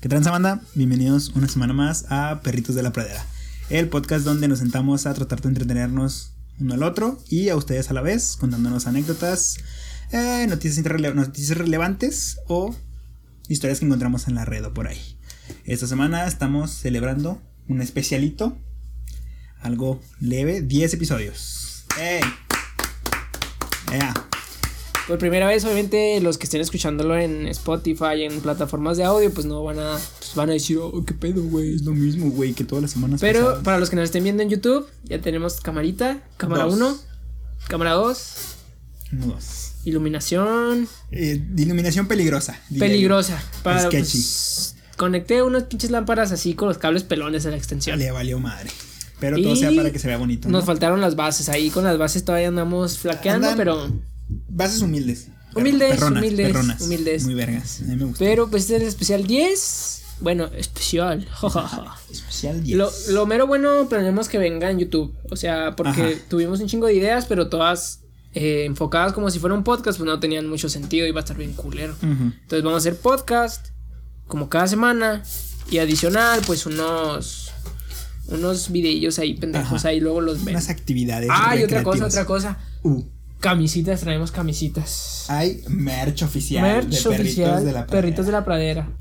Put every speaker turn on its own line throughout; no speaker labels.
¿Qué tranza banda? Bienvenidos una semana más a Perritos de la Pradera, el podcast donde nos sentamos a tratar de entretenernos uno al otro y a ustedes a la vez, contándonos anécdotas, eh, noticias, rele- noticias relevantes o historias que encontramos en la red o por ahí. Esta semana estamos celebrando un especialito, algo leve, 10 episodios. ¡Ey! ¡Ea!
Por primera vez, obviamente, los que estén escuchándolo en Spotify, en plataformas de audio, pues no van a, pues, van a decir, oh, qué pedo, güey.
Es lo mismo, güey, que todas las semanas
Pero
pasadas.
para los que nos estén viendo en YouTube, ya tenemos camarita, cámara
Dos.
1, cámara 2,
Uno, dos.
iluminación
Eh, de iluminación peligrosa. diría yo.
peligrosa. Para,
Sketchy.
pues, conecté unas pinches lámparas así con los cables pelones de la extensión.
Le valió madre. Pero
Y
todo sea para que se vea bonito. ¿no?
Nos faltaron las bases, ahí con las bases todavía andamos flaqueando,
Andan-
pero...
Bases humildes. Perro-
Humildes, humildes,
perronas,
humildes.
Muy vergas. A mí me gusta.
Pero pues este es el especial 10. Bueno, especial. jajaja.
Especial 10.
Lo, lo mero bueno planeamos que venga en YouTube. O sea, porque
Ajá.
tuvimos un chingo de ideas, pero todas eh, enfocadas como si fuera un podcast, pues no tenían mucho sentido, iba a estar bien culero.
Ujú.
Entonces vamos a hacer podcast, como cada semana, y adicional, pues unos unos videillos ahí pendejos
Ajá.
ahí, luego los ven.
Unas actividades.
Ah, y otra cosa,
recreativas.
otra cosa.
Uh,
Camisitas, traemos camisitas.
hay merch oficial.
Merch
Ah, de perritos
oficial,
de la
perritos de
Pradera.
la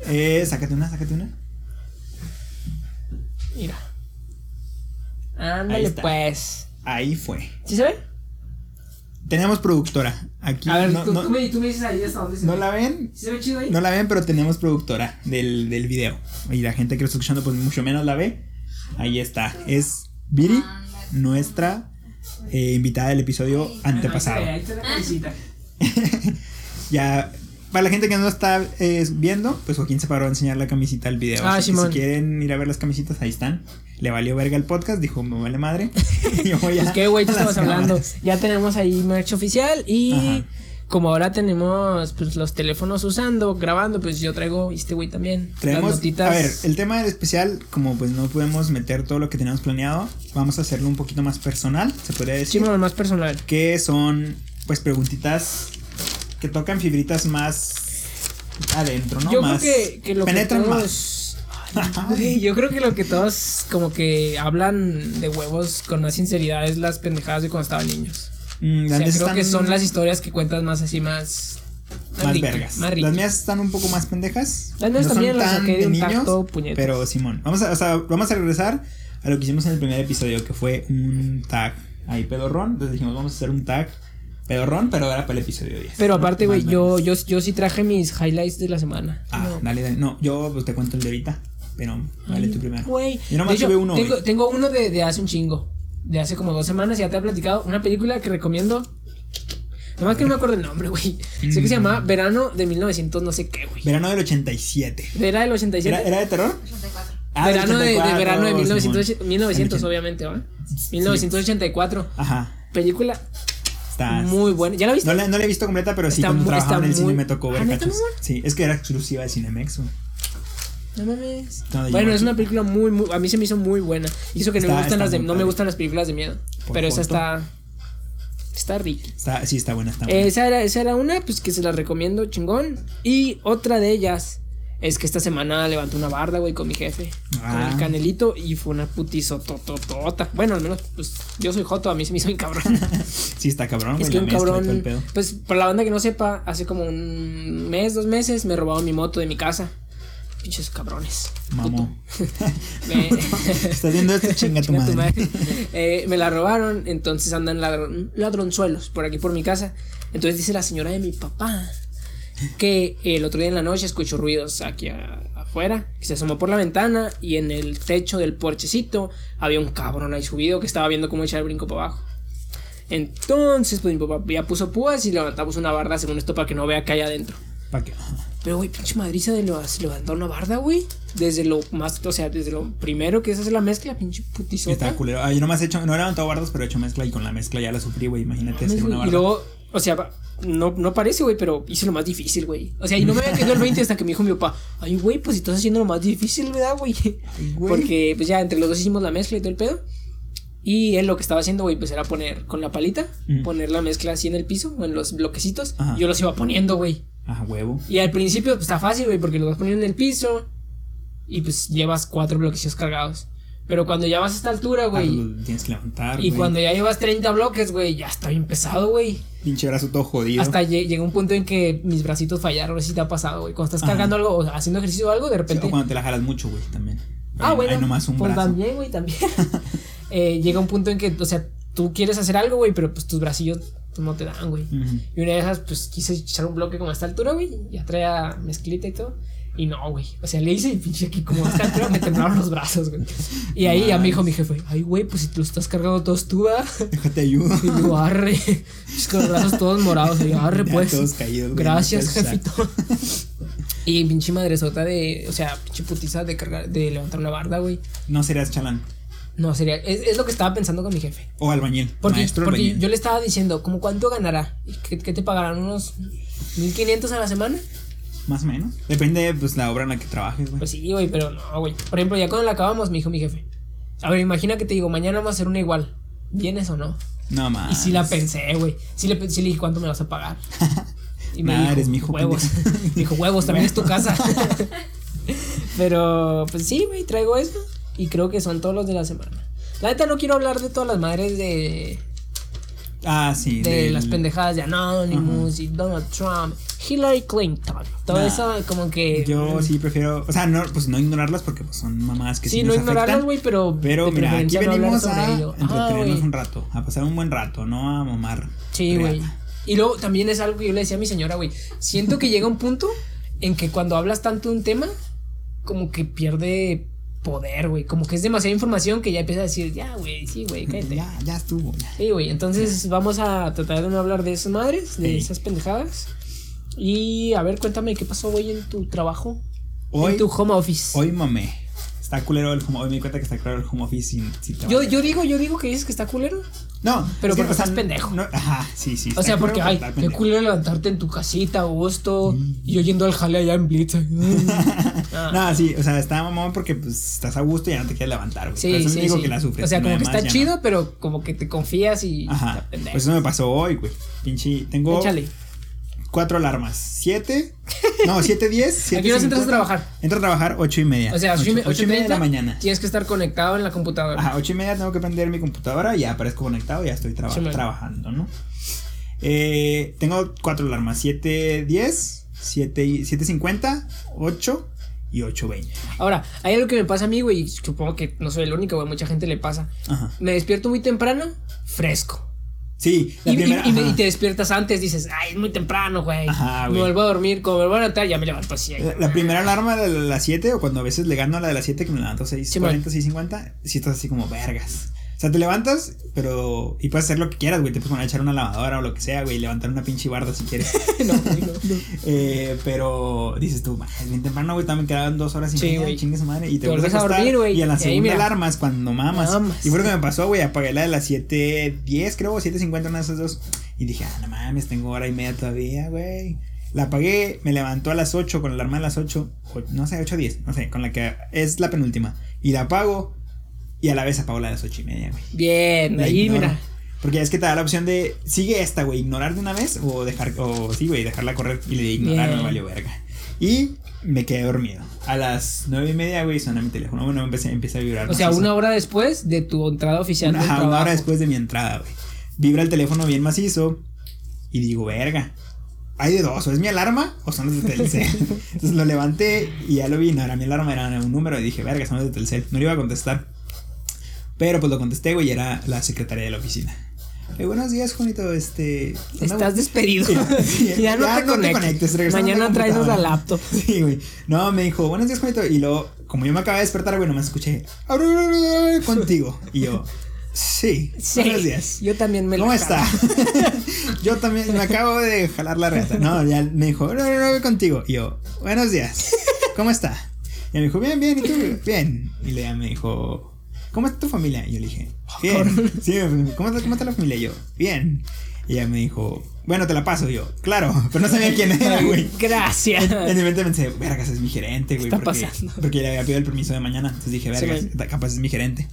pradera.
Eh, sácate una, sácate una.
Mira.
Ahí
Ándale,
está.
pues.
Ahí fue.
¿Sí se ve?
Tenemos productora. Aquí.
A ver,
no,
tú,
no-
tú me, tú me dices ahí hasta dónde se
no
ve.
la ven.
¿Sí se ve chido ahí?
No la ven, pero tenemos productora del, del video. Y la gente que lo está escuchando, pues mucho menos la ve. Ahí está. Es Viri, nuestra eh, invitada del episodio antepasado.
Ahí está la camisita.
ya. Para la gente que no está eh, viendo, pues Joaquín se paró a enseñar la camisita al video.
Ah,
Así que
Simón.
si quieren ir a ver las camisitas, ahí están. Le valió verga el podcast, dijo, me vale madre. Yo voy a-
Pues qué güey,
a
te estamos
las
hablando.
cámaras.
Ya tenemos ahí merch oficial y
Ajá.
como ahora tenemos pues, los teléfonos usando, grabando, pues yo traigo y este güey también. las
Traemos,
notitas.
a ver, el tema del especial, como pues no podemos meter todo lo que teníamos planeado, vamos a hacerlo un poquito más personal, se podría
Sí,
decir.
bueno, más personal.
que son pues preguntitas que tocan fibritas más adentro, ¿no?
yo
más
creo que, que lo
penetran
que
más.
todos. Ay, güey, yo creo que lo que todos como que hablan de huevos con más sinceridad es las pendejadas de cuando estaban niños.
Mm,
O
las
sea, creo
mías
que
están
son las historias que cuentas más así más
más
ricas,
vergas.
más
las
ricas.
mías están un poco más pendejas.
Las mías
no son
también las
tan
saqué de un
niños,
tacto, puñetas.
Pero Simón, vamos a, o sea, vamos a regresar a lo que hicimos en el primer episodio, que fue un tag ahí pedorrón. Entonces dijimos, vamos a hacer un tag pedorrón, pero ahora para el episodio 10.
Pero
¿no?
aparte,
Más
güey, yo,
vergas.
yo, yo sí traje mis highlights de la semana.
Ah,
No.
dale, dale. No, yo pues, te cuento el de ahorita, pero dale tú primero.
Güey.
Yo nomás
De hecho,
tuve uno. güey.
Tengo, tengo uno de, de hace un chingo. De hace como dos semanas, ya te he platicado. Una película que recomiendo. Nomás que no me acuerdo el nombre, güey. Sé que se
Mm.
llamaba Verano de 1900, no sé qué, güey.
Verano del 87.
Era del
¿Era,
87.
era de terror? Ah, del
verano de, de
84,
verano de
Simón.
1900,
El
1900
ochen-
obviamente, ¿va? 1984.
Ajá.
Película
Está.
muy buena. ¿Ya la viste?
No la, no la he visto completa, pero sí
Está
cuando
mu-
trabajaba
está
en el cine
muy-
me tocó ver
Ah, ¿neta,
cachos.
mamón?
Sí, es que era exclusiva de Cinemex. güey.
No mames.
No, de
bueno, es
Yamaki.
una película muy, muy. A mí se me hizo muy buena. Y eso que no,
Está-
me
está
gustan las de,
muy
no me
padre.
gustan las películas de miedo.
Por
Pero esa
foto.
está. Está rica.
Está, sí, está buena, está buena.
Esa era, esa era una, pues que se la recomiendo, chingón. Y otra de ellas es que esta semana levanté una barda, güey, con mi jefe.
Ah.
Con el canelito. Y fue una putizotototota. Bueno, al menos, pues yo soy Joto, a mí se me hizo un cabrón.
sí, está cabrón.
Es
güey,
que
pues, la
un
mezcla y todo el
cabrón.
pedo.
Pues para la banda que no sepa, hace como un mes, dos meses me robaron mi moto de mi casa. Pinches cabrones.
Mamó.
Me-
Estás viendo esto, chinga tu
Chinga
madre.
Eh, me la robaron, entonces andan ladron- ladronzuelos por aquí por mi casa. Entonces dice la señora de mi papá que el otro día en la noche escuchó ruidos aquí a- afuera, que se asomó por la ventana y en el techo del porchecito había un cabrón ahí subido que estaba viendo cómo echar el brinco para abajo. Entonces, pues mi papá ya puso púas y levantamos una barda según esto para que no vea que hay adentro.
¿Para qué?
Pero, güey, pinche madriza de lo- se levantar una barda, güey. Desde lo más, o sea, desde lo primero que es hacer la mezcla, pinche
Estaba
putizota.
culero. Ah, yo nomás he hecho, no he levantado bardas, pero he hecho mezcla y con la mezcla ya la sufrí, güey. Imagínate hacer una
Y
barda.
luego, o sea, pa- no, no parece, güey, pero hice lo más difícil, güey. O sea, y no me había caído el 20 hasta que me dijo mi papá, ay, güey, pues estás haciendo lo más difícil, ¿verdad, güey?
güey.
Porque, pues ya, entre los dos hicimos la mezcla y todo el pedo. Y él lo que estaba haciendo, güey, pues era poner con la palita,
Ujú.
poner la mezcla así en el piso o en los bloquecitos.
Ajá.
Yo los iba poniendo, güey.
Ah, huevo.
Y al principio, pues está fácil, güey, porque lo vas poniendo en el piso y pues llevas cuatro bloquecitos cargados. Pero cuando ya vas a esta altura,
Ah,
güey,
lo tienes que levantar.
y
güey.
cuando ya llevas 30 bloques, güey, ya está bien pesado, güey.
Pinche brazo todo jodido.
Hasta lle- llegó un punto en que mis bracitos fallaron, si te ha pasado, güey. Cuando estás
Ajá.
cargando algo o haciendo ejercicio o algo, de
Sí,
repente.
o cuando te la jalas mucho, güey, también.
ah,
Hay-
bueno.
Hay nomás un
pues
brazo.
también, güey, también. Eh, llega un punto en que, o sea, tú quieres hacer algo, güey, pero pues tus bracillos pues, no te dan, güey.
Ujú.
Y una de esas, pues quise echar un bloque como a esta altura, güey. Ya traía mezclita y todo. Y no, güey. O sea, le hice y pinche aquí como a esta altura me temblaron los brazos, güey. Y ahí ya me dijo mi jefe, ay, güey, pues si te lo estás cargando todos tú, ¿verdad?"
Déjate ayudo.
Y yo, arre. Pues, con los brazos todos morados. Y yo, arre,
Ya
pues.
todos caídos, güey,
Gracias,
no te
jefito. Y pinche madresota de. O sea, pinche putiza de cargar, de levantar una barda, güey.
No serías chalán.
No, sería. Es, es lo que estaba pensando con mi jefe.
O albañil.
Porque,
maestro
porque
albañil.
yo le estaba diciendo, como cuánto ganará? ¿Y ¿Qué, qué te pagarán? ¿Unos 1500 a la semana?
Más o menos. Depende, pues, la obra en la que trabajes, güey.
Pues sí, güey, pero no, güey. Por ejemplo, ya cuando la acabamos, me dijo mi jefe. A ver, imagina que te digo, mañana vamos a hacer una igual. ¿Vienes o no?
no más.
Y sí la pensé, güey. Sí le, pe- sí le dije, ¿cuánto me vas a pagar? Y
Nah, eres mi hijo,
huevos.
pendejo.
Me dijo, huevos, también es tu casa. Pero, pues sí, güey, traigo eso. Y creo que son todos los de la semana. La neta, no quiero hablar de todas las madres de,
Ah, sí.
de
del-
las pendejadas de Anonymous y Donald Trump, Hillary Clinton. Todo
Nah.
eso, como que. mm,
Yo sí prefiero. O sea, no, pues no ignorarlas porque pues, son mamadas que sí,
Sí, no
nos
ignorarlas,
afectan.
güey, pero.
Pero
de
mira, aquí
preferencia no hablar
venimos
sobre
a
ello. Ajá,
entretenernos
güey.
un rato, a pasar un buen rato, no a mamar.
Sí,
reata.
güey. Y luego también es algo que yo le decía a mi señora, güey. Siento que llega un punto en que cuando hablas tanto de un tema, como que pierde poder, güey. Como que es demasiada información que ya empieza a decir, ya, güey, sí, güey, cállate.
Ya, ya estuvo. ya.
Sí, güey. Entonces vamos a tratar de no hablar de esas madres, de
Sí.
esas pendejadas. Y a ver, cuéntame qué pasó, güey, en tu trabajo.
Hoy,
en tu home office.
hoy mamé. Está culero el home Hoy me di cuenta que está culero el home office sin, sin trabajo.
yo, yo digo, yo digo que dices que está culero.
No,
Pero
es que,
porque
o sea,
estás pendejo.
no- ajá, sí, sí.
O
está
sea,
culero
porque, ay,
estar
qué
pendejo. Mm.
culero levantarte en tu casita, a gusto, y yo yendo al jale allá en Blitz. Ah.
No, sí, o sea, está mamón porque pues estás a gusto y ya no te quieres levantar, güey. Por
Sí,
eso
sí,
digo
sí.
que la sufres.
o sea,
no,
como que
además ya
está
no.
chido, pero como que te confías y
Ajá.
está pendejo.
Pues eso me pasó hoy, güey. Pinche, tengo
Échale.
cuatro alarmas. Siete. No, siete diez. siete
qué horas entras a
cincuenta.
trabajar?
Entro a trabajar ocho y media.
O sea,
ocho, ocho y media de la mañana.
Tienes que estar conectado en la computadora.
Ajá, ocho y media tengo que prender mi computadora, ya aparezco conectado, ya estoy traba-
Ocho y media.
trabajando, ¿no? Eh, tengo cuatro alarmas, 7, 10, 7, 50, 8 y 8, 20.
Ahora, hay algo que me pasa a mí, güey, y supongo que no soy el único, güey, mucha gente le pasa.
Ajá.
Me despierto muy temprano, fresco.
Sí, la
Y, y-
primera-
y me-
ajá.
y te despiertas antes, dices, ay, es muy temprano, güey.
Ajá,
Me
güey.
vuelvo a dormir, como me vuelvo a levantar, ya me levanto pues así.
La- La primera alarma de las 7, o cuando a veces le gano a la de las 7, que me levanto 6.40, 6.50, si estás así como vergas. O sea, te levantas, pero. Y puedes hacer lo que quieras, güey. Te puedes poner a echar una lavadora o lo que sea, güey. y Levantar una pinche barda si quieres.
no, güey, no.
Eh, pero dices tú, "Ma, es bien temprano, güey. También quedaban dos horas y
Sí,
media,
güey.
chingue su madre. Y te,
Te
vuelves a
vuelves a
acostar.
dormir, güey,
y en
y
la
ahí,
segunda
mira.
alarmas, cuando mamas.
Mamas.
Y fue lo que me pasó, güey. Apagué la de las 7.10, creo, o 7.50, una de esas dos. Y dije, ah, no mames, tengo hora y media todavía, güey. La apagué, me levantó a las 8 con la alarma de las 8, o- no sé, 8.10, no sé, con la que es la penúltima. Y la apago, y a la vez apago la de las 8 y media, güey.
Bien,
La
ahí,
ignoro.
mira.
Porque es que te da la opción de sigue esta, güey, ignorar de una vez o dejar, o sí, güey, dejarla correr y le di ignorar,
Bien.
me valió verga. Y me quedé dormido. A las nueve y media, güey, suena mi teléfono. Bueno, empecé, empieza a vibrar.
O sea,
macizo.
una hora después de tu entrada oficial
Una-
del
ajá, una
trabajo.
hora después de mi entrada, güey. Vibra el teléfono bien macizo y digo, verga. Hay de dos, o es mi alarma o son los de Telcel. Entonces lo levanté y ya lo vi, no era mi alarma, era un número y dije, verga, son los de Telcel. No le iba a contestar. Pero pues lo contesté, güey, y era la secretaria de la oficina. Eh, buenos días, Juanito, este...
Estás despedido.
Sí,
ya no te conectes.
regresamos a
Mañana traes la
computadora.
laptop.
Sí, güey. No, me dijo, buenos días, Juanito. Y luego, como yo me acabé de despertar, güey, nomás escuché contigo. Y yo, sí,
Sí,
buenos días.
Yo también me
¿Cómo
la
está? yo también me acabo de jalar la reta. No, ya me dijo, no, no, no, contigo. Y yo, buenos días. ¿Cómo está? Y me dijo, bien, bien, ¿y tú? Bien. Y le me dijo, ¿cómo está tu familia? Y yo le dije, bien. Sí, ¿cómo está, cómo está la familia? Y yo, bien. Y ella me dijo, bueno, te la paso. Y yo, claro, pero no sabía quién era, güey.
Gracias.
En mi mente pensé, vergas, es mi gerente, güey.
Ah. está
porque,
pasando?
porque le había pedido el permiso de mañana. Entonces dije, vergas,
Sí,
capaz es mi gerente.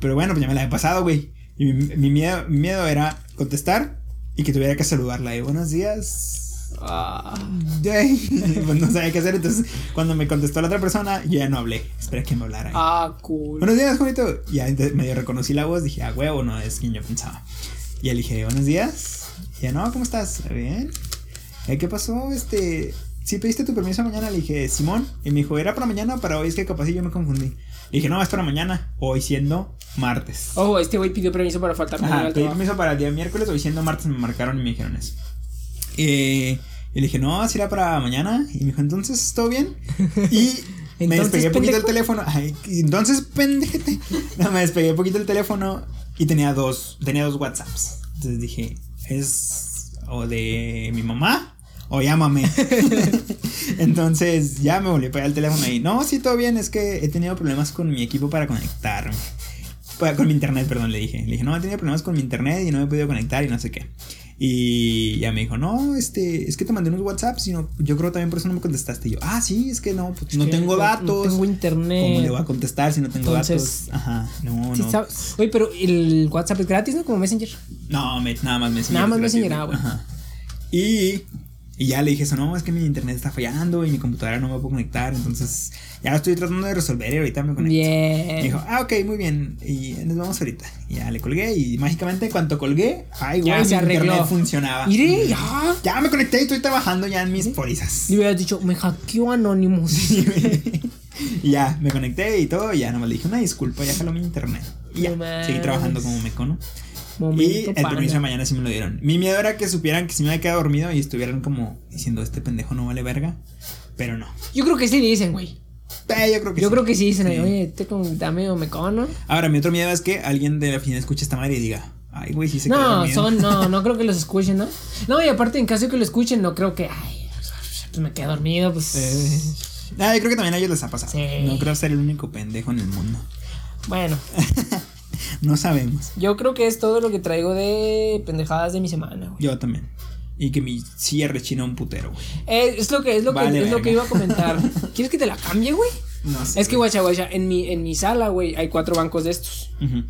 Pero bueno, pues ya me la había pasado, güey. Y mi, mi miedo, mi miedo era contestar y que tuviera que saludarla. Y buenos días.
Ah,
Yay. pues no sabía qué hacer. Entonces, cuando me contestó la otra persona, yo ya no hablé. Esperé a que me hablara.
ah, cool.
Buenos días, Juanito. Y Ya ente- medio reconocí la voz, dije, ah, huevo, no es quien yo pensaba. Y ya le dije, buenos días. Y ya, no, ¿cómo estás? Bien. "Eh, ¿Qué pasó? Este, ¿sí pediste tu permiso mañana? Le dije, Simón. Y me dijo, ¿era para mañana o para hoy? Es que capaz y yo me confundí. Le dije, no, es para mañana. Hoy siendo martes.
Ojo, este güey pidió permiso para faltar mañana
Ajá,
al
pedí
trabajo.
permiso para el día miércoles, hoy siendo martes me marcaron y me dijeron eso. Eh, y le dije, no, si era para mañana. Y me dijo, entonces, ¿todo bien? Y me
Entonces,
despegué poquito el
pendejo.
teléfono. Ay, entonces, pendejete. No, me despegué poquito el teléfono y tenía dos, tenía dos WhatsApps. Entonces dije, es o de mi mamá o llámame. entonces ya me volví a pegar el teléfono y, no, sí, todo bien, es que he tenido problemas con mi equipo para conectarme. Pa- Con mi internet, perdón, le dije. Le dije, no, he tenido problemas con mi internet y no me he podido conectar y no sé qué. Y ya me dijo, no, este, es que te mandé unos WhatsApp, sino yo creo también por eso no me contestaste. Y yo, ah, sí, es que no, pues no
Que
tengo datos.
No tengo internet.
¿Cómo le voy a contestar si no tengo
Entonces-
datos? Ajá, no,
Sí,
no.
sabes- Oye, pero el WhatsApp es gratis, ¿no? Como Messenger.
No, me- nada más me enseñó.
Nada más me
gratis,
enseñó, ah, bueno.
Ajá. Y, y ya le dije eso, no, es que mi internet está fallando y mi computadora no me puedo conectar, entonces ya lo estoy tratando de resolver y ahorita me conecto. Me
Bien.
dijo, ah, ok, muy bien. Y nos vamos ahorita. Y ya le colgué. Y mágicamente, en cuanto colgué, ay,
Ya
güey, mi
se arregló.
internet funcionaba.
Iré, ya.
Ya me conecté y estoy trabajando ya en mis pólizas.
Le hubieras dicho, me hackeó Anonymous.
y ya, me conecté y todo. Y ya nomás le dije una disculpa, ya jaló mi internet. Y ya,
No mames.
seguí trabajando como meco, ¿no? Y
Momento,
el
pana.
permiso de mañana sí me lo dieron. Mi miedo era que supieran que si me había quedado dormido y estuvieran como diciendo, este pendejo no vale verga. Pero no.
Yo creo que sí le dicen, güey.
Eh, yo creo que
Yo
sí.
creo que sí dicen,
Sí.
oye, te como, dame o me cono.
Ahora, mi otro miedo es que alguien de la oficina escuche esta madre y diga, ay, güey, sí se quedó
No,
dormido".
son, no, no creo que los escuchen, ¿no? No, y aparte, en caso de que lo escuchen, no creo que, ay, pues me quedé dormido, pues.
Ah, yo creo que también a ellos les ha pasado.
Sí.
No creo ser el único pendejo en el mundo.
Bueno,
No sabemos.
yo creo que es todo lo que traigo de pendejadas de mi semana, güey.
Yo también. Y que mi silla rechina un putero, güey.
Eh, es lo que, es lo que,
Vale,
es lo que iba
verga.
a comentar. ¿Quieres que te la cambie, güey?
No sé.
Es que, guacha, guacha, en mi, en mi sala, güey, hay cuatro bancos de estos.
Ujú.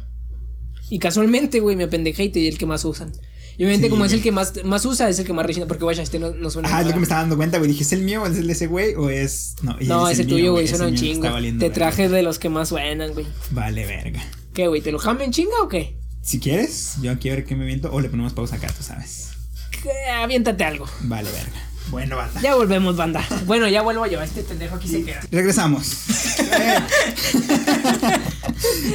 Y casualmente, güey, me apendejé y te di el que más usan. Y obviamente,
Sí,
como es
güey.
el que más, más usa, es el que más rechina, porque, guacha, este no, no suena.
Ajá, es lo
nada.
que me estaba dando cuenta, güey. Dije, ¿es el mío? ¿Es el de ese güey? ¿O es.? No, y
No,
es
ese tuyo, güey,
ese
suena un
mío me está
chingo.
valiendo
Te
verga.
traje de los que más suenan, güey.
Vale, verga.
¿Qué, güey? ¿Te lo cambio en chinga o qué?
Si quieres, yo aquí a ver qué me viento. O le ponemos pausa acá, tú sabes.
¿Qué? Aviéntate algo.
Vale, verga. Bueno, banda.
Ya volvemos, banda. Bueno, ya vuelvo yo. Este pendejo aquí se queda.
Regresamos. Eh.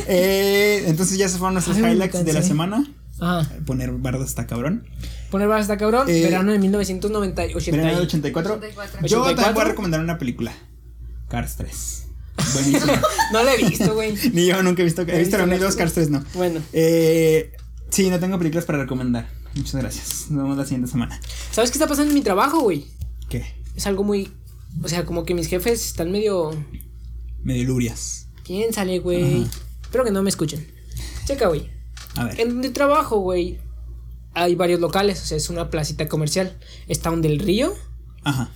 Eh, entonces ya se fueron nuestros
Ay, me
highlights de la
cansé.
semana.
Ajá.
Poner bardas está cabrón.
Poner barra está cabrón.
Ah. Eh,
verano de 1998.
Verano del 84.
84.
Yo también voy a
84.
recomendar una película. Cars 3. Buenísima.
No lo he visto, güey.
Ni yo nunca he visto. He visto la 1 y 2, Cars 3 no.
Bueno.
Eh, sí, no tengo películas para recomendar. Muchas gracias. Nos vemos la siguiente semana.
¿Sabes qué está pasando en mi trabajo, güey?
¿Qué?
Es algo muy. O sea, como que mis jefes están medio.
Medio lurias.
Piénsale, güey.
Ajá.
Espero que no me escuchen. Checa, güey.
A ver.
En donde trabajo, güey, hay varios locales. O sea, es una placita comercial. Está un del río.
Ajá.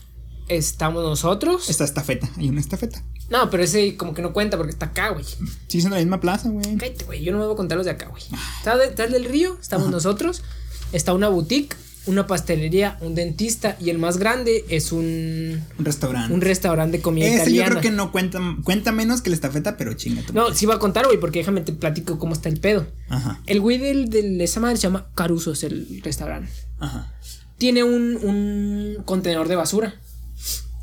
Estamos nosotros.
Esta estafeta. Hay una estafeta.
No, pero ese como que no cuenta porque está acá, güey.
Sí, son de la misma plaza, güey.
Cállate, güey. Yo no me voy a contar los de acá, güey. Está, de- está el del río, estamos nosotros. Está una boutique, una pastelería, un dentista. Y el más grande es un,
Un restaurante.
un restaurante de comida
Ese yo
italiana.
creo que no cuenta, cuenta menos que la estafeta, pero chinga tú.
No, sí va a contar, güey, porque déjame te platico cómo está el pedo.
Ajá.
El güey del, del- de esa madre se llama Caruso, es el restaurante.
Ajá.
Tiene un, un contenedor de basura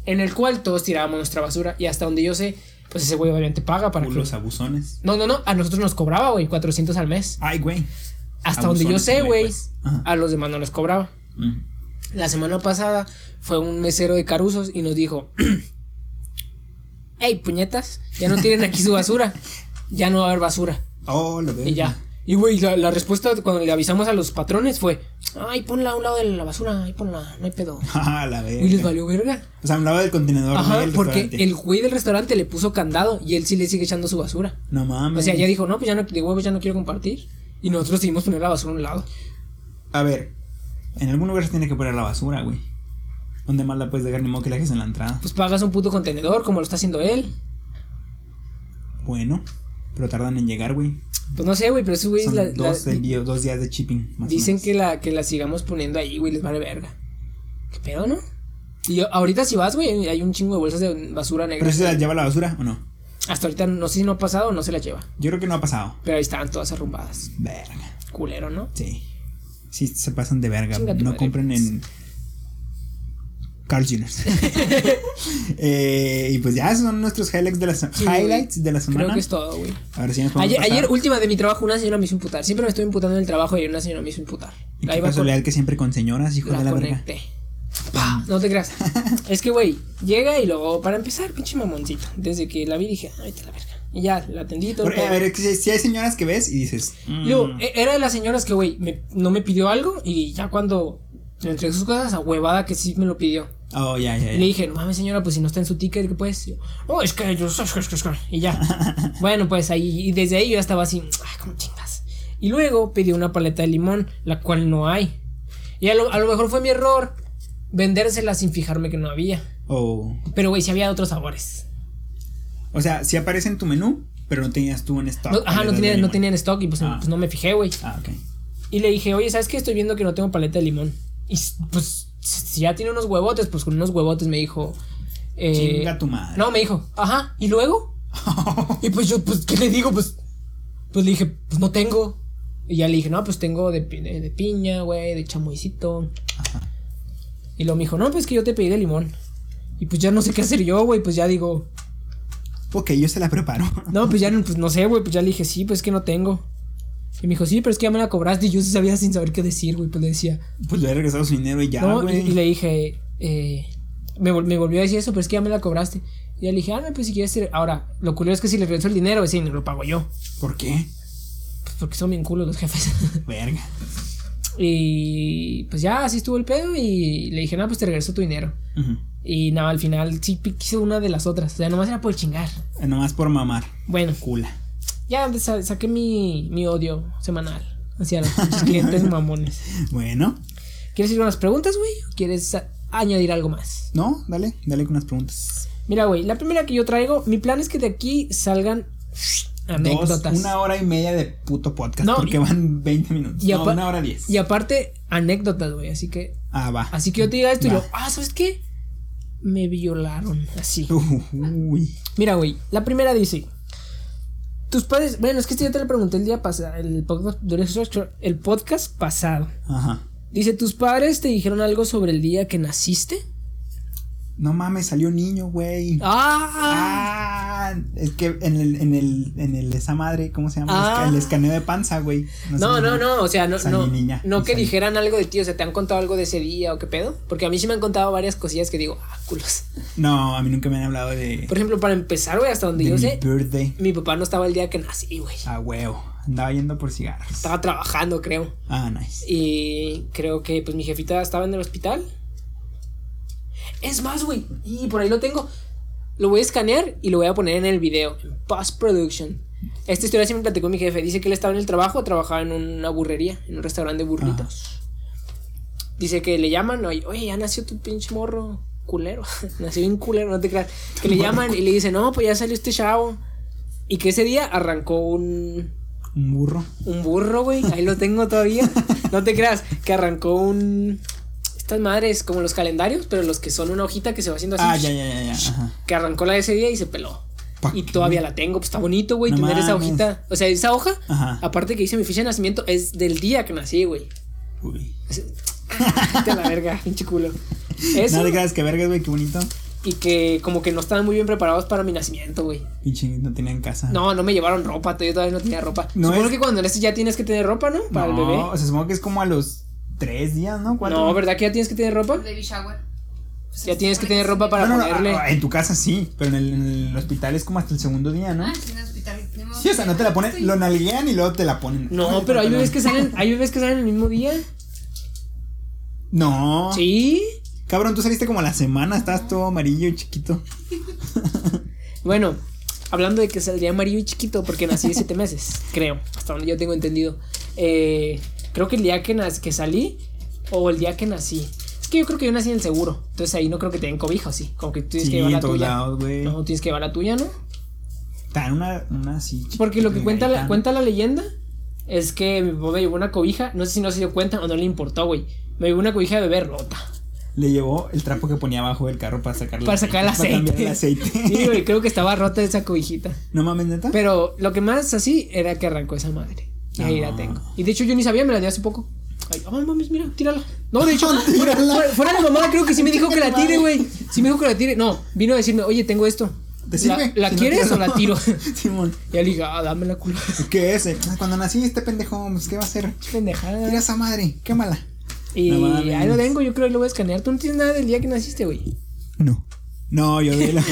en el cual todos tirábamos nuestra basura. Y hasta donde yo sé, pues ese güey obviamente paga para que.
Los abusones.
No, no, no, a nosotros nos cobraba, güey, 400 al mes.
Ay, güey.
Hasta donde yo
Abusones,
sé,
güey,
güey, Ah.
pues. Ajá.
a los demás no les cobraba.
Mm.
La semana pasada fue un mesero de Caruzos y nos dijo: Hey, puñetas, ya no tienen aquí su basura. Ya no va a haber basura.
Oh, lo veo.
Y ya. Y, güey, la, la respuesta cuando le avisamos a los patrones fue: Ay, ponla a un lado de la basura, ay, ponla, no hay pedo.
Ah, la
Y les
verga.
valió verga.
O sea, hablaba del contenedor. no
Ajá,
del
porque
restaurante.
el güey del restaurante le puso candado y él sí le sigue echando su basura.
No mames.
O sea, ya dijo, no, pues ya no, de huevos ya no quiero compartir. Y nosotros decidimos poner la basura a un lado.
A ver, en algún lugar se tiene que poner la basura, güey. ¿Dónde más la puedes dejar? Ni modo que la dejes en la entrada.
Pues pagas un puto contenedor, como lo está haciendo él.
Bueno, pero tardan en llegar, güey.
Pues no sé, güey, pero esos güeyes
Son
la- la-
dos, envíos- dos días de shipping. más o
dicen
menos.
que la, que la sigamos poniendo ahí, güey, les vale verga. ¿Qué pedo, no? Y yo- ahorita si vas, güey, hay un chingo de bolsas de basura negra.
¿Pero si se las lleva la basura o no?
Hasta ahorita no sé si no ha pasado o no se la lleva.
Yo creo que no ha pasado.
Pero ahí estaban todas arrumbadas.
Verga.
Culero, ¿no?
Sí. Sí, se pasan de verga.
Chinga tu
no
madre,
compren
pues.
en. Carl Jr. Eh, y pues ya, esos son nuestros highlights de la, se-
Sí, güey.
highlights de la semana.
Creo que es todo, güey.
A ver si nos podemos
Ayer,
pasar.
ayer, última de mi trabajo, una señora me hizo imputar. Siempre me estoy imputando en el trabajo y una señora me hizo imputar.
Y
Ahí
Qué
va con-
casualidad que siempre con señoras, hijo de
la
la verga.
conecté. Ah, Pa, No te creas. es que, güey, llega y luego, para empezar, pinche mamoncito. Desde que la vi dije, ay, te la verga. Y ya, la atendí y todo. el
Porque, a
pedo.
ver, es que si, si hay señoras que ves y dices. mm,
Y luego, e- era de las señoras que, güey, me- no me pidió algo y ya cuando le entregué sus cosas, a huevada que sí me lo pidió.
Oh, ya, ya,
Y Le
ya.
dije, no mames, señora, pues si no está en su ticket, ¿qué puedes? Y yo, oh, es que yo. Y ya. bueno, pues ahí. Y desde ahí yo ya estaba así, ay, como chingas. Y luego pidió una paleta de limón, la cual no hay. Y a lo, a lo mejor fue mi error vendérsela sin fijarme que no había.
Oh.
Pero, güey, sí había otros sabores.
O sea, si aparece en tu menú, pero no tenías tú en stock.
No- ajá, no
paletas de
tenían, no
limón.
tenían stock y pues,
Ah.
pues no me fijé, güey.
Ah, ok.
Y le dije, oye, ¿sabes qué? Estoy viendo que no tengo paleta de limón. Y s- pues, si ya tiene unos huevotes, pues con unos huevotes me dijo. eh,
Chinga tu madre.
No, me dijo, ajá, ¿y luego?
Ah,
Y pues yo, pues, ¿qué le digo? Pues, pues le dije, pues no tengo. Y ya le dije, no, pues tengo de, pi- de, de piña, güey, de chamoycito. Y luego me dijo, no, pues que yo te pedí de limón. Y pues ya no sé qué hacer yo, güey, pues ya digo,
ok, yo se la preparo.
no, pues ya no, pues no sé, güey, pues ya le dije, sí, pues que no tengo. Y me dijo, sí, pero es que ya me la cobraste y yo sí sabía sin saber qué decir, güey, pues le decía,
Pues le he regresado su dinero y ya,
no, y,
güey.
y le dije, eh, me, vol- me volvió a decir eso, pero es que ya me la cobraste. Y ya le dije, ah, no, pues si quieres, te- ahora, lo curioso es que si le regreso el dinero, ese dinero lo pago yo.
¿Por qué?
Pues porque son bien culos los jefes.
Verga.
y pues ya, así estuvo el pedo y le dije, no, pues te regreso tu dinero.
Ujú.
Y nada, al final sí pi- quiso una de las otras. O sea, nomás era por chingar.
Eh, Nomás por mamar.
Bueno,
Cula.
ya sa- saqué mi, mi odio semanal hacia los pinches clientes mamones.
Bueno,
¿Quieres ir con las preguntas, güey? ¿O quieres a- añadir algo más?
no, dale, dale con unas preguntas.
Mira, güey, la primera que yo traigo, mi plan es que de aquí salgan
Dos,
anécdotas.
una hora y media de puto podcast.
No,
porque
y-
van 20 minutos.
y
No,
apa-
una hora 10.
Y aparte, anécdotas, güey, así que...
Ah, va.
Así que yo te diga esto y
Va.
yo, ah, ¿sabes qué? Me violaron, así.
Uy.
Mira, güey, la primera dice: Tus padres. Bueno, es que este ya te lo pregunté el día pasado. El podcast, el podcast pasado.
Ajá.
Dice: ¿Tus padres te dijeron algo sobre el día que naciste?
No mames, salió niño, güey.
¡Ah!
Ah, es que en el, en el, en el, esa madre, ¿cómo se llama?
Ah.
El escaneo de panza, güey.
No,
sé,
no, no, o sea, no,
Salí
no,
niña,
no que
salí.
dijeran algo de ti, o sea, ¿te han contado algo de ese día o qué pedo? Porque a mí sí me han contado varias cosillas que digo, ah, culos.
No, a mí nunca me han hablado de,
Por ejemplo, para empezar, güey, hasta donde
de
yo
mi
sé,
birthday.
mi papá no estaba el día que nací, güey.
A huevo. Andaba yendo por cigarros.
Estaba trabajando, creo.
Ah, nice.
Y creo que pues mi jefita estaba en el hospital. Es más, güey. Y por ahí lo tengo. Lo voy a escanear y lo voy a poner en el video. En post production. Esta historia siempre platicó mi jefe. Dice que él estaba en el trabajo, trabajaba en una burrería, en un restaurante de burritos. Dice que le llaman, oye, oye, ya nació tu pinche morro culero. nació un culero, no te creas. Que le llaman y le dicen, no, pues ya salió este chavo. Y que ese día arrancó un,
Un burro.
un burro, güey. Ahí lo tengo todavía. No te creas. Que arrancó un. Estas madres, como los calendarios, pero los que son una hojita que se va haciendo así.
Ah, ya, ya, ya, ya. Ajá.
Que arrancó la de ese día y se peló.
Pa'
Y
qué.
todavía la tengo. Pues está bonito, güey,
No
tener esa
mames.
hojita. O sea, esa hoja,
Ajá.
aparte que hice mi ficha de nacimiento, es del día que nací, güey.
Uy.
Así, De la verga, pinche culo. Eso.
No te creas que vergas, güey, qué bonito.
y que como que no estaban muy bien preparados para mi nacimiento, güey.
Pinche, no tenía en casa.
No, no me llevaron ropa, yo todavía no tenía ropa.
Ah. No
Supongo
es-
que cuando naces ya tienes que tener ropa, ¿no? Para el
No,
bebé.
O sea, supongo que es como a los tres días, ¿no? Cuatro.
No, ¿verdad que ya tienes que tener ropa?
Baby shower. Pues
Ya
se
tienes que
supone
tener
sí.
ropa para
No, no, no,
ponerle.
ah, En tu casa sí, pero en el, en el hospital es como hasta el segundo día, ¿no?
Ah, sí, en el hospital tenemos
Sí, o sea, no te la ponen, lo nalguean y luego te la ponen. Ay,
No, pero hay
perdón.
bebés que salen, hay bebés que salen el mismo día.
No.
Sí.
Cabrón, tú saliste como a la semana, estabas todo amarillo y chiquito.
Bueno, hablando de que saldría amarillo y chiquito porque nací de 7 meses, creo, hasta donde yo tengo entendido. Eh, creo que el día que, nas- que salí o el día que nací. Es que yo creo que yo nací en el seguro, entonces ahí no creo que te den cobija, ¿o sí. Como que tú tienes
Sí,
que llevar
en
la
todos
tuya.
lados, güey.
No, tienes que llevar la tuya, ¿no?
Tan una, una así.
Porque lo que cuenta la,
delgadita.
cuenta la leyenda es que mi papá me llevó una cobija, no sé si no se dio cuenta o no le importó, güey. Me llevó una cobija de bebé rota.
Le llevó el trapo que ponía abajo del carro para sacar
Para sacar el aceite.
Pues, Para cambiar el aceite.
Sí, güey, creo que estaba rota esa cobijita.
No mames, neta.
Pero lo que más así era que arrancó esa madre. Y ahí la
Ah.
tengo. Y de hecho yo ni sabía, me la di hace poco. Ay, oh, mames, mira, tírala. No, de hecho, fuera,
Tírala.
fuera- fuera de mamá, creo que sí me dijo que la tire, güey. Sí me dijo que la tire. No, vino a decirme, oye, tengo esto.
¿Te
¿La,
sirve?
la
Si no,
quieres o la tiro?
Simón.
Y él dije, ah, dame la culo.
¿Qué es? eh? Cuando nací este pendejo, pues, ¿qué va a hacer? Tira
Pendejada.
esa madre, quémala.
Y
No mames.
ahí lo tengo, yo creo que lo voy a escanear. Tú no tienes nada del día que naciste, güey.
No. No, yo de la.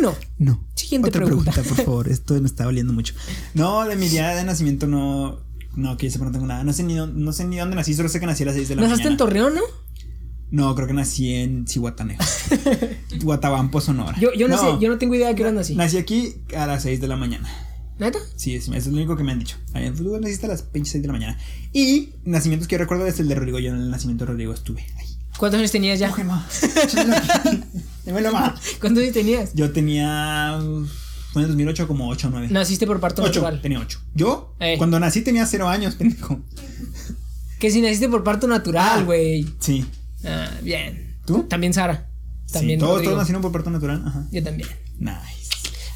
No.
No.
Siguiente
Otra
pregunta.
por favor. Esto me está doliendo mucho. No, de mi día de nacimiento no. No, que yo sepa, no tengo nada. No sé ni, dó- no sé ni dónde nací, solo sé que nací a las 6 de la
¿Naciste
mañana.
en Torreón, no?
No, creo que nací en Cihuatanejo. Guatabampo, Sonora.
Yo, yo no, sé, yo no tengo idea de qué hora nací.
Nací aquí a las 6 de la mañana.
¿Neta?
Sí, es- eso es lo único que me han dicho. Ay, Tú naciste a las pinches 6 de la mañana. Y nacimientos que yo recuerdo es el de Rodrigo. Yo en el nacimiento de Rodrigo estuve. Ay,
¿Cuántos años tenías ya?
coge, ma. Échamelo aquí. Démelo, ma.
¿Cuántos años tenías?
Yo tenía. uh, Fue en el 2008 como 8 o 9.
Naciste por parto
Ocho,
natural.
tenía 8. Yo,
Ey.
cuando nací tenía 0 años, pendejo.
Que si naciste por parto natural,
Ah.
güey.
Sí.
Ah, bien.
¿Tú?
También Sara. También.
sí, todos,
Rodrigo.
todos nacieron por parto natural. Ajá.
Yo también.
Nice.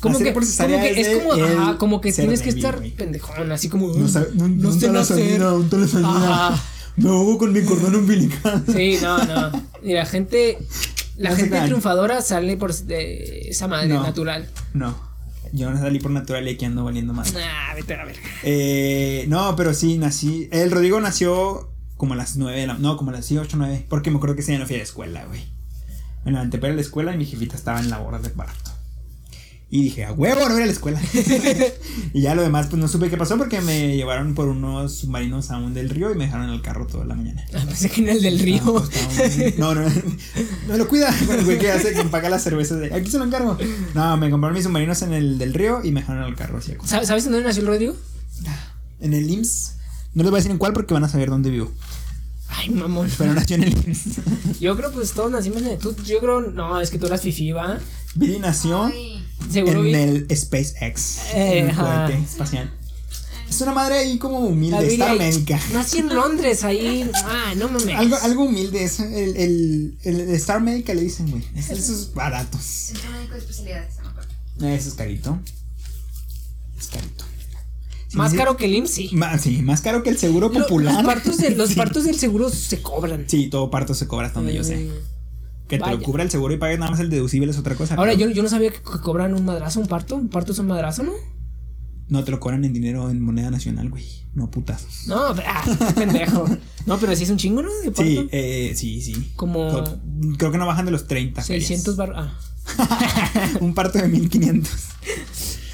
Como
Nacer
que,
por cesárea
como que es
de
como,
el
ajá, como que
ser
tienes que
débil,
estar
güey.
pendejón, así como. "Mm,
No, sa- no,
no
un
sé
talasalina,
nacer.
un talasalina.
Ajá.
Me ahogo con mi cordón umbilical.
Sí, no, no. Y la gente. La
No se
gente
caen.
triunfadora sale por de esa madre
No.
natural.
No, yo no salí por natural y aquí ando valiendo más.
Ah, vete a la verga.
Eh, no, pero sí, nací. El Rodrigo nació como a las 9 de la No, como a las 8 9. Porque me acuerdo que ese día no fui a la escuela, güey. Me levanté para ir a la escuela y mi jefita estaba en labores de parto. Y dije, a huevo, no voy a ir a la escuela. y ya lo demás, pues no supe qué pasó porque me llevaron por unos submarinos aún del río y me dejaron en el carro toda la mañana.
Ah, pensé que era el del río.
No, pues, no, no, no, me lo cuida. El güey que hace que paga las cervezas de aquí se lo encargo. No, me compraron mis submarinos en el del río y me dejaron en el carro. Así,
¿Sabes sabes en dónde nació el Rodrigo?
en el IMSS. No les voy a decir en cuál porque van a saber dónde vivo.
Ay, mamón.
Pero nació en el IMSS.
Yo creo pues todos nacimos en el. Tú, yo creo. No, es que tú eras fifi, ¿va?
Billy nació
Ay,
Seguro
en
vi-
el SpaceX.
Eh,
en el
ajá.
cohete espacial. Es una madre ahí como humilde,
Billie
está
Eilish.
América.
Nací en Londres, ahí. Ah, no mames.
Algo, algo humilde, es el, el, el Star Medica le dicen, güey. Es de Esos baratos. Eh,
Centro Médico de Especialidades, no me acuerdo.
Eso es carito. Es carito. Sí,
Más
sí.
caro que el IMSI.
Ma- sí, más caro que el seguro popular.
Los, partos, de- los
Sí.
partos del seguro se cobran. Mm.
Sí, todo parto se cobra hasta donde yo sé. Que te lo
Vaya.
cubra el seguro y pagues nada más el deducible es otra cosa.
Ahora,
pero
yo, yo no sabía que co- cobran un madrazo, un parto. Un parto es un madrazo, ¿no?
No te lo cobran en dinero en moneda nacional, güey. No putazos.
No, ah, pendejo. No, pero sí es un chingo, ¿no? De parto.
Sí, eh, sí, sí.
Como-
Co- Creo que no bajan de los 30. ferias.
600 bar. Ah.
un parto de 1500.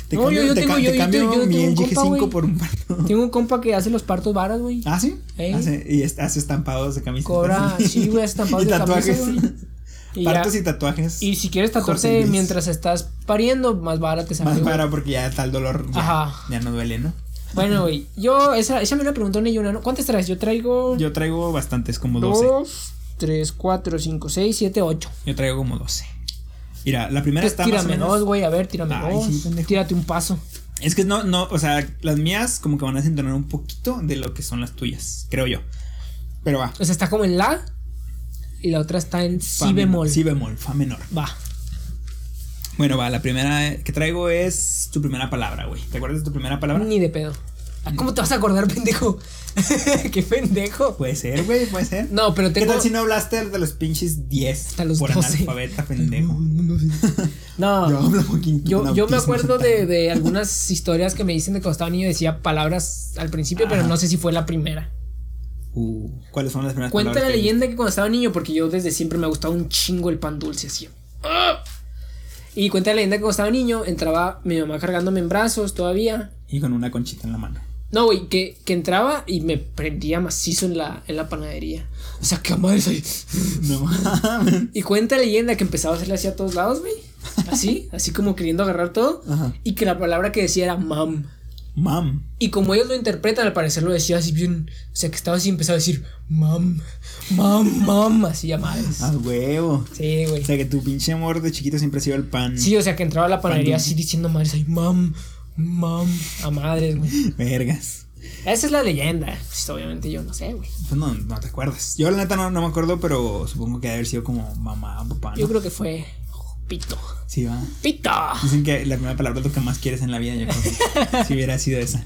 Te
No,
cambio,
yo- yo
te
tengo-
ca-
yo-
te
yo
cambio
tengo- yo
mi
tengo un
LG
compa,
5
güey.
por un parto.
Tengo un compa que hace los partos varas, güey.
¿Ah, sí?
Ey.
Hace, y es- hace estampados de camisetas.
Cobra, sí, güey, hace estampados
y
de
tatuajes.
camisa, Y ya.
Partos y tatuajes.
Y si quieres
José
tatuarse
Luis.
mientras estás pariendo, más barato te sale.
Más
güey.
para porque ya está el dolor. Ya,
Ajá.
ya no duele, ¿no?
Bueno, güey, yo, esa, esa me la preguntó ni una, ¿no? ¿Cuántas traes? Yo traigo.
Yo traigo bastantes, como 12.
2, 3, 4, 5, 6, 7, 8.
Yo traigo como 12. Mira, la primera
Pues
está más o
tírame dos,
menos.
güey, a ver, tírame
Ay,
dos.
sí, pendejo.
Tírate un paso.
Es que no, no, o sea, las mías como que van a desentonar un poquito de lo que son las tuyas, creo yo. Pero va.
O sea, está como en la y la otra está en
fa
si
men-
bemol.
Si bemol, fa menor.
Va.
Bueno, va, la primera que traigo es tu primera palabra, güey. ¿Te acuerdas de tu primera palabra?
Ni de pedo. Ah, ¿Cómo te vas a acordar, pendejo? Qué pendejo.
Puede ser, güey, puede ser.
No, pero
¿Qué
tengo.
tal si no hablaste de los pinches 10?
Hasta los
por
12.
analfabeta, pendejo.
No.
Yo hablo poquito
Yo,
con
yo me
autismo.
acuerdo de, de algunas historias que me dicen de cuando estaba niño decía palabras al principio, pero
Ajá.
no sé si fue la primera.
Uh, ¿Cuáles son las primeras
Cuenta la
palabras? que-
leyenda que cuando estaba niño, porque yo desde siempre me ha gustado un chingo el pan dulce así. ¡Ah! Y cuenta la leyenda que cuando estaba niño, entraba mi mamá cargándome en brazos todavía.
Y con una conchita en la mano.
No, güey, que, que entraba y me prendía macizo en la, en la panadería. O sea, qué madre soy.
No mames.
Y cuenta la leyenda que empezaba a hacerle así a todos lados, güey. Así, así como queriendo agarrar todo.
Ajá.
Y que la palabra que decía era mam.
Mam.
Y como ellos lo interpretan, al parecer lo decía así bien. O sea, que estaba así empezaba a decir mam, mam, mam. Así a madres.
A Ah, huevo.
Sí, güey.
O sea que tu pinche amor de chiquito siempre ha sido el pan.
Sí, o sea, que entraba a la panadería
Pan dulce.
así diciendo madres, ay, mam, mam, a madres, güey.
Vergas.
Esa es la leyenda. Pues, obviamente yo no sé, güey.
Pues no, no te acuerdas. Yo la neta no, no me acuerdo, pero supongo que debe haber sido como mamá o papá. ¿no?
Yo creo que fue pito.
Sí, va.
¡Pito!
Dicen que la primera palabra es lo que más quieres en la vida, yo creo. que si hubiera sido esa.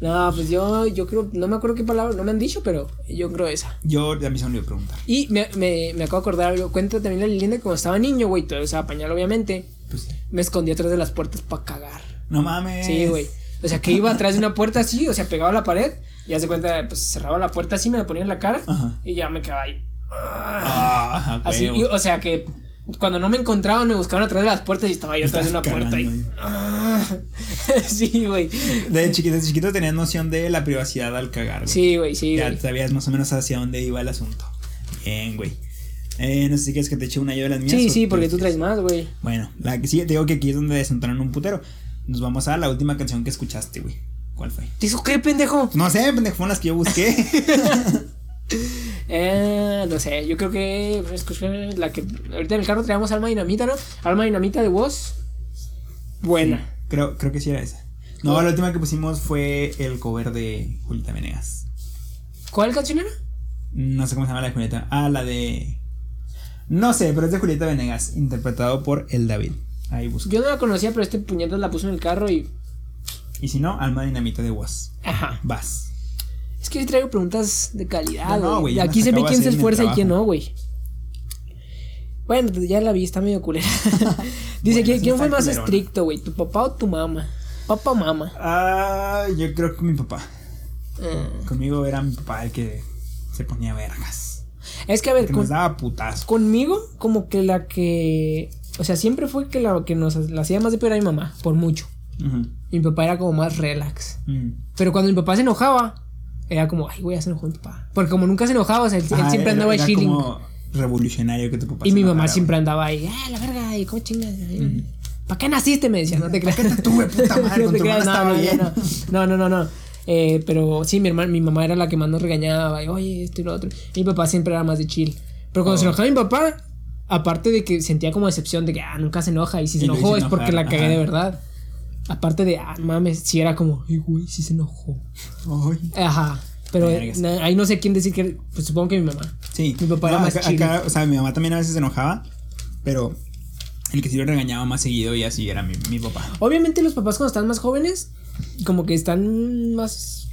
No, pues yo, yo creo, no me acuerdo qué palabra, no me han dicho, pero yo creo esa.
Yo a mí se me olvidó preguntar.
Y me, me, me acabo de acordar algo. Cuenta también la leyenda que cuando estaba niño, güey, todo usaba pañal, obviamente.
Pues sí.
Me escondí atrás de las puertas para cagar.
No mames.
Sí, güey. O sea, que iba atrás de una puerta así, o sea, pegaba a la pared. Y haz de cuenta, pues cerraba la puerta así, me la ponía en la cara.
Ajá.
Y ya me quedaba ahí.
Ah, a
Así,
huevo.
y, o sea que cuando no me encontraban, me buscaban atrás de las puertas y estaba yo atrás de una
Estabas
puerta. Y... Ah, sí, güey.
De chiquito, de chiquito tenías noción de la privacidad al cagar. güey.
Sí, güey, sí,
Ya
güey.
sabías más o menos hacia dónde iba el asunto. Bien, güey. Eh, no sé si quieres que te eche una yo de las mías.
Sí,
o
sí, porque
prefieres-
tú traes más, güey.
Bueno, la que sigue, te digo que aquí es donde desentonan un putero. Nos vamos a la última canción que escuchaste, güey. ¿Cuál fue?
¿Te hizo qué, pendejo?
No sé, pendejo, fueron las que yo busqué.
Eh, no sé, yo creo que pues, escuché la que ahorita en el carro traíamos Alma Dinamita, ¿no? Alma Dinamita de voz. Buena.
creo, creo que sí era esa. No, la última que pusimos fue el cover de Julieta Venegas.
¿Cuál canción era?
No sé cómo se llama la de Julieta. Ah, la de. No sé, pero es de Julieta Venegas, interpretado por el David. Ahí busqué.
Pues, Yo no la conocía, pero este puñetazo la puso en el carro y
Y si no, Alma Dinamita de Woz.
ajá.
Vas.
Es que hoy traigo preguntas de
No,
calidad,
no,
güey.
güey, ya
Aquí
las
se ve
acabo de
quién se
hacer en el
esfuerza y quién
trabajo.
no, güey. Bueno, pues ya la vi, está medio culera. Dice,
Bueno,
¿quién,
sí
quién fue
está
más
culerona.
estricto, güey? ¿Tu papá o tu mamá? Papá o mamá.
Ah, yo creo que mi papá.
Ah.
Conmigo era mi papá el que se ponía vergas.
Es que, a ver,
Que
con-
nos daba putazo.
conmigo, como que la que. O sea, siempre fue que la que nos la hacía más de peor a mi mamá, por mucho.
Ujú.
Mi papá era como más relax.
Mm.
Pero cuando mi papá se enojaba, era como, ay, güey, ya se enojó mi papá. Porque como nunca se enojaba, o sea, él, él
Ah,
siempre
era-
andaba
era
chilling.
como revolucionario que tu papá
Y
se
mi mamá
enojara,
siempre andaba ahí, ah, la verga, y cómo chingas. ¿Para qué naciste? Me decía, no te creas.
te tuve, puta madre? Con
te
tu
creas,
hermana
no,
estaba
no, no, no, no, no, no. Eh, pero sí, mi hermana, mi mamá era la que más nos regañaba, y, oye, esto y lo otro. Y mi papá siempre era más de chill. Pero cuando se
Oh.
enojaba mi papá, aparte de que sentía como decepción de que, ah, nunca se enoja, y si se
Y lo
enojó
hice
es porque la
enojar,
cagué
ajá.
de verdad. Aparte de, ah, mames, sí era como, ay, güey, sí se enojó.
güey. Ay.
Ajá. Pero eh,
Vergas.
na- ahí no sé quién decir que, pues supongo que mi mamá.
Sí.
Mi papá era más
acá,
chill.
acá, o sea, mi mamá también a veces se enojaba, pero el que sí lo regañaba más seguido y así era mi, mi papá.
Obviamente los papás cuando están más jóvenes, como que están más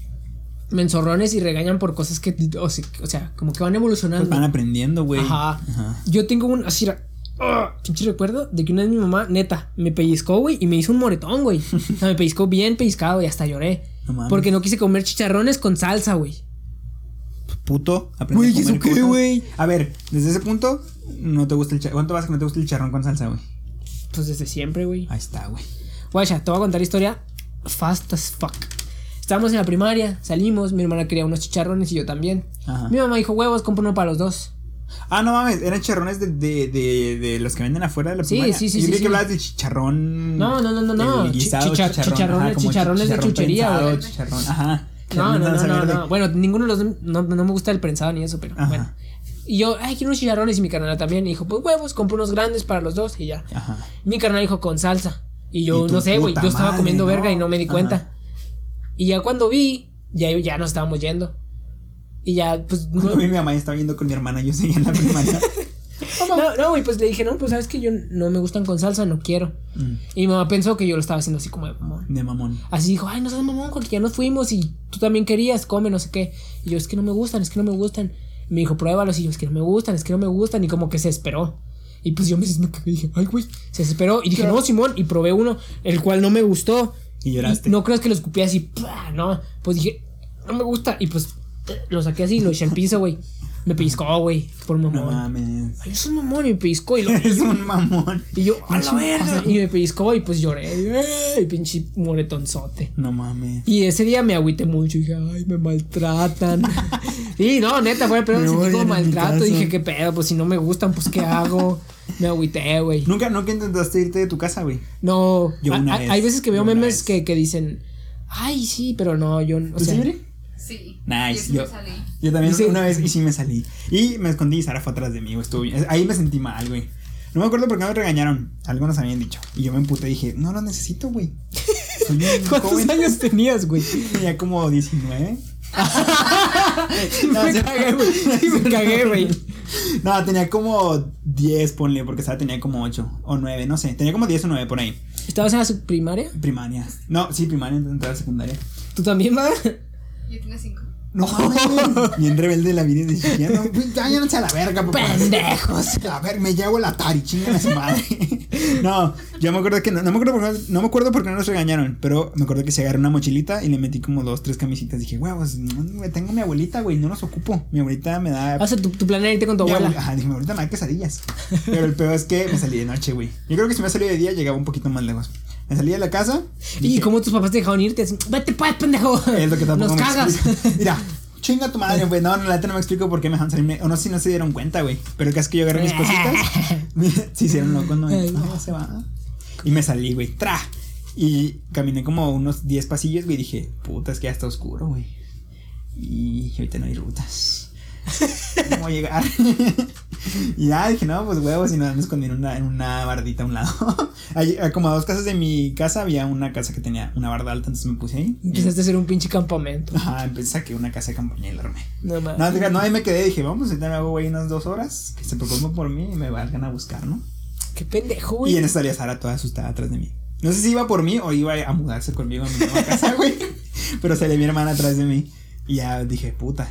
menzorrones y regañan por cosas que, o se- o sea, como que van evolucionando.
Pues van aprendiendo, güey.
Ajá.
Ajá.
Yo tengo un, así, era- ¡Ah! pinche recuerdo de que una vez mi mamá, neta, me pellizcó, güey, y me hizo un moretón, güey. O sea, me pellizcó bien pellizcado y hasta lloré.
No mames.
porque no quise comer chicharrones con salsa, güey.
Puto. aprende
Güey,
a comer
¿eso qué,
cosas.
güey?
A ver, desde ese punto, no te gusta el charrón. ¿Cuánto vas que no te gusta el charrón con salsa, güey?
Pues desde siempre, güey.
Ahí está, güey.
Guacha, te voy a contar la historia fast as fuck. Estábamos en la primaria, salimos, mi hermana quería unos chicharrones y yo también.
Ajá.
Mi mamá dijo, huevos, compro uno para los dos.
Ah, no mames, eran charrones de, de, de, de los que venden afuera de la
Sí,
primaria.
sí, sí,
Yo
sí,
creí
sí.
que hablabas de chicharrón.
No, no, no, no, no.
el guisado,
Chichar-
chicharrón,
chicharrones-
como
chicharrones de
chicharrón
chuchería,
prensado,
güey.
chicharrón, ajá.
No,
Chicharrón
no, no,
salsa
no,
verde.
no. Bueno, ninguno de los dos, no, no me gusta el prensado ni eso, pero
Ajá.
bueno. Y yo, ay, quiero unos chicharrones y mi carnal también. Y dijo, pues huevos, compro unos grandes para los dos y ya.
Ajá.
Mi carnal dijo, con salsa. Y yo,
Y tu
no sé, güey,
puta
yo estaba
madre,
comiendo
¿no?
verga y no me di
Ajá.
cuenta. Y ya cuando vi, ya, ya nos estábamos yendo. Y ya, pues... no-
Cuando vi a mi mamá ya estaba yendo con mi hermana, yo seguía en la primaria.
No, no, güey, pues le dije, no, pues sabes que yo no me gustan con salsa, no quiero.
Mm,
Y mi mamá pensó que yo lo estaba haciendo así como de mamón.
De mamón.
Así dijo, ay, no seas mamón, porque ya nos fuimos y tú también querías, come, no sé qué. Y yo, es que no me gustan, es que no me gustan. Y me dijo, pruébalos. Y yo, es que no me gustan, es que no me gustan. Y como que se esperó. Y pues yo me me cagué y dije, ay, güey, se desesperó. Y dije, no, Simón, y probé uno, el cual no me gustó.
Y lloraste.
Y no creas que lo escupí así, ¡pua! no. Pues dije, no me gusta. Y pues lo saqué así y lo eché al piso, güey. Me pellizcó, güey, por
No
mamón.
mames.
Ay, es un mamón y me pellizcó y lo
Eres un mamón.
Y yo, a
Es
la
un
verga.
mamón.
Y me pellizcó y pues lloré. Y pinche moretonzote.
No mames.
Y ese día me agüité mucho. Dije, ay, me maltratan. y no, neta, fue el peor.
Me
Me
voy
sentí
a
como
ir a mi
maltrato.
casa.
Dije, qué pedo, pues si no me gustan, pues qué hago. Me agüité, güey.
Nunca, nunca intentaste irte de tu casa, güey.
No,
Yo
a-
una
a-
vez,
hay veces que veo
yo una
memes
vez.
que, que dicen, ay, sí, pero no, yo. O
¿Tú
sea,
sí, Yuri?
Sí.
Nice,
Yo sí
yo-
me salí.
Yo también
Sí.
una vez y sí me salí. Y me escondí y Sara fue atrás de mí, güey. Estuvo bien. Ahí me sentí mal, güey. No me acuerdo por qué me regañaron. Algo nos habían dicho. Y yo me emputé y dije, no lo necesito, güey. Soy bien
¿Cuántos
joven.
años tenías, güey?
Tenía como 19.
Sí
No,
me
sí.
cagué, güey. Sí me cagué, güey.
No, tenía como 10, ponle, porque Sara tenía como 8 o 9, no sé. Tenía como 10 o 9 por ahí.
¿Estabas en la primaria?
Primaria. No, sí, primaria, antes de entrar a secundaria.
¿Tú también, va?
Yo tenía cinco.
No mames. Bien rebelde de la vida y dije, ya no, güey, ya, ya no sea la verga, papá.
Pendejos.
A ver, me llevo el Atari, chingan a su madre. No, yo me acuerdo que no, no me acuerdo por qué, no me acuerdo por qué no nos regañaron, pero me acuerdo que se agarró una mochilita y le metí como dos, tres camisitas. Dije, güey, pues, no, güey, tengo a mi abuelita, güey, no los ocupo. Mi abuelita me da.
O sea, tu, tu plan era irte con Ah, tu
mi
abuela.
abue- Ajá, dije, mi abuelita me da quesadillas. Pero el peor es que me salí de noche, güey. Yo creo que si me salí de día llegaba un poquito más lejos. Me salí de la casa.
¿Y
dije,
cómo tus papás te dejaron irte? Así, Vete pues, pendejo.
Es lo que tampoco me
Nos cagas.
explico. Mira, chinga tu madre, güey. No, no, la neta no me explico por qué me dejaron salirme. O no sé si no se dieron cuenta, güey. Pero el caso es que yo agarré mis cositas. se hicieron locos, no.
Ay,
Ah, se va. Y me salí, güey. Tra. Y caminé como unos 10 pasillos, güey. y Dije, puta, es que ya está oscuro, güey. Y ahorita no hay rutas. ¿Cómo llegar? y ya dije, no, pues huevos. Y nada, me escondí en una, en una bardita a un lado. Ahí, como a dos casas de mi casa había una casa que tenía una barda alta, entonces me puse ahí.
Empezaste a hacer un pinche campamento.
Ajá, empecé a Ah, que una casa de campaña y la armé.
No mames.
No, diga, no, ahí me quedé, dije, vamos, ahorita me hago güey unas dos horas, que se preocupen por mí y me valgan a buscar, ¿no?
Qué pendejo,
Y en
güey.
esta área Sara toda asustada atrás de mí. No sé si iba por mí o iba a mudarse conmigo a mi nueva casa, güey. Pero salió mi hermana atrás de mí. Y ya dije, puta,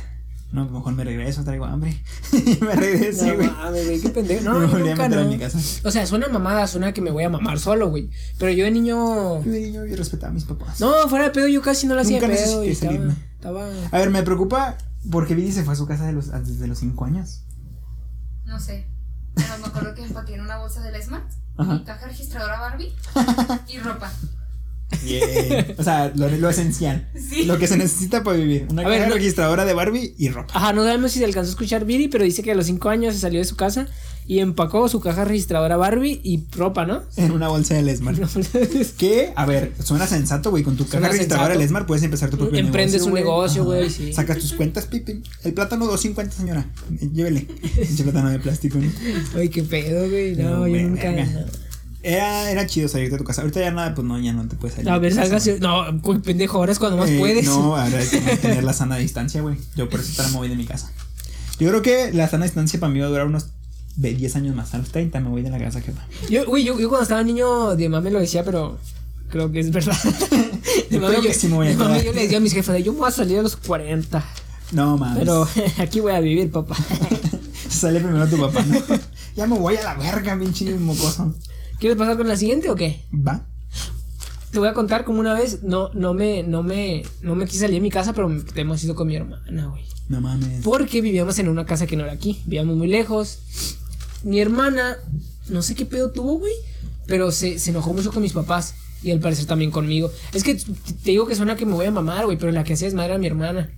no, a lo mejor me regreso, traigo hambre. y me regresé,
No
güey.
mames, güey, qué pendejo.
Me
No, yo
volví a
nunca
meter a
no.
mi casa.
O sea, suena mamada, suena que me voy a mamar solo, güey. Pero yo de niño.
Yo de niño yo respetaba a mis papás.
No, fuera de pedo, yo casi no la hacía de
Nunca
pedo.
necesité
Y estaba,
salirme.
estaba.
A ver, me preocupa porque Billy se fue a su casa de los, desde los cinco años.
No sé. Pero me acuerdo que empaqué en una bolsa de Lesma.
Ajá.
Mi caja registradora Barbie. Y ropa.
Bien. O sea, lo, lo esencial.
Sí.
Lo que se necesita para vivir. Una
A ver,
caja
no-
registradora de Barbie y ropa.
Ajá, no sabemos si se alcanzó a escuchar Viri, pero dice que a los 5 años se salió de su casa y empacó su caja registradora Barbie y ropa, ¿no?
En una bolsa de Lesmar. que, a ver, suena sensato, güey. Con tu caja
Suena
registradora de
sensato.
Lesmar puedes empezar tu propio
Emprendes
negocio.
un
güey.
negocio,
Ajá.
güey, sí.
Sacas tus cuentas, Pipi. El plátano 2.50, señora. Llévele. Pinche plátano de plástico. ¿no?
Ay, qué pedo, güey. No,
No,
yo
güey,
nunca.
verga.
no.
Era, era chido salir de tu casa. Ahorita ya nada, pues no, ya no te puedes salir.
A ver,
de tu casa, güey.
salgas. No, güey, pendejo, ahora es cuando más
Eh,
puedes.
No, ahora hay que mantener la sana distancia, güey. Yo por eso estar me voy de mi casa. Yo creo que la sana distancia para mí va a durar unos ve- 10 años más. A los 30 me voy de la casa, jefa.
Yo, güey, yo, yo cuando estaba niño de mame lo decía, pero creo que es verdad.
Yo creo que sí me voy a
de mame
quedar.
yo le decía a mis jefes, yo me voy a salir a los 40,
No mames.
pero aquí voy a vivir, papá.
Sale primero tu papá, ¿no? ya me voy a la verga, pinche mocoso.
¿Quieres pasar con la siguiente o qué?
¿Va?
Te voy a contar como una vez, no, no me, no me, no me quise salir de mi casa, pero me- hemos ido con mi hermana, güey.
No mames.
Porque vivíamos en una casa que no era aquí, vivíamos muy lejos. Mi hermana, no sé qué pedo tuvo, güey, pero se, se enojó mucho con mis papás y al parecer también conmigo. Es que t- te digo que suena que me voy a mamar, güey, pero la que hacía desmadre era mi hermana.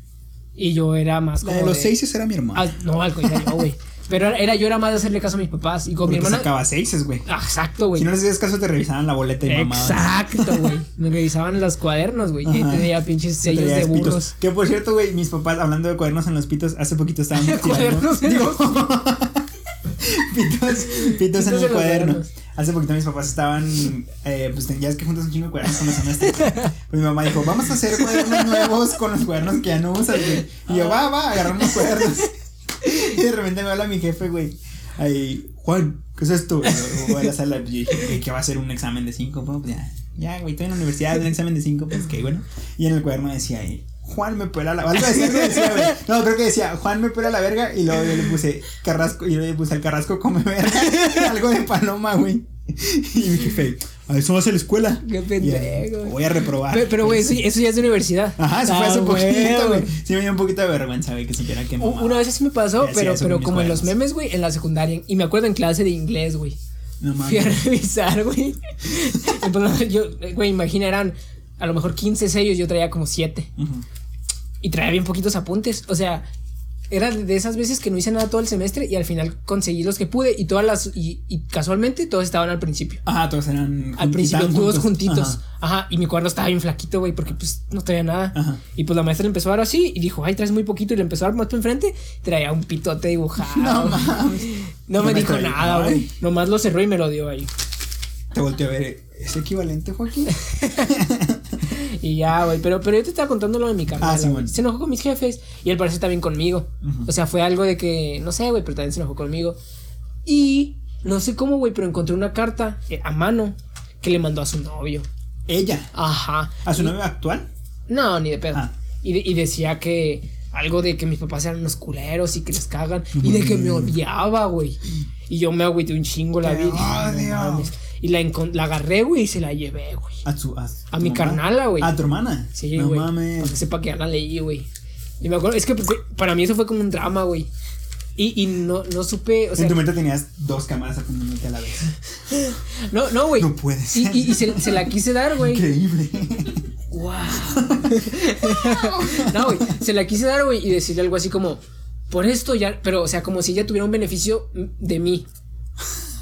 Y yo era más
La
como.
de los
de-
seises era mi hermano.
Ah, no, al contrario, güey. Pero era, era- yo era más de hacerle caso a mis papás y con
Porque
mi hermana.
sacaba seises, güey.
Ah, Exacto, güey.
Si no les hacías caso, te revisaban la boleta y mamadas.
Exacto, güey. Me revisaban los cuadernos, güey. Y
Ajá.
tenía pinches
Te
sellos Este, de
traías pitos.
burros.
Que por cierto, güey, mis papás, hablando de cuadernos en los pitos, hace poquito estaban
Cuadernos en
Digo, pitos, pitos
Pitos en
en el
los
cuaderno.
cuadernos.
Hace poquito mis papás estaban, eh, pues ya es que juntas un chingo de cuadernos con los semestres. Pues mi mamá dijo, vamos a hacer cuadernos nuevos con los cuadernos que ya no usas, güey. Y yo, va, va, agarramos cuadernos. Y de repente me habla mi jefe, güey. Ahí, Juan, ¿qué es esto? Y yo, Voy a la sala. Y dije, "Güey, ¿qué va a ser un examen de cinco? Bueno, pues ya, ya, güey, estoy en la universidad, un examen de cinco, pues qué bueno. Y en el cuaderno decía, ahí, Juan me pela la verga. No, creo que decía, Juan me pela la verga. Y luego yo le puse carrasco, y yo le puse al carrasco come verga. Algo de paloma, güey. Y mi jefe, A eso vas a la escuela.
Qué
Y ya,
pendejo.
Voy a reprobar. Pues,
Pe- Pero, güey, eso, eso ya es de universidad.
Ajá, eso fue
Ah,
hace poquito,
güey.
güey. Sí me dio un poquito de vergüenza, güey, que supiera que
U-
mamá.
Una vez sí me pasó,
Sí,
pero,
eso con
pero
mis
como en los
cuadernos.
memes, güey, en la secundaria. Y me acuerdo en clase de inglés, güey.
No
Fui a
mames.
revisar, güey. Entonces, yo, güey, imagina, eran a lo mejor 15 sellos, yo traía como 7.
Ujú.
Y traía bien poquitos apuntes. O sea, era de esas veces que no hice nada todo el semestre y al final conseguí los que pude. Y todas las. Y, y casualmente todos estaban al principio.
Ajá, todos eran.
Al
jun-
principio,
estaban
todos
juntos.
juntitos.
pues, Ajá.
Ajá. Y mi cuaderno estaba bien flaquito, güey, porque pues no traía nada.
Ajá.
Y pues la maestra le empezó a dar así y dijo, ay, traes muy poquito. Y le empezó a dar más para enfrente. Traía un pitote dibujado.
No mames.
No
La
me dijo
maestra dijo,
nada, güey.
"Ay".
Nomás lo cerró y me lo dio ahí.
Te volteó a ver. ¿Es equivalente, Joaquín?
Y ya, güey. Pero, pero yo te estaba contando lo de mi carnal.
Ah, sí,
güey.
bueno.
Se enojó con mis jefes y él parece también conmigo. O sea, fue algo de que, no sé, güey, pero también se enojó conmigo. Y no sé cómo, güey, pero encontré una carta eh, a mano que le mandó a su novio.
Ella.
Ajá.
¿A su novio actual?
No, ni de pedo.
Ah.
Y, de- y decía que algo de que mis papás eran unos culeros y que les cagan. Y de que me odiaba, güey. Y yo me agüité un chingo la
Mm. Te
vida.
odio.
Y la, encon- la agarré, güey, y se la llevé, güey.
A su. A,
A mi carnala, güey.
A tu hermana.
Sí,
No
güey. Para que
mames.
sepa que ya la leí, güey. Y me acuerdo, es que pues, para mí eso fue como un drama, güey. Y, y no, no supe, o sea,
en tu mente tenías dos cámaras apuntándote a la vez.
no, no, güey.
No puede
Y,
ser.
y, y se, se la quise dar, güey.
Increíble.
Wow. no, güey, se la quise dar, güey, y decirle algo así como, por esto ya, pero, o sea, como si ella tuviera un beneficio de mí.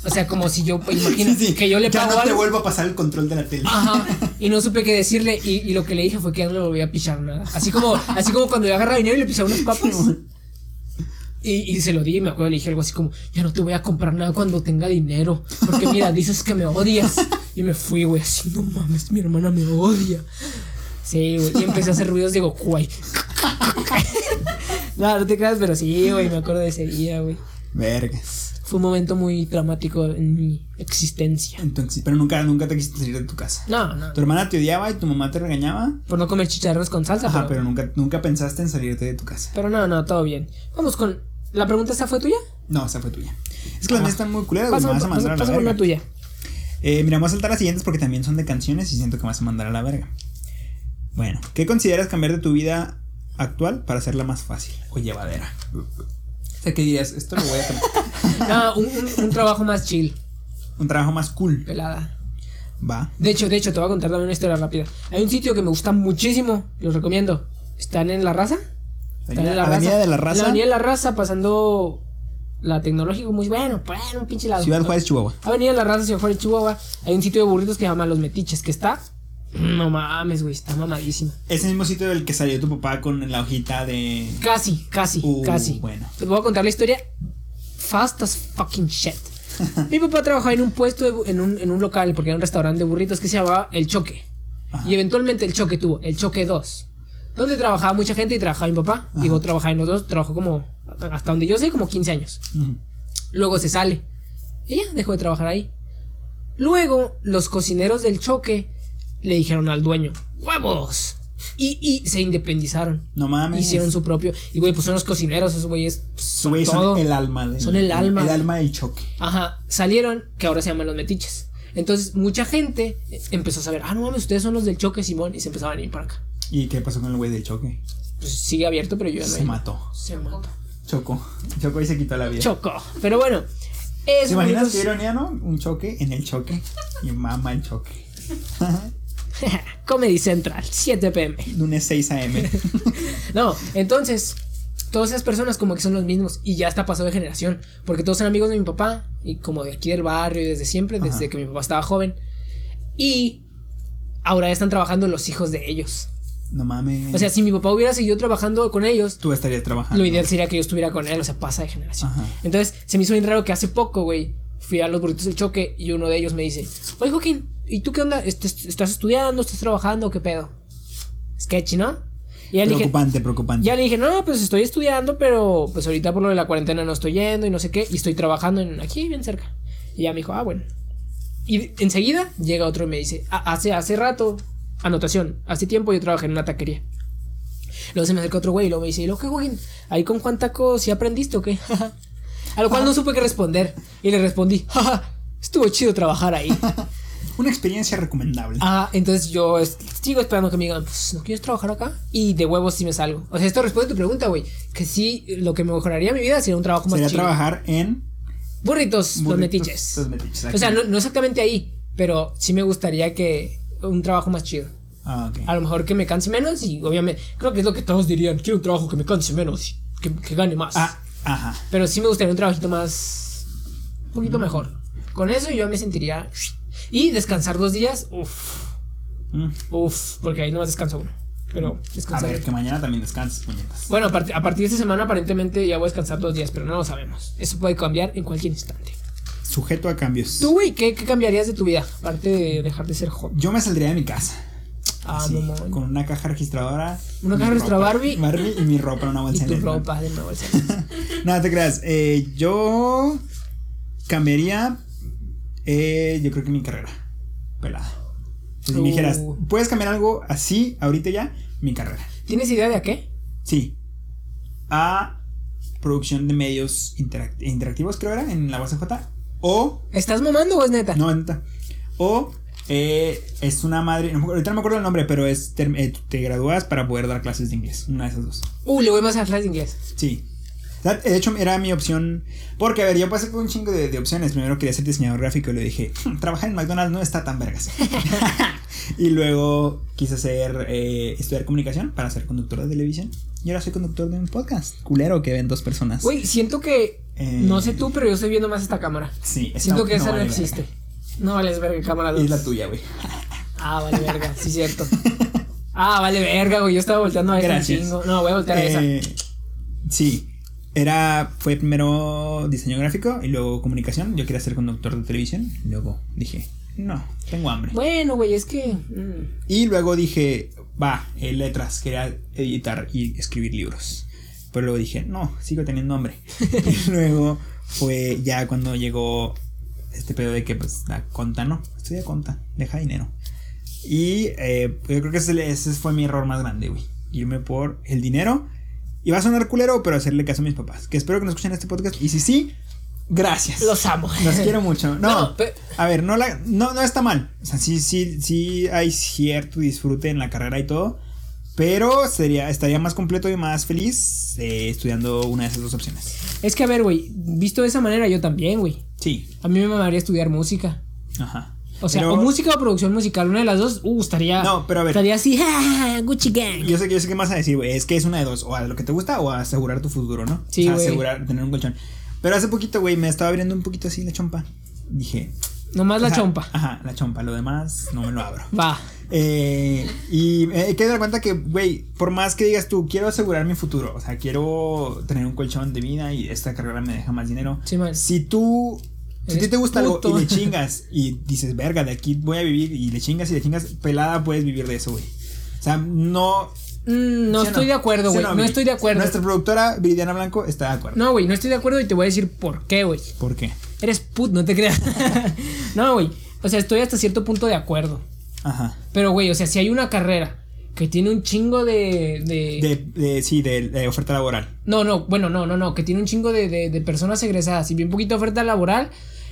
O sea, como si yo, imagínate,
Sí, sí.
que yo le
Ya no
pago
te
algo. Ah.
vuelvo a pasar el control de la tele.
Ajá. Y no supe qué decirle. Y, y lo que le dije fue que ya no le volví a pichar nada. Así como, así como cuando le agarra dinero y le pisa unas papas. Y, y se lo di y me acuerdo, le dije algo así como, ya no te voy a comprar nada cuando tenga dinero. Porque mira, dices que me odias. Y me fui, güey, así, no mames, mi hermana me odia. Sí, güey. Y empecé a hacer ruidos de Goku ahí. No, no te creas, pero sí, güey, me acuerdo de ese día, güey.
Vergas.
Fue un momento muy dramático en mi existencia.
Entonces, pero nunca, nunca te quisiste salir de tu casa.
No, no.
Tu hermana te odiaba y tu mamá te regañaba.
Por no comer chicharrones con salsa,
Ajá,
Ah, pero
pero nunca, nunca pensaste en salirte de tu casa.
Pero no, no, todo bien. Vamos con. ¿La pregunta esa fue tuya?
No, esa fue tuya. Es que las
Ah.
mías están muy culeras, güey. Me
Pásame,
vas a mandar a
pásame,
la
pásame una
verga.
tuya.
Eh, mira, vamos a saltar las siguientes porque también son de canciones y siento que me vas a mandar a la verga. Bueno, ¿qué consideras cambiar de tu vida actual para hacerla más fácil o llevadera? O sea, ¿qué dirías? Esto lo voy a cambiar.
No, Ah, un, un- un trabajo más chill,
Un trabajo más cool.
pelada.
Va.
De hecho, de hecho, te voy a contar también una historia rápida. Hay un sitio que me gusta muchísimo, los recomiendo. ¿Están en La Raza? Están en
Avenida, Avenida de la
En La
Raza,
Avenida de La Raza, pasando la tecnológica, muy bueno, pues, un pinche lado.
Ciudad Juárez, Chihuahua.
Avenida de La Raza, Ciudad Juárez, Chihuahua. Hay un sitio de burritos que se llama Los Metiches, que está. No mames, güey, está mamadísimo.
Ese mismo sitio del que salió tu papá con la hojita de.
Casi, casi,
Uh,
casi.
bueno.
Les voy a contar la historia fast as fucking shit. Mi papá trabajaba en un puesto, de bu- en, un, en un local, porque era un restaurante de burritos que se llamaba El Choque.
Ajá.
Y eventualmente El Choque tuvo, El Choque 2. Donde trabajaba mucha gente y trabajaba mi papá. Digo, trabajaba en los dos, trabajó como, hasta donde yo sé, como 15 años.
Ujú.
Luego se sale. Y ya dejó de trabajar ahí. Luego, los cocineros del choque le dijeron al dueño, ¡huevos! Y, y se independizaron.
No mames.
Hicieron su propio. Y güey, pues son los cocineros, esos güeyes. pues,
Su güey son
todo.
el alma. del-
Son el alma.
El alma del choque.
Ajá, salieron, que ahora se llaman los metiches. Entonces, mucha gente empezó a saber, ah, no mames, ustedes son los del choque, Simón, y se empezaban a ir para acá.
¿Y qué pasó con el güey del choque?
Pues sigue abierto, pero yo ya no.
Se
he-
mató.
Se mató.
Chocó. Chocó y se quitó la vida.
Chocó. Pero bueno, es
¿Te imaginas
bonitos-
qué ironía, no? Un choque en el choque. Y mama el choque.
Comedy Central, 7 pm.
Lunes 6 a.m.
No, entonces, todas esas personas como que son los mismos y ya está pasado de generación, porque todos son amigos de mi papá y como de aquí del barrio y desde siempre,
Ajá.
desde que mi papá estaba joven. Y ahora están trabajando los hijos de ellos.
No mames.
O sea, si mi papá hubiera seguido trabajando con ellos,
tú estarías trabajando.
lo ideal sería que yo estuviera con él, o sea, pasa de generación.
Ah, Ajá.
Entonces, se me hizo bien raro que hace poco, güey, fui a los burritos del choque y uno de ellos me dice, oye, Joaquín, ¿y tú qué onda? Este, ¿Estás estudiando? ¿Estás trabajando? ¿Qué pedo? Sketchy, ¿no? Y ya le dije,
preocupante, preocupante.
ya le dije, no, pues estoy estudiando, pero pues ahorita por lo de la cuarentena no estoy yendo y no sé qué, y estoy trabajando en, aquí bien cerca. Y ya me dijo, ah, bueno. Y enseguida llega otro y me dice, "Ah, hace, hace rato, anotación, hace tiempo yo trabajé en una taquería. Luego se me acerca otro güey y luego me dice, ¿lo que, Joaquín? ¿Ahí con Juan Taco sí aprendiste o qué? A lo cual no supe qué responder. Y le respondí, jaja, estuvo chido trabajar ahí.
Una experiencia recomendable.
Ah, entonces yo es- sigo esperando que me digan, pues, ¿no quieres trabajar acá? Y de huevos sí me salgo. O sea, esto responde a tu pregunta, güey. Que sí, lo que me mejoraría mi vida sería un trabajo más
Sería
chido.
trabajar en.
Burritos, los
burritos,
metiches.
Los metiches.
O sea,
aquí.
no, no exactamente ahí, pero sí me gustaría que un trabajo más chido.
Ah, ok.
A lo mejor que me canse menos y obviamente, creo que es lo que todos dirían, quiero un trabajo que me canse menos, y que, que gane más.
Ah, ajá.
Pero sí me gustaría un trabajito más, un poquito mejor. Con eso yo me sentiría... Y descansar dos días, uff,
Mm.
uff, porque ahí nomás descanso uno. Pero
A
descansar...
ver, que mañana también descanses, puñetas.
Bueno, a, part- a partir de esta semana aparentemente ya voy a descansar dos días, pero no lo sabemos. Eso puede cambiar en cualquier instante.
Sujeto a cambios.
¿Tú, güey, qué, qué cambiarías de tu vida? Aparte de dejar de ser joven.
Yo me saldría de mi casa.
Ah,
así,
mamón.
con una caja registradora.
Una
mi
caja
ropa,
registradora Barbie.
Barbie y mi ropa en una
Y
bolsa
tu
negra.
ropa de nuevo. ¿sí?
No, te creas. eh, yo cambiaría. eh, yo creo que mi carrera. Pelada. O sea, Si me dijeras,
Uh.
¿puedes cambiar algo así ahorita ya? Mi carrera.
¿Tienes idea de a qué?
Sí. A producción de medios interact- interactivos, creo era, en la J O.
¿Estás mamando o es neta?
No, neta. O eh, es una madre. no me acuerdo- ahorita no me acuerdo el nombre, pero es. term- eh, te gradúas para poder dar clases de inglés. Una de esas dos.
Uh, le voy más a clase de inglés.
Sí. La- De hecho, era mi opción. Porque, a ver, yo pasé por un chingo de, de opciones. Primero quería ser diseñador gráfico y le dije, "Hmm, trabajar en McDonald's no está tan vergas. y luego quise hacer, eh, estudiar comunicación para ser conductor de televisión. Y ahora soy conductor de un podcast. Culero que ven dos personas.
Güey, siento que.
Eh.
No sé tú, pero yo estoy viendo más esta cámara.
sí, está-
Siento que esa no
vale
existe.
verga.
No vales verga, cámara 2.
Es la tuya, güey.
Ah, vale verga, sí, cierto. Ah, vale verga, güey. Yo estaba volteando a esa un
Gracias.
chingo. No, voy a voltear a esa.
Eh, Sí. Era, fue primero diseño gráfico y luego comunicación. Yo quería ser conductor de televisión. Luego dije, no, tengo hambre.
Bueno, güey, es que. mm,
Y luego dije, va, eh, letras, quería editar y escribir libros. Pero luego dije, no, sigo teniendo hambre. y luego fue ya cuando llegó este pedo de que, pues, la conta no, estudia conta, deja dinero. Y eh, yo creo que ese, ese fue mi error más grande, güey. Irme por el dinero. Y va a sonar culero, pero hacerle caso a mis papás. Que espero que nos escuchen este podcast. Y si sí, gracias.
Los amo.
Los quiero mucho. No,
No, pe-
a ver, no, la, no, no está mal. O sea, sí, sí, sí hay cierto disfrute en la carrera y todo. Pero sería, estaría más completo y más feliz eh, estudiando una de esas dos opciones.
Es que, a ver, güey, visto de esa manera, yo también, güey.
Sí.
A mí me mamaría estudiar música.
Ajá.
O sea,
Pero
o música o producción musical, una de las dos, uh, estaría.
No, pero a ver.
Estaría así, "Ja, ja, ja, Gucci Gang.
Yo sé, yo sé qué más a decir, güey. Es que es una de dos. O a lo que te gusta o a asegurar tu futuro, ¿no?
Sí,
O sea,
güey.
asegurar, tener un colchón. Pero hace poquito, güey, me estaba abriendo un poquito así la chompa. Dije.
Nomás la
o sea,
chompa.
Ajá, la chompa. Lo demás no me lo abro.
Va.
Eh, y me he quedado cuenta que, güey, por más que digas tú, quiero asegurar mi futuro, o sea, quiero tener un colchón de vida y esta carrera me deja más dinero.
Sí, man.
Si tú, si a ti
Eres
te gusta algo
puto.
y le chingas y dices, verga, de aquí voy a vivir y le chingas y le chingas, pelada puedes vivir de eso, güey. O sea, no.
Mm, no
¿sí o
estoy de acuerdo,
¿Sí o
güey. no,
Viri?
estoy de acuerdo.
Nuestra productora Viridiana Blanco está de acuerdo.
No, güey, no estoy de acuerdo y te voy a decir por qué, güey.
¿Por qué?
Eres put, no te creas. no, güey. O sea, estoy hasta cierto punto de acuerdo.
Ajá.
Pero, güey, o sea, si hay una carrera que tiene un chingo de. de-
De, de- sí, de, de oferta laboral.
No, no, bueno, no, no, no, que tiene un chingo de, de- de personas egresadas y bien poquita oferta laboral,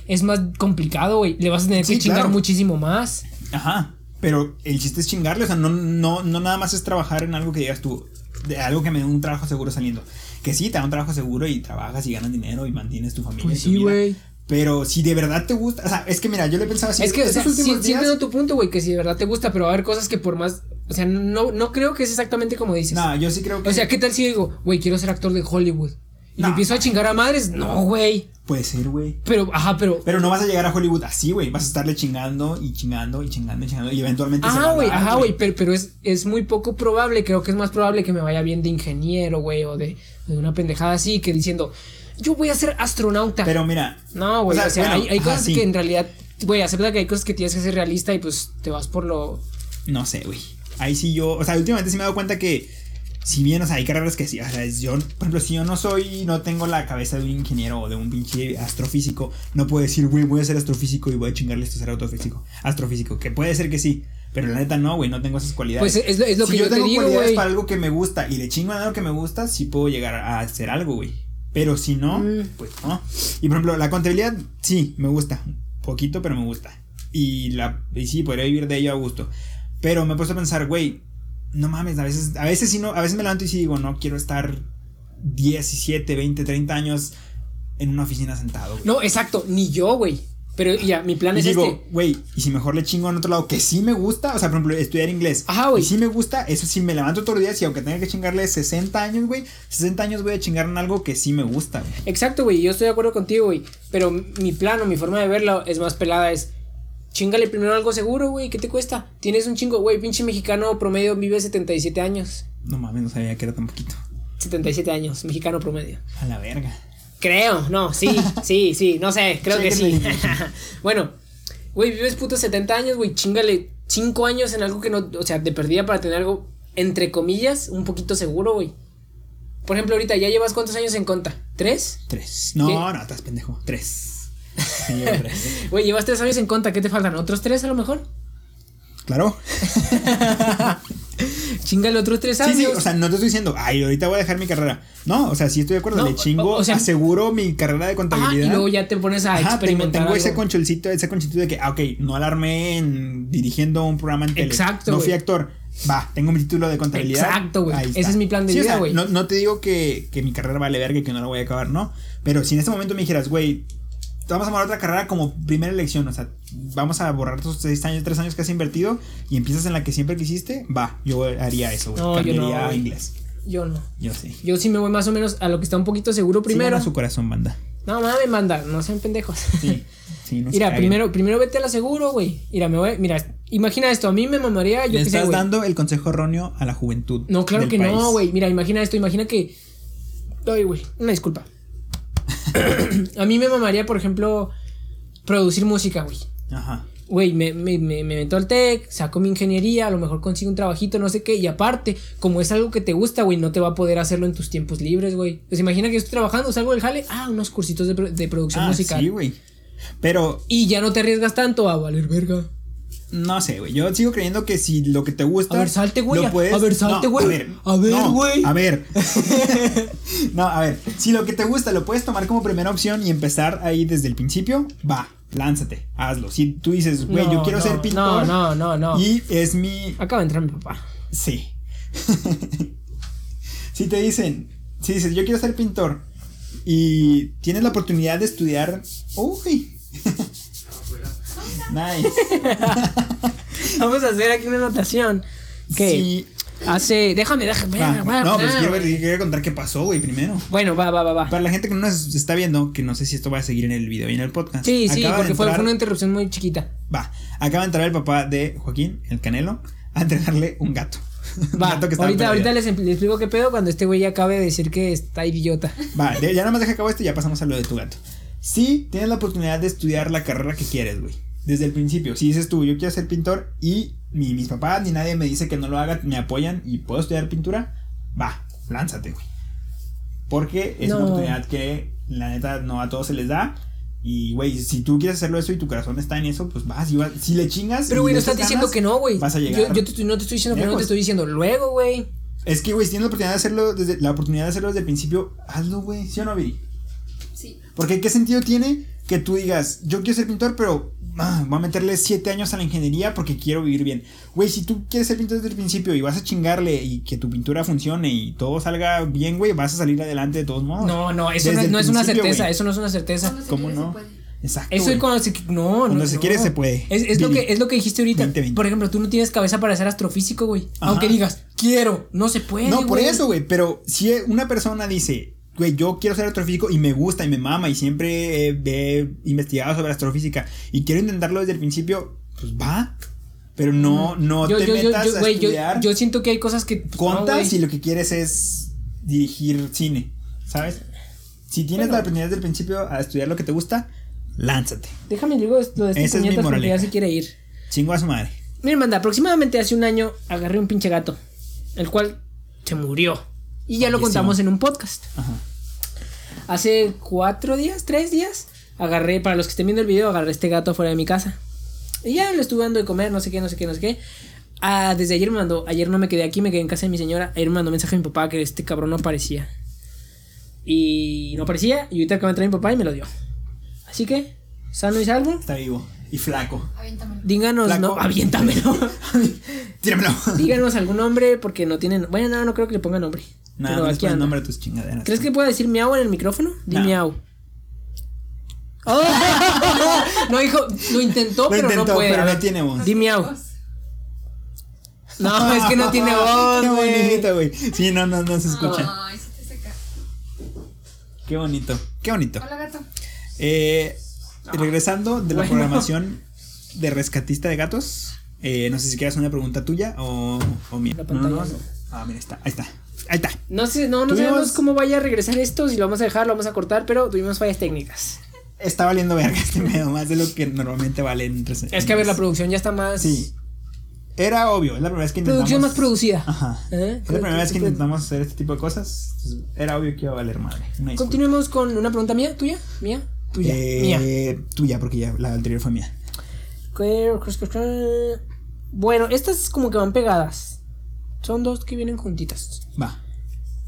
es más complicado, güey. Le vas a tener
Sí,
que chingar
claro.
muchísimo más.
Ajá. Pero el chiste es chingarle, o sea, no, no, no nada más es trabajar en algo que digas tú, de algo que me dé un trabajo seguro saliendo. Que sí, te da un trabajo seguro y trabajas y ganas dinero y mantienes tu familia.
Pues
y tu
sí,
vida.
güey.
Pero si de verdad te gusta, o sea, es que mira, yo le pensaba así.
es que, o sea,
estos
sí,
últimos
sí
días-
entiendo tu punto, güey, que si de verdad te gusta, pero va a haber cosas que por más. O sea, no, no creo que es exactamente como dices.
No, yo sí creo que
O sea, ¿qué tal si yo digo, güey, quiero ser actor de Hollywood? Y
No.
me empiezo a chingar a madres. No, güey.
puede ser, güey.
Pero, ajá, pero.
Pero no vas a llegar a Hollywood así, güey. Vas a estarle chingando y chingando y chingando y chingando. Y eventualmente se va
Ajá,
a
Ah, güey,
dar,
ajá, güey, pero, pero es, es muy poco probable, creo que es más probable que me vaya bien de ingeniero, güey, o de, de una pendejada así, que diciendo, yo voy a ser astronauta.
Pero mira.
no, güey, o sea,
bueno,
hay, hay
ajá,
cosas
sí.
que en realidad, güey, acepta que hay cosas que tienes que ser realista y pues te vas por lo...
No sé, güey. Ahí sí yo, o sea, últimamente sí me he dado cuenta que, si bien, o sea, hay carreras que sí, o sea, yo, por ejemplo, si yo no soy, no tengo la cabeza de un ingeniero o de un pinche astrofísico, no puedo decir, güey, voy a ser astrofísico y voy a chingarle esto a ser autofísico, astrofísico, que puede ser que sí, pero la neta no, güey, no tengo esas cualidades.
Pues es, lo- es lo
si
que yo,
yo,
te
tengo
digo,
cualidades
güey.
para algo que me gusta y le chingo a algo que me gusta, sí puedo llegar a hacer algo, güey. Pero si no,
Mm.
pues no. Y por ejemplo, la contabilidad, sí, me gusta. Poquito, pero me gusta. Y, la, y sí, podría vivir de ello a gusto. Pero me he puesto a pensar, güey, no mames, a veces, a veces sí no, a veces me levanto y sí digo, no quiero estar 17, 20, 30 años en una oficina sentado. güey.
No, exacto, ni yo, güey. Pero ya, mi plan
Y
es
digo,
este.
güey, y si mejor le chingo en otro lado que sí me gusta, o sea, por ejemplo, estudiar inglés.
Ajá, güey.
Y sí me gusta, eso sí me levanto todos los días y aunque tenga que chingarle 60 años, güey, 60 años voy a chingar en algo que sí me gusta, güey.
Exacto, güey, yo estoy de acuerdo contigo, güey. Pero mi plan o mi forma de verlo es más pelada, es... Chingale primero algo seguro, güey, ¿qué te cuesta? Tienes un chingo, güey, pinche mexicano promedio vive 77 años.
No mames, no sabía que era tan poquito.
77 años, mexicano promedio.
A la verga.
Creo, no, sí, sí, sí, no sé, creo que
Chéquenle
sí.
el Inge.
bueno, güey, vives putos 70 años, güey, chingale 5 años en algo que no, o sea, de perdida para tener algo, entre comillas, un poquito seguro, güey. Por ejemplo, ahorita, ¿ya llevas cuántos años en conta? ¿Tres?
Tres. No,
¿Qué?
no, estás pendejo. Tres. Sí, yo tres.
Güey, llevas tres años en conta, ¿qué te faltan? ¿Otros tres a lo mejor?
Claro.
Chingale otros tres
Sí,
años.
sí, o sea, no te estoy diciendo, ay, ahorita voy a dejar mi carrera. No, o sea, sí estoy de acuerdo,
No,
le chingo,
o- o sea-
aseguro mi carrera de
Ajá,
contabilidad.
y luego ya te pones a
Ajá, tengo,
experimentar.
tengo ese
algo.
concholcito, ese conchito de que, ah, ok, no alarmé en dirigiendo un programa en tele.
Exacto,
No
güey.
fui actor. Va, tengo mi título de contabilidad.
Exacto, güey.
Ahí
Ese
está.
es mi plan de
Sí, o
vida,
sea,
güey.
No, no te digo que, que mi carrera vale verga y que no la voy a acabar, no. Pero si en este momento me dijeras, güey, te vamos a morar otra carrera como primera elección, o sea, vamos a borrar tus seis años, tres años que has invertido y empiezas en la que siempre quisiste, va, yo haría eso, güey.
No, yo
Cambiaría
no,
a
güey.
inglés.
Yo no.
Yo sí.
Yo sí me voy más o menos a lo que está un poquito seguro primero.
Sigan a su corazón, banda.
No mames, manda, no sean pendejos.
Sí. sí no se
Mira,
caguen.
primero, primero vete a la seguro, güey. Mira, me voy, mira, imagina esto, a mí me mamaría, yo
Le
qué sé,
estás
güey.
dando el consejo erróneo a la juventud.
No, claro
del
que
país.
no, güey. Mira, imagina esto, imagina que Ay, güey, una disculpa. a mí me mamaría, por ejemplo, producir música, güey.
Ajá.
Güey, me, me, me, me meto al tech, saco mi ingeniería, a lo mejor consigo un trabajito, no sé qué. Y aparte, como es algo que te gusta, güey, no te va a poder hacerlo en tus tiempos libres, güey. Pues imagina que yo estoy trabajando, salgo del jale, ah, unos cursitos de, pro- de producción
Ah,
musical.
sí, güey. Pero
y ya no te arriesgas tanto a valer verga.
no sé, güey. Yo sigo creyendo que si lo que te gusta.
A ver, salte, güey.
lo puedes-
A ver, salte,
No,
güey.
a ver,
A ver,
no,
güey.
A ver. no, a ver. Si lo que te gusta lo puedes tomar como primera opción y empezar ahí desde el principio, va, lánzate, hazlo. Si tú dices, güey, yo
No,
quiero
no,
ser pintor.
No, no, no, no.
Y es mi.
Acaba de entrar mi papá.
Sí. si te dicen, si dices, yo quiero ser pintor y tienes la oportunidad de estudiar. Uy. nice.
Vamos a hacer aquí una anotación. Que
Sí.
hace. Déjame, déjame.
Va,
va, va,
no, pues
va.
quiero, ver- quiero contar qué pasó, güey, primero.
Bueno, va, va, va, va.
Para la gente que no nos está viendo, que no sé si esto va a seguir en el video y en el podcast.
Sí, sí,
acaba de
porque fue,
entrar-
fue una interrupción muy chiquita.
Va, acaba de entrar el papá de Joaquín, el Canelo, a entregarle un gato. Un
Va,
gato que estaba
ahorita,
perdido.
ahorita les, empl- les explico qué pedo cuando este güey ya acabe de decir que está idiota.
Va, de- ya nada más deja acabo esto y ya pasamos a lo de tu gato. Si tienes la oportunidad de estudiar la carrera que quieres, güey. Desde el principio, si dices tú, yo quiero ser pintor y ni mis papás ni nadie me dice que no lo haga, me apoyan y puedo estudiar pintura, va, lánzate, güey. Porque es una
No.
oportunidad que la neta no a todos se les da. Y, güey, si tú quieres hacerlo eso y tu corazón está en eso, pues vas, y vas- si le chingas.
Pero,
y
güey,
le
no
echas
estás diciendo
ganas,
que no, güey.
Vas a llegar.
Yo, yo te estoy- no te estoy diciendo que no,
Lejos.
te estoy diciendo luego, güey.
Es que, güey, si tienes la oportunidad de hacerlo desde, la oportunidad de hacerlo desde el principio, hazlo, güey. ¿Sí o no, Viri?
Sí.
Porque ¿qué sentido tiene que tú digas, yo quiero ser pintor, pero ah, voy a meterle 7 años a la ingeniería porque quiero vivir bien? Güey, si tú quieres ser pintor desde el principio y vas a chingarle y que tu pintura funcione y todo salga bien, güey, vas a salir adelante de todos modos.
No, no, eso
Desde
no, es-
el
no es una
principio,
certeza,
güey.
eso no es una certeza.
Cuando se
¿Cómo
quiere,
no?
se puede.
Exacto.
Eso es
güey.
cuando se no,
Cuando
no,
se
no.
quiere, se puede.
Es, es lo
Vivi.
que es lo que dijiste ahorita.
20-20.
Por ejemplo, tú no tienes cabeza para ser astrofísico, güey.
Ajá.
Aunque digas, quiero, no se puede.
No, por
güey.
eso, güey. Pero si una persona dice, güey, yo quiero ser astrofísico y me gusta y me mama y siempre eh, he investigado sobre astrofísica y quiero intentarlo desde el principio, pues va. Pero no, no
Mm. Yo,
te
yo, yo,
metas
yo,
a
güey, yo,
estudiar
yo siento que hay cosas que. pues, no,
contas
güey.
y lo que quieres es dirigir cine, ¿sabes? Si tienes
Bueno.
la oportunidad desde el principio a estudiar lo que te gusta, lánzate.
Déjame digo esto de este
Esa es mi
puñetas porque
moraleja.
ya se quiere ir.
Chingo a su madre.
Miren, manda, aproximadamente hace un año agarré un pinche gato, el cual se murió. Y ya lo
Buenísimo.
contamos en un podcast.
Ajá.
Hace cuatro días, tres días, agarré, para los que estén viendo el video, agarré este gato fuera de mi casa. Y ya le estuve dando de comer, no sé qué, no sé qué, no sé qué. Ah, desde ayer me mandó, ayer no me quedé aquí, me quedé en casa de mi señora. Ayer me mandó mensaje a mi papá que este cabrón no aparecía. Y no aparecía, y ahorita que me trae mi papá y me lo dio. Así que, sano y salvo.
Está vivo. y flaco.
Aviéntamelo.
Díganos,
Flaco.
no, aviéntamelo.
Tíramelo.
Díganos algún nombre porque no tienen. Bueno, no, no creo que le ponga nombre.
Nada,
pero
no les
aquí
pones
anda.
nombre a tus chingaderas.
¿Crees que pueda decir miau en el micrófono? Di
No.
miau. ¡Oh! no, hijo, lo intentó,
Lo
pero no
intentó,
puede.
pero
A
no
ver,
tiene voz.
Di miau. No, es que no tiene voz,
Qué
güey. Ah.
bonito, güey. Sí, no, no, no se escucha.
Ay, sí te seca.
Qué bonito, qué bonito.
Hola, gato.
Eh, regresando de la
Bueno.
programación de rescatista de gatos, eh, no sé si quieras una pregunta tuya o, o mía.
La
No, no,
pantalla.
no. Ah, mira, ahí está, ahí está. Ahí está.
No sé, no, no
Tuvimos-
sabemos cómo vaya a regresar esto, si lo vamos a dejar, lo vamos a cortar, pero tuvimos fallas técnicas.
Está valiendo verga este medio, más de lo que normalmente vale en tres-
Es que a ver, la producción ya está más.
Sí. Era obvio, es la primera vez que intentamos.
Producción más producida.
Ajá.
¿Eh?
Es la primera vez que intentamos hacer este tipo de cosas. entonces, Era obvio que iba a valer madre. Una disculpa.
Continuemos con una pregunta mía, tuya, mía, tuya, mía.
Eh, Tuya, porque ya la anterior fue mía.
Bueno, estas como que van pegadas. Son dos que vienen juntitas.
Va.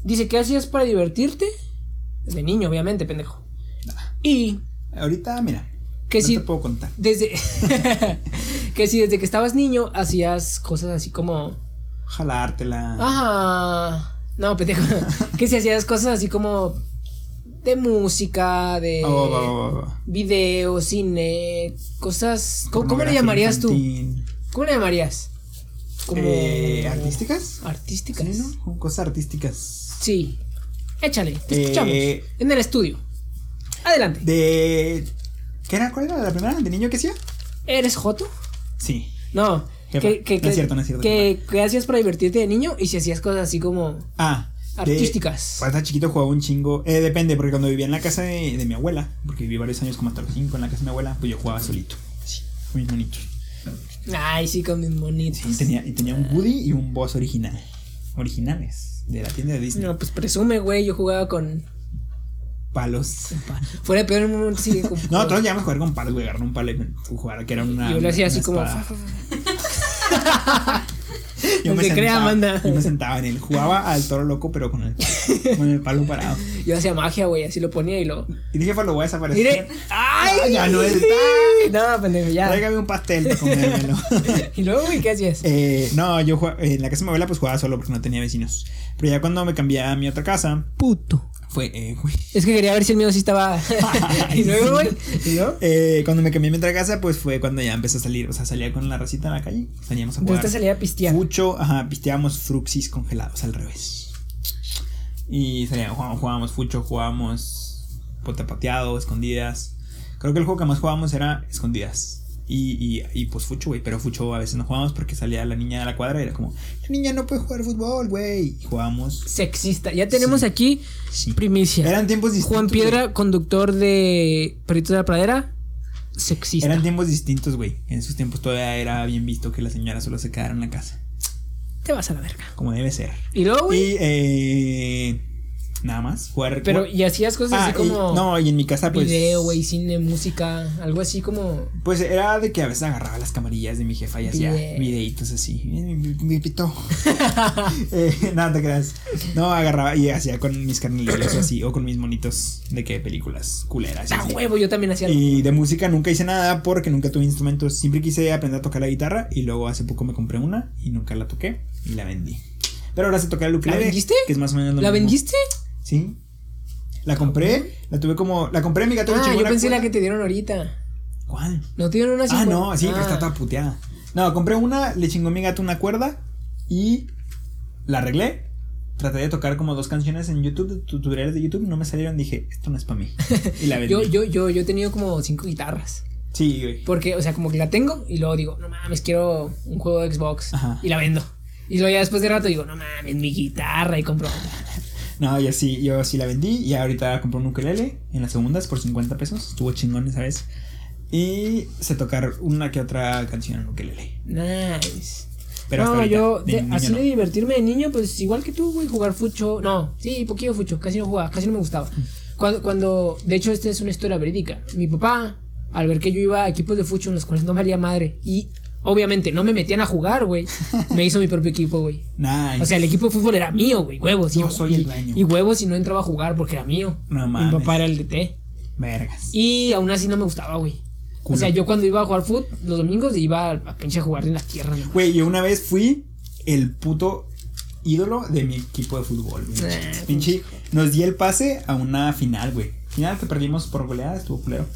Dice, ¿qué hacías para divertirte? De niño, obviamente, pendejo.
Nada.
Y
Ahorita, mira.
que
no
si
te puedo contar.
desde que si desde que estabas niño hacías cosas así como
Jalártela.
ah, no, pendejo. que si hacías cosas así como de música, de
Ah, Va, va, va, va, va.
video, cine, cosas eh, ¿cómo, cómo le llamarías tú? ¿Cómo le llamarías? Como
Eh, ¿Artísticas?
artísticas.
Sí,
Sí,
¿no? Como Cosas artísticas.
Échale, te
Eh,
escuchamos. En el estudio. Adelante.
De. ¿Qué era? ¿Cuál era la primera? ¿De niño que hacía?
¿Eres Joto?
Sí.
No,
Jefa,
que, que,
no
que-
es cierto, no es cierto,
Que, que hacías para divertirte de niño y si hacías cosas así como...
Ah. de-
Artísticas.
Cuando estaba chiquito jugaba un chingo. Eh, depende, porque cuando vivía en la casa de, de mi abuela, porque viví varios años como hasta los 5 en la casa de mi abuela, pues yo jugaba solito. Sí, muy bonito.
Ay, sí, con mis monitos.
Y tenía, y tenía
Ah.
un Woody y un boss original. Originales. De la tienda de Disney.
No, pues presume, güey, yo jugaba con...
Palos.
Fuera de peor en un momento sí, con-
No,
con-
nosotros ya a jugar con palos, güey. Agarrar un palo y jugar, que era una.
Yo lo hacía
una
así como...
espada.
fa, fa, fa.
Yo me,
Aunque crea,
sentaba,
manda.
yo me sentaba en él, jugaba al toro loco, pero con el, con el palo parado.
Yo hacía magia, güey, así lo ponía y lo...
Y dije, pues lo voy a desaparecer.
Mire,
Ah,
¡ay!
ya no está.
No, pendejo, ya.
Tráigame un pastel pues, para comérmelo.
Y luego, güey, ¿qué hacías?
Eh, no, yo jugaba- en la casa de mi abuela pues jugaba solo porque no tenía vecinos. Pero ya cuando me cambié a mi otra casa,
Puto.
fue, eh, güey.
Es que quería ver si el mío sí estaba... y luego, güey, y luego...
Eh, cuando me cambié a mi otra casa, pues fue cuando ya empecé a salir. O sea, salía con la racita a la calle. Salíamos a
Entonces
jugar.
esta salía a pistear.
Mucho, ajá, pisteábamos fruxis congelados al revés. Y salía- jugábamos, jugábamos fucho, jugábamos potapateado, escondidas. Creo que el juego que más jugábamos era escondidas. Y, y, y, pues fucho, güey, pero fucho a veces no jugábamos porque salía la niña de la cuadra y era como, la niña no puede jugar fútbol, güey. Y jugábamos.
Sexista. Ya tenemos
Sí.
aquí
Sí.
primicia.
Eran tiempos distintos.
Juan
güey.
Piedra, conductor de Perritos de la Pradera, sexista.
Eran tiempos distintos, güey. En esos tiempos todavía era bien visto que las señoras solo se quedaran en la casa.
Te vas a la verga.
Como debe ser.
Y luego, Ah, güey,
Y eh, nada más. Jugar.
pero
jugar-
y hacías cosas
Ah, y-
así como
no, y en mi casa, pues.
video, güey, cine, música, algo así como
Pues era de que a veces agarraba las camarillas de mi jefa y hacía
Bien.
videitos así. Eh, Mi, mi- mi pito. eh, nada, te creas. No, agarraba y hacía con mis carnelitos así, o con mis monitos de que películas culeras. y
a
así.
huevo, yo también hacía algo.
Y de música nunca hice nada porque nunca tuve instrumentos. Siempre quise aprender a tocar la guitarra y luego hace poco me compré una y nunca la toqué y la vendí. Pero ahora sé tocar el ukelele.
vendiste?
Que es más o menos lo
¿La
mismo.
vendiste?
Sí. La compré, la tuve como. La compré mi gato le
Ah,
chingó
yo pensé la
cuerda.
que te dieron ahorita.
¿Cuál?
No te dieron una
Ah,
cincuenta?
no, sí, pero
Ah.
está toda puteada. No, compré una, le chingó mi gato una cuerda y la arreglé. Traté de tocar como dos canciones en YouTube, de tutoriales de YouTube, no me salieron. Dije, esto no es para mí. Y la vendí.
Yo, yo, yo, yo he tenido como cinco guitarras.
Sí, güey.
Porque, o sea, como que la tengo y luego digo, no mames, quiero un juego de Xbox.
Ajá.
Y la vendo. Y luego ya después de rato digo, no mames, mi guitarra y compro otra.
No, y así, yo sí la vendí y ahorita compré un ukelele en las segundas por 50 pesos. Estuvo chingón esa vez. Y sé tocar una que otra canción en ukelele.
Nice.
Pero hasta
no,
ahorita,
yo
de
de-
niño
así
no.
de divertirme de niño, pues igual que tú, güey, jugar fucho. No, sí, poquillo fucho, casi no jugaba, casi no me gustaba.
Mm.
Cuando, cuando de hecho, esta es una historia verídica. Mi papá, al ver que yo iba a equipos de fucho en los cuales no valía madre, y obviamente no me metían a jugar, güey, me hizo mi propio equipo, güey.
Nice.
O sea, el equipo de fútbol era mío, güey, huevos.
Yo
y-
soy el
y-
dueño.
Y huevos y no entraba a jugar porque era mío.
No
Mi
mames.
papá era el DT.
Vergas.
Y aún así no me gustaba, güey.
culo.
O sea, yo cuando iba a jugar fútbol los domingos iba a, a pinche jugar en la tierra. nomás.
Güey, yo una vez fui el puto ídolo de mi equipo de fútbol, güey.
Eh,
Pinche, nos di el pase a una final, güey. Final que perdimos por goleada, estuvo culero.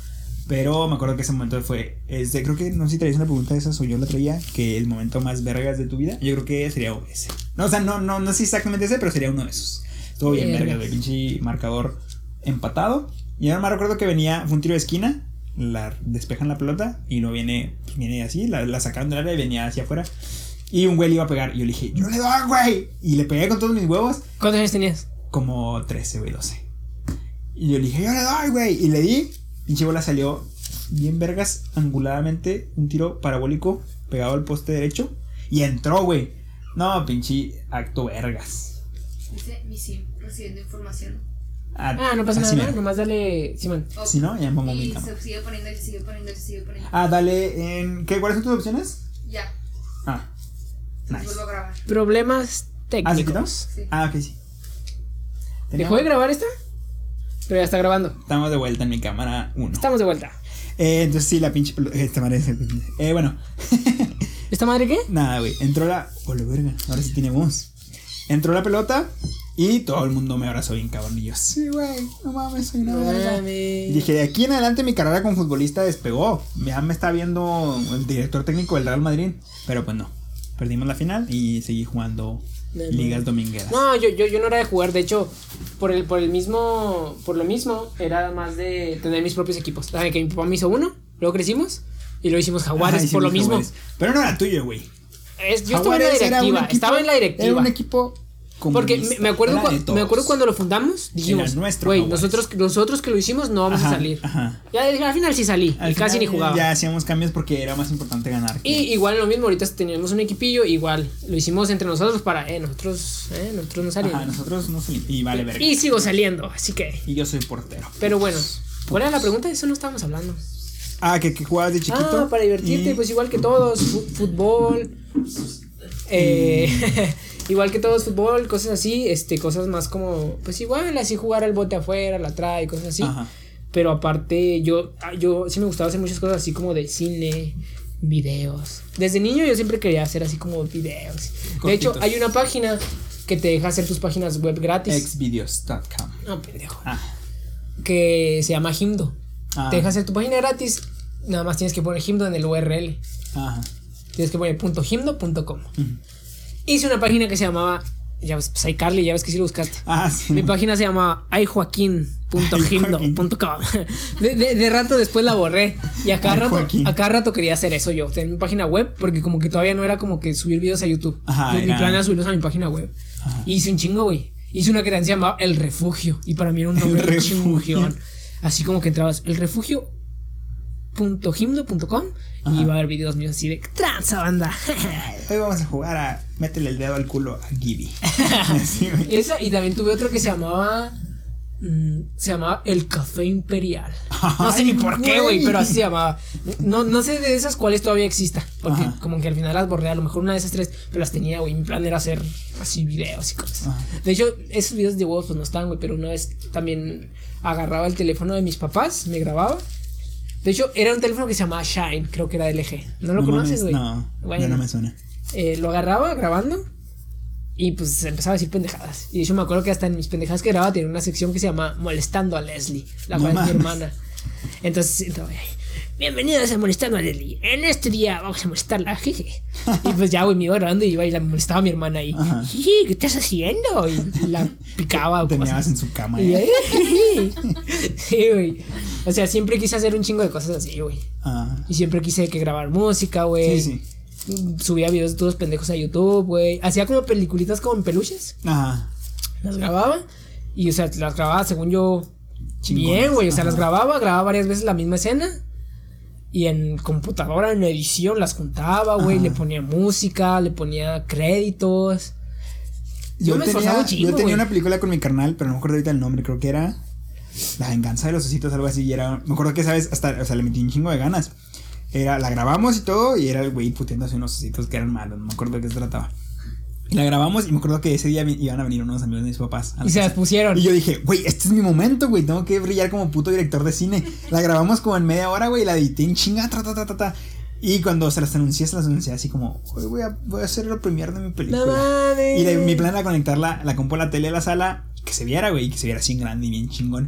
Pero me acuerdo que ese momento fue. Este, creo que no sé si traías una pregunta de esas o yo la traía. Que el momento más vergas de tu vida. Yo creo que sería ese. No, o sea, no, no, no sé exactamente ese, pero sería uno de esos. Estuvo bien
Verga.
vergas, güey. Pinche marcador empatado. Y ahora me recuerdo que venía, fue un tiro de esquina. La despejan la pelota y no viene, pues, viene así, la, la sacaron del área y venía hacia afuera. Y un güey le iba a pegar. Y yo le dije, yo le doy, güey. Y le pegué con todos mis huevos
¿Cuántos años tenías?
como 13, güey, 12. Y yo le dije, yo le doy, güey. Y le di, pinche bola salió bien vergas, anguladamente, un tiro parabólico pegado al poste derecho. Y entró, güey. No, pinche acto vergas.
Dice mi sim, recibiendo información.
Ah,
Ah, no pasa
así
nada,
mero.
nomás dale. Simón.
Ok.
Si no, ya me pongo mi
Y
cama.
se sigue poniendo, y se sigue poniendo, y se sigue poniendo.
Ah, dale en... ¿Qué? ¿Cuáles son tus opciones?
Ya,
Ah,
entonces
nice.
vuelvo a grabar.
Problemas
¿Ah, se
técnicos.
quitó? Ah, ok, sí.
¿Dejó de grabar esta? Pero ya está grabando.
Estamos de vuelta en mi cámara 1.
Estamos de vuelta.
Eh, entonces sí, la pinche... pelo- Esta madre es- Eh, bueno.
¿Esta madre qué?
Nada, güey. Entró la. Hola, verga. Ahora sí tiene voz. Entró la pelota y todo el mundo me abrazó bien, cabrón. Y yo, sí, güey. No mames, soy una verga. Y
Mames.
dije, de aquí en adelante mi carrera como futbolista despegó. Ya me está viendo el director técnico del Real Madrid. Pero pues no. Perdimos la final y seguí jugando
Me
ligas domingueras.
No, yo, yo, yo no era de jugar, de hecho, por el, por el mismo, por lo mismo, era más de tener mis propios equipos. Sabe que mi papá me hizo uno, luego crecimos y luego hicimos jaguares
Ajá,
por lo
hicimos
mismo.
Jaguares. Pero no era tuyo, güey.
Es- yo estaba en la
Jaguares era un
directiva,
equipo-
estaba en la
Era
directiva.
un equipo
Porque
comunista,
me, me acuerdo
era
cua-
de
me
todos.
acuerdo cuando lo fundamos, dijimos,
nuestro
güey,
Jaguares".
nosotros, nosotros que lo hicimos no vamos
Ajá,
a salir.
ajá.
Ya al final sí salí,
Al
y casi
final,
ni jugaba.
Ya hacíamos cambios porque era más importante ganar. que-
Y igual lo mismo, ahorita teníamos un equipillo, igual lo hicimos entre nosotros para, eh, nosotros, eh, nosotros no salimos.
Ajá, nosotros no salimos. Y vale, verga.
y
Y,
sigo saliendo, así que.
yo soy portero.
Pero bueno, ¿cuál era la pregunta? De Eso no estábamos hablando.
Ah, que, que jugabas de chiquito.
Ah, para divertirte,
y-
pues igual que todos, fu- fútbol. eh, igual que todos, fútbol, cosas así, este, cosas más como, pues igual, así jugar al bote afuera, la trae, cosas así.
Ajá.
Pero aparte, yo, ah, yo sí me gustaba hacer muchas cosas así como de cine, videos. Desde niño yo siempre quería hacer así como videos. De hecho,
Cortitos.
hay una página que te deja hacer tus páginas web gratis.
Exvideos.com.
No, pendejo.
Ah,
Que se llama Himdo.
Ah.
Te deja hacer tu página gratis. Nada más tienes que poner Himdo en el URL.
ajá.
Tienes que poner punto .himdo.com.
Ujú.
Hice una página que se llamaba. Ya ves, pues, iCarly, ya ves que sí lo buscaste.
Ah, sí.
Mi página se llamaba ayjoaquín.himdo.com. De, de, de rato después la borré. Y a cada,
Ay,
rato,
Joaquín.
a cada rato quería hacer eso yo. Tener mi página web porque como que todavía no era como que subir videos a YouTube.
Ajá,
Yo- mi
era-
plan era subirlos a mi página web.
Ajá.
Hice un chingo, güey. Hice una que se llamaba El Refugio. Y para mí era un
El
nombre bien
Refugio.
chingón. Así como que entrabas, el refugio y iba a haber videos míos así de tranza banda
Hoy vamos a jugar a métele el dedo al culo a Gibby. Así, güey.
Esa, y también tuve otro que se llamaba. mm, se llamaba El Café Imperial. No sé ni por qué, güey, pero así se llamaba. No, no sé de esas cuáles todavía exista. Porque
Ajá.
como que al final las borré, a lo mejor una de esas tres, pero las tenía, güey. Mi plan era hacer así videos y cosas.
Ajá.
De hecho, esos videos de huevos pues no están, güey, pero una vez también agarraba el teléfono de mis papás, me grababa. De hecho, era un teléfono que se llamaba Shine, creo que era LG. ¿No lo
No
conoces,
mames,
güey?
No,
Bueno.
no, no me suena.
Eh, lo agarraba grabando y pues empezaba a decir pendejadas. Y de hecho me acuerdo que hasta en mis pendejadas que grababa tenía una sección que se llama Molestando a Leslie, la
No
cual es mi
mames.
hermana. Entonces, entonces, bienvenidos a Molestando a Leslie. En este día vamos a molestarla, jeje. Y pues ya, güey, me iba grabando y iba y la molestaba a mi hermana y,
Ajá.
"Jeje, ¿qué estás haciendo? Y la picaba. o
Tenías
cosas.
en su cama.
Y
¿eh?
ahí- sí, güey. O sea, siempre quise hacer un chingo de cosas así, güey.
Ah,
Y siempre quise que grabar música, güey
sí, sí.
subía videos de todos pendejos a YouTube, güey. Hacía como peliculitas como en peluches.
Ajá.
Las grababa. Y, o sea, las grababa según yo.
Chingonas,
Bien, güey. O sea,
ajá.
las grababa, grababa varias veces la misma escena. Y en computadora, en edición, las juntaba, güey.
Ajá.
Le ponía música, le ponía créditos. Yo me esforzaba
tenía,
un chingo,
yo tenía
güey.
una película con mi carnal, pero no me acuerdo ahorita el nombre, creo que era La venganza de los ositos, algo así. Y era, me acuerdo que, ¿sabes? Hasta, o sea, le metí un chingo de ganas. Era, la grabamos y todo, y era el güey puteando así unos ositos que eran malos, no me acuerdo de qué se trataba. Y la grabamos y me acuerdo que ese día vi- iban a venir unos amigos de mis papás. a la
Y se las
casa.
pusieron.
Ah, Y yo dije, güey, este es mi momento, güey. Tengo que brillar como puto director de cine. La grabamos como en media hora, güey. La edité en chinga, ta, ta, ta, ta, ta. Y cuando se las anuncié, se las anuncié así como, "Hoy voy a, voy a hacer el premier de mi película.
No mames.
Y de- mi plan era conectar la, la compu a la tele a la sala, que se viera, güey, que se viera así en grande y bien chingón.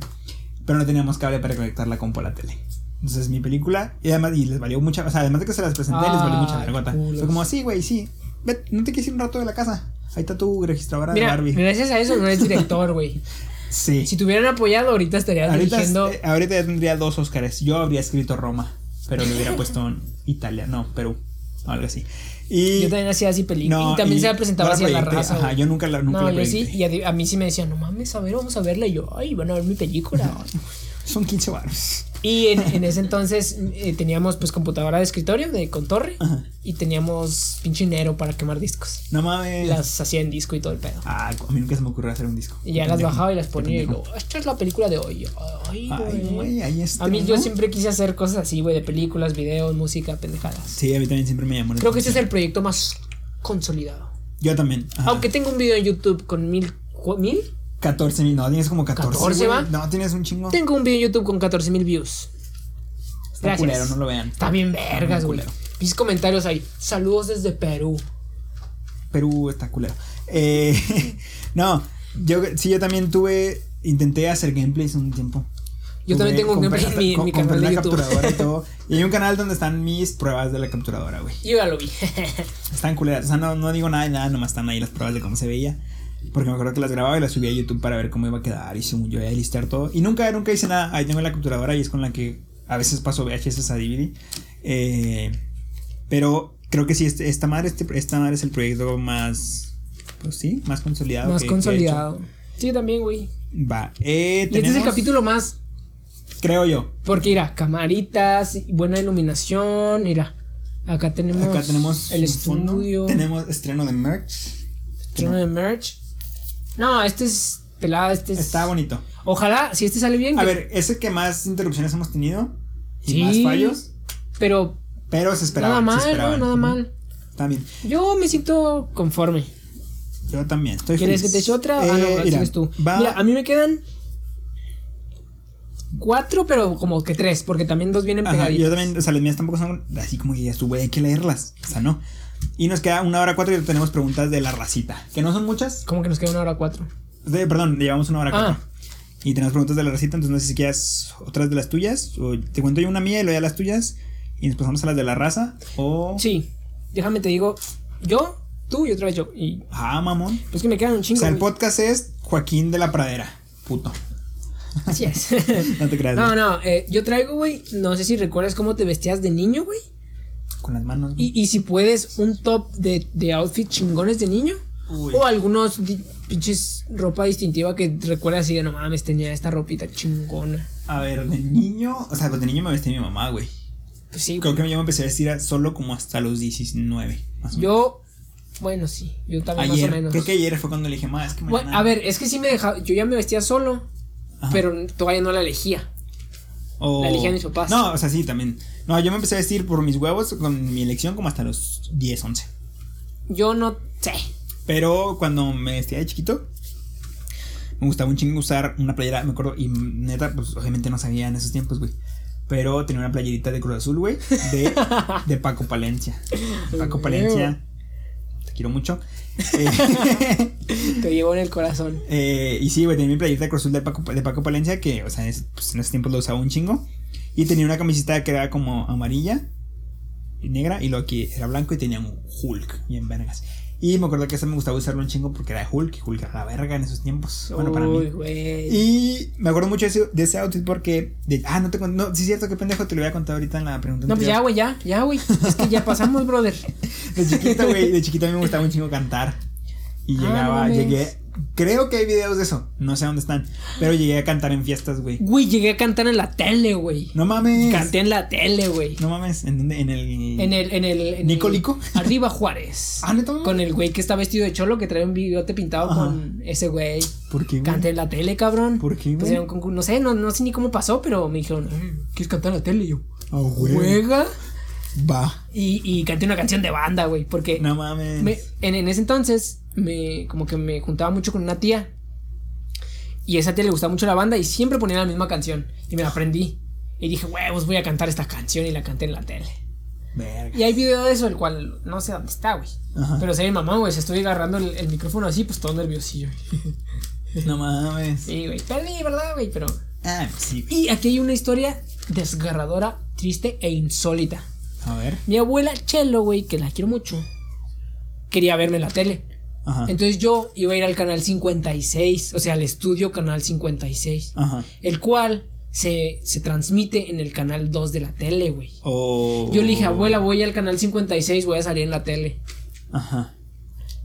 Pero no teníamos cable para conectar la compu a la tele. Entonces mi película, y además, y les valió mucha, o sea, además de que se las presenté, les valió mucha
Ay,
vergota.
Ah, culos.
Fue como, sí, güey, sí. Ve, no te quieres ir un rato de la casa. Ahí está tu registradora
Mira,
de Barbie.
gracias a eso no eres director, güey.
Sí.
Si te hubieran apoyado, ahorita estarías
ahorita,
dirigiendo.
eh, ahorita ya tendría dos Óscares. Yo habría escrito Roma, pero le hubiera puesto en Italia, no, Perú, o algo así. Y
yo también hacía así películas.
no,
y también
y
se la presentaba
no
así a la
proyecté.
raza.
Ajá,
güey.
yo nunca la nunca la
no, yo sí.
proyecté.
Y a, di- a mí sí me decían, no mames, a ver, vamos a verla. Y yo, ay, van a ver mi película.
Son 15 baros.
y en, en ese entonces eh, teníamos pues computadora de escritorio de, con torre.
Ajá.
Y teníamos pinche dinero para quemar discos.
No mames.
Las hacía en disco y todo el pedo.
Ah, a mí nunca se me ocurrió hacer un disco.
Y ya
Qué
las
pendejo,
bajaba y las
qué
ponía y
pendejo.
digo, esta es la película de hoy. Ay,
Ay,
güey.
güey, ahí está.
A mí yo
¿no?
siempre quise hacer cosas así, güey, de películas, videos, música, pendejadas.
Sí, a mí también siempre me llamó la
Creo que ese es
atención.
el proyecto más consolidado.
Yo también. Ajá.
Aunque tengo un video en YouTube con mil... ¿cu- ¿Mil?
14 mil, no, tienes como 14.
14
güey.
va.
No, tienes un chingo.
Tengo un video en YouTube con 14 mil views.
Está
Gracias.
culero, no lo vean.
Está bien vergas,
Está
güey.
culero.
Mis comentarios ahí. Saludos desde Perú.
Perú está culero. Eh, no, yo sí, yo también tuve. Intenté hacer gameplays un tiempo.
Yo también tengo un
compré-
gameplay en mi-
co-
mi
compré
canal de
la
YouTube.
capturadora y todo. Y hay un canal donde están mis pruebas de la capturadora, güey.
Yo ya lo vi.
Están culeras. O sea, no, no digo nada de nada, nomás están ahí las pruebas de cómo se veía. Porque me acuerdo que las grababa y las subía a YouTube para ver cómo iba a quedar y según yo iba a listar todo. Y nunca, nunca hice nada. Ahí tengo la capturadora y es con la que a veces paso VHS a DVD. Eh, pero creo que sí, este- esta madre, este, esta madre es el proyecto más. Pues sí, más consolidado.
Más
que- que he hecho.
consolidado. Sí, también, güey.
Va. Eh,
Y este es el
tenemos-
capítulo más
Creo yo.
Porque mira, camaritas, buena iluminación, mira. Acá tenemos,
Acá tenemos
el
un fondo,
estudio,
Tenemos estreno de merch.
estreno de merch. No, este es pelada, este es...
Está bonito.
Ojalá, si este sale bien,
A
que-
ver, es el que más interrupciones hemos tenido y
Sí.
más fallos,
pero
pero se esperaba. se
nada mal,
esperaba.
¿no? nada mal.
También,
Yo me siento conforme.
yo también. Estoy
¿Quieres que
feliz.
te eche otra? ah,
Eh,
no, la
mira,
sigues tú.
va-
Mira, a mí me quedan cuatro, pero como que tres, porque también dos vienen
Ajá, yo
pegaditos.
también, o sea, las mías tampoco son así como que ya estuvo, hay que leerlas. O sea, no. Y nos queda una hora cuatro y tenemos preguntas de la racita, que no son muchas.
Como que nos queda una hora cuatro.
De- perdón, llevamos una hora
Ah.
cuatro. Y tenemos preguntas de la racita, entonces no sé si quieras otras de las tuyas, o te cuento yo una mía y luego ya las tuyas, y nos pasamos a las de la raza, o...
Sí, déjame te digo, yo, tú y otra vez yo. Y
Ah, mamón.
pues que me quedan un
O
chingo.
sea, el
güey.
podcast es Joaquín de la Pradera, puto.
Así es.
No te creas.
No,
güey.
no, eh, yo traigo, güey, no sé si recuerdas cómo te vestías de niño, güey.
Con las manos.
Y, y si puedes, un top de, de outfit chingones de niño.
Uy.
O algunos di- pinches ropa distintiva que recuerdas y de no mames, tenía esta ropita chingona.
A ver, de niño. O sea, de niño me vestía mi mamá, güey.
Pues sí,
Creo que yo me empecé a vestir a- solo como hasta los 19. Más o menos.
yo, bueno, sí, yo también
Ayer.
más o menos.
Creo que ayer fue cuando le dije, más es que
Bueno,
mañana.
a ver, es que sí me dejaba, yo ya me vestía solo,
Ajá.
pero todavía no la elegía.
O-
la elegían mis papás.
No, o sea, sí, también. No, yo me empecé a vestir por mis huevos con mi elección como hasta los 10, 11.
Yo no sé.
Pero cuando me vestía de chiquito, me gustaba un chingo usar una playera, me acuerdo, y neta, pues obviamente no sabía en esos tiempos, güey. Pero tenía una playerita de Cruz Azul, güey, de, de Paco Palencia. Paco
Güey.
Palencia, te quiero mucho. Eh,
Te llevo en el corazón.
eh, y sí, güey, tenía mi playerita de Cruz Azul de Paco, de Paco Palencia, que, o sea, en, ese- pues, en esos tiempos lo usaba un chingo. Y tenía una camiseta que era como amarilla y negra, y luego aquí era blanco y tenía un Hulk, bien vergas. Y me acuerdo que esa me gustaba usarlo un chingo porque era de Hulk, y Hulk era la verga en esos tiempos. Bueno, para
Uy,
mí.
güey.
Y me acuerdo mucho de ese, de ese outfit porque. de- ah, no te conté. No, sí, es cierto, que pendejo, te lo voy a contar ahorita en la pregunta.
No, pues ya,
anterior.
güey, ya, ya, güey. Es que ya pasamos, brother.
De chiquito, güey, de chiquito a mí me gustaba un chingo cantar. Y
Ah,
llegaba,
no mames.
llegué. Creo que hay videos de eso, no sé dónde están. Pero llegué a cantar en fiestas, güey.
Güey, llegué a cantar en la tele, güey.
No mames.
Canté en la tele, güey.
No mames. ¿En dónde? En el.
En el, en el. en
¿Nicolico?
el- Arriba Juárez.
Ah, ¿neta?
Con el güey que está vestido de cholo que trae un bigote pintado
Ajá.
con ese güey.
¿Por qué, güey?
Canté en la tele, cabrón.
¿Por qué, güey?
Pues era un concurso. No sé, no, no sé ni cómo pasó, pero me dijeron, "Mm, Pues, ¿quieres cantar en la tele? Y yo,
Ah, güey.
juega.
Va.
Y, y canté una canción de banda, güey. Porque
No mames.
me- en, en ese entonces me, como que me juntaba mucho con una tía. Y a esa tía le gustaba mucho la banda y siempre ponía la misma canción. Y me la aprendí. Y dije, huevos, voy a cantar esta canción y la canté en la tele.
Verga.
Y hay video de eso, el cual no sé dónde está, güey.
Ajá.
Pero se ve mi mamá, güey. Se estoy agarrando el, el micrófono así, pues todo nerviosillo.
No mames.
Sí, güey. Perdí, ¿verdad, güey? Pero.
Ah, sí, güey.
Y aquí hay una historia desgarradora, triste e insólita.
A ver.
Mi abuela Chelo, güey, que la quiero mucho, quería verme en la tele.
Ajá.
Entonces yo iba a ir al canal 56, o sea, al estudio canal 56,
Ajá.
el cual se, se transmite en el canal 2 de la tele, güey.
O.
Yo le dije, abuela, voy al canal 56, voy a salir en la tele.
Ajá.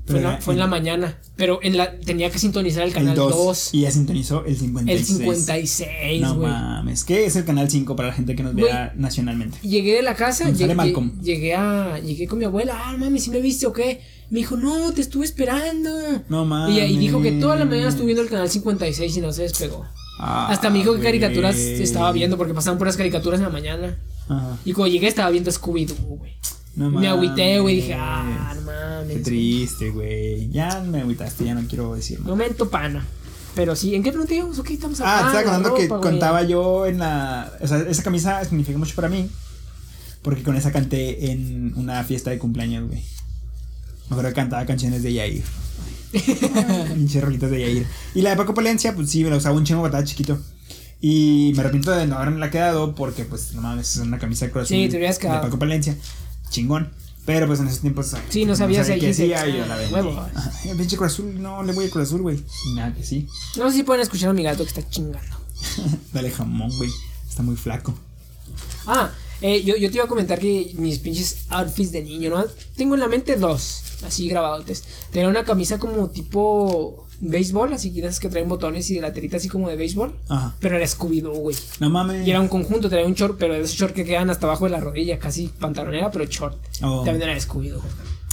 Fue, en la,
era
fue en la
el-
mañana, pero en la, tenía que sintonizar el canal
Eh, el
2,
dos, Y ya sintonizó el 56.
el 56,
No
güey.
mames. ¿Qué es el canal 5 para la gente que nos
Güey.
vea nacionalmente?
Llegué de la casa,
Donde
llegué,
sale Malcolm.
llegué a, llegué con mi abuela, ah, mami, ¿sí me viste o qué? Me dijo, no, te estuve esperando.
No mames.
Y, y dijo que toda la mañana estuve viendo el canal 56 y no se despegó.
Ah,
Hasta me dijo que
güey.
caricaturas estaba viendo porque pasaban puras caricaturas en la mañana.
Ajá.
Y cuando llegué estaba viendo Scooby-Doo, güey.
No
me agüité, güey. Dije,
mames.
ah, no
Qué
mames.
triste, güey. Ya me agüitaste, ya no quiero decir más.
Momento pana. Pero sí, ¿en qué pregunta íbamos? ¿O qué estamos
Ah, te
la
estaba contando que
ropa, güey.
contaba yo en la. O sea, esa camisa significa mucho para mí. Porque con esa canté en una fiesta de cumpleaños, güey. Me acuerdo que cantaba canciones de Yair. Pinche rolitas de Yair. Y la de Paco Palencia, pues sí, me la usaba un chingo cuando estaba chiquito. Y me arrepiento de no haberme la quedado porque, pues, no mames, es una camisa de cross
Sí, te hubieras quedado.
De Paco Palencia. Chingón. Pero pues en esos tiempos. ay,
Sí, no sabías ahí
qué
dices,
hacía y yo la
ah,
vendí.
huevo.
Ajá, El pinche Cruz Azul, no le voy a Cruz Azul, güey. Y nada, que sí.
No sé si pueden escuchar a mi gato que está chingando.
Dale jamón, güey. Está muy flaco.
Ah, eh, yo, yo te iba a comentar que mis pinches outfits de niño, ¿no? Tengo en la mente dos, así grabadotes. Tenía una camisa como tipo béisbol, así que de esas que traen botones y de la telita así como de béisbol.
Ajá.
Pero era Scooby-Doo, güey.
No mames.
Y era un conjunto, traía un short, pero de esos shorts que quedan hasta abajo de la rodilla, casi pantalonera, pero short.
Oh.
También era de Scooby-Doo.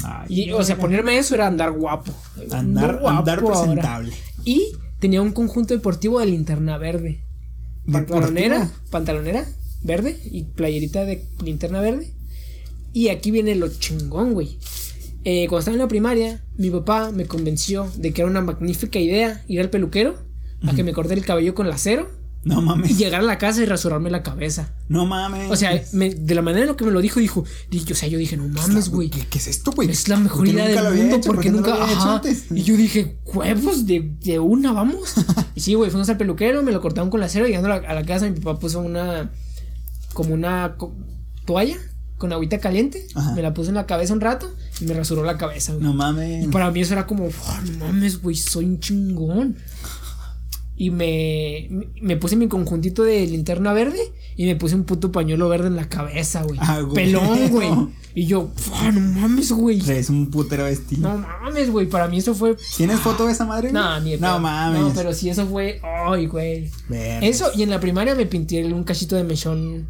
Ay,
Y, o sea, ponerme eso era andar guapo.
andar,
guapo
andar
ahora.
presentable.
Y tenía un conjunto deportivo de linterna verde. Pantalonera, pantalonera verde y playerita de linterna verde. Y aquí viene lo chingón, güey. Eh, cuando estaba en la primaria, mi papá me convenció de que era una magnífica idea ir al peluquero a que me corte el cabello con lacero
No
y
mames.
llegar a la casa y rasurarme la cabeza.
No mames.
O sea, me- de la manera en la que me lo dijo, dijo, di- o sea, yo dije, no mames, güey.
¿Qué, qué es esto, güey?
Es la mejor
Porque
idea
nunca lo
del
había
mundo
hecho,
porque
no lo
nunca.
había hecho
ajá.
antes?
Y yo dije, huevos, de, de una, vamos. y sí, güey, fuimos al peluquero, me lo cortaron con la cera. Llegando a la, a la casa, mi papá puso una. como una co- toalla con agüita caliente.
Ajá.
Me la puso en la cabeza un rato y me rasuró la cabeza, güey.
No
Y
mames.
para mí eso era como, "Oh, no mames, güey, soy un chingón. Y me, me puse mi conjuntito de linterna verde y me puse un puto pañuelo verde en la cabeza, güey.
Ah, güey.
Pelón, güey. Y yo, "Oh, no mames, güey.
O sea, Es un putero vestido.
No mames, güey. Para mí eso fue.
¿Tienes foto de esa madre? güey?
No, ni de
No
pedo.
mames.
No, pero sí, eso fue. Ay, güey.
Verga.
Eso, y en la primaria me pinté un cachito de mechón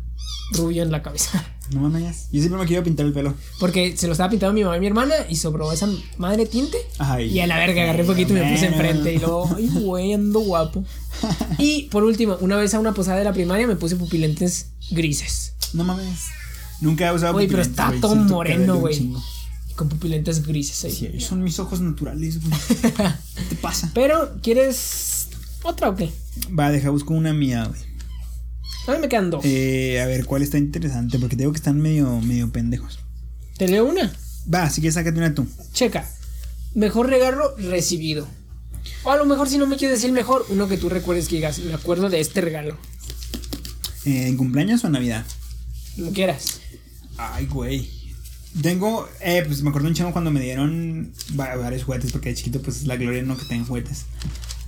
rubio en la cabeza.
No mames. Yo siempre me quiero pintar el pelo.
Porque se lo estaba pintando mi mamá y mi hermana y sobró esa madre tinte.
Ay.
Y a la verga agarré un poquito y me puse enfrente. Y luego, ay, güey, ando guapo. Y por último, una vez a una posada de la primaria me puse pupilentes grises.
No mames. Nunca he usado
Güey, pero
pupilentes,
está
güey.
todo
Siento que
moreno,
duele un
güey.
chingo.
Con pupilentes grises ahí.
Sí, son mis ojos naturales, güey. ¿Qué te pasa?
Pero, ¿quieres otra o qué?
Va, deja, busco una mía, güey.
A mí me quedan dos.
Eh, a ver, ¿cuál está interesante? Porque te digo que están medio, medio pendejos.
¿Te leo una?
Va, si quieres, sácate una tú.
Checa. Mejor regalo recibido. O a lo mejor si no me quieres decir mejor, uno que tú recuerdes que digas, me acuerdo de este regalo.
Eh, ¿En cumpleaños o en Navidad?
Como quieras.
Ay, güey. Tengo, eh, pues me acuerdo un chavo cuando me dieron va- varios juguetes, porque de chiquito, pues es la gloria no que tengan juguetes.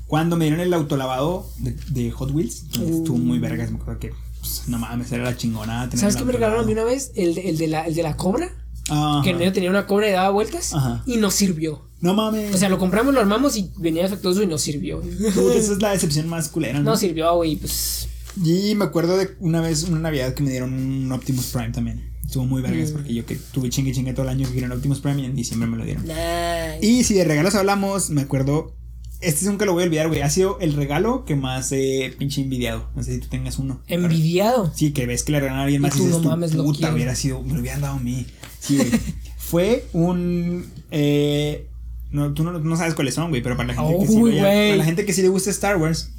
Cuando me dieron el autolavado de, de Hot Wheels, que
Uh.
estuvo muy vergas, me acuerdo que, pues, no mames, era la chingonada. tener
¿Sabes
el
qué me regalaron a mí
autolavado.
una vez? El, de- el de, la, el de la cobra.
Ajá.
Que en medio tenía una cobra y daba vueltas.
Ajá.
Y no sirvió.
No mames.
O sea, lo compramos, lo armamos y venía defectuoso y no sirvió.
Puta, esa es la decepción más culera, ¿no?
No sirvió, güey. Pues.
Y me acuerdo de una vez, una Navidad que me dieron un Optimus Prime también. Estuvo muy vergas porque yo que tuve chingue chingue todo el año que quería un Optimus Prime y en diciembre me lo dieron.
Nah.
Y si de regalos hablamos, me acuerdo. Este nunca lo voy a olvidar, güey. Ha sido el regalo que más he pinche envidiado. No sé si tú tengas uno.
Envidiado.
Sí, que ves que le regalan a alguien
Y
más y,
tú,
dices,
no
"Tu
mames, lo
puta,
quiero".
hubiera sido, me lo hubieran dado a mí. Sí, güey. Fue un. eh, No, tú no, no sabes cuáles son, güey, pero para la gente
Oh,
que sí,
güey.
vaya- para la gente que sí le gusta Star Wars,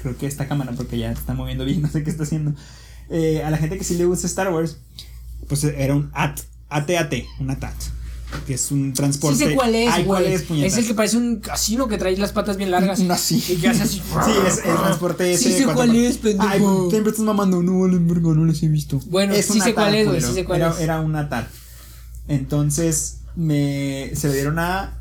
creo que esta cámara porque ya está moviendo bien, no sé qué está haciendo. Eh, a la gente que sí le gusta Star Wars, pues era un AT, AT-AT, un ATAT, que es un transporte.
Sí sé cuál es,
Ay, ¿cuál
güey.
es,
Es,
puñetas?
el que parece un casino que trae las patas bien largas.
No, sí.
Y que hace así.
Sí, es el transporte ese.
Sí sé
cuando-
cuál es, pendejo.
Ay, siempre estás mamando. No, vale, verga, no les he visto.
Bueno, sí
un
sé cuál es, güey,
culero.
sí sé cuál
era,
es.
Era un atar. Entonces, me, se lo dieron a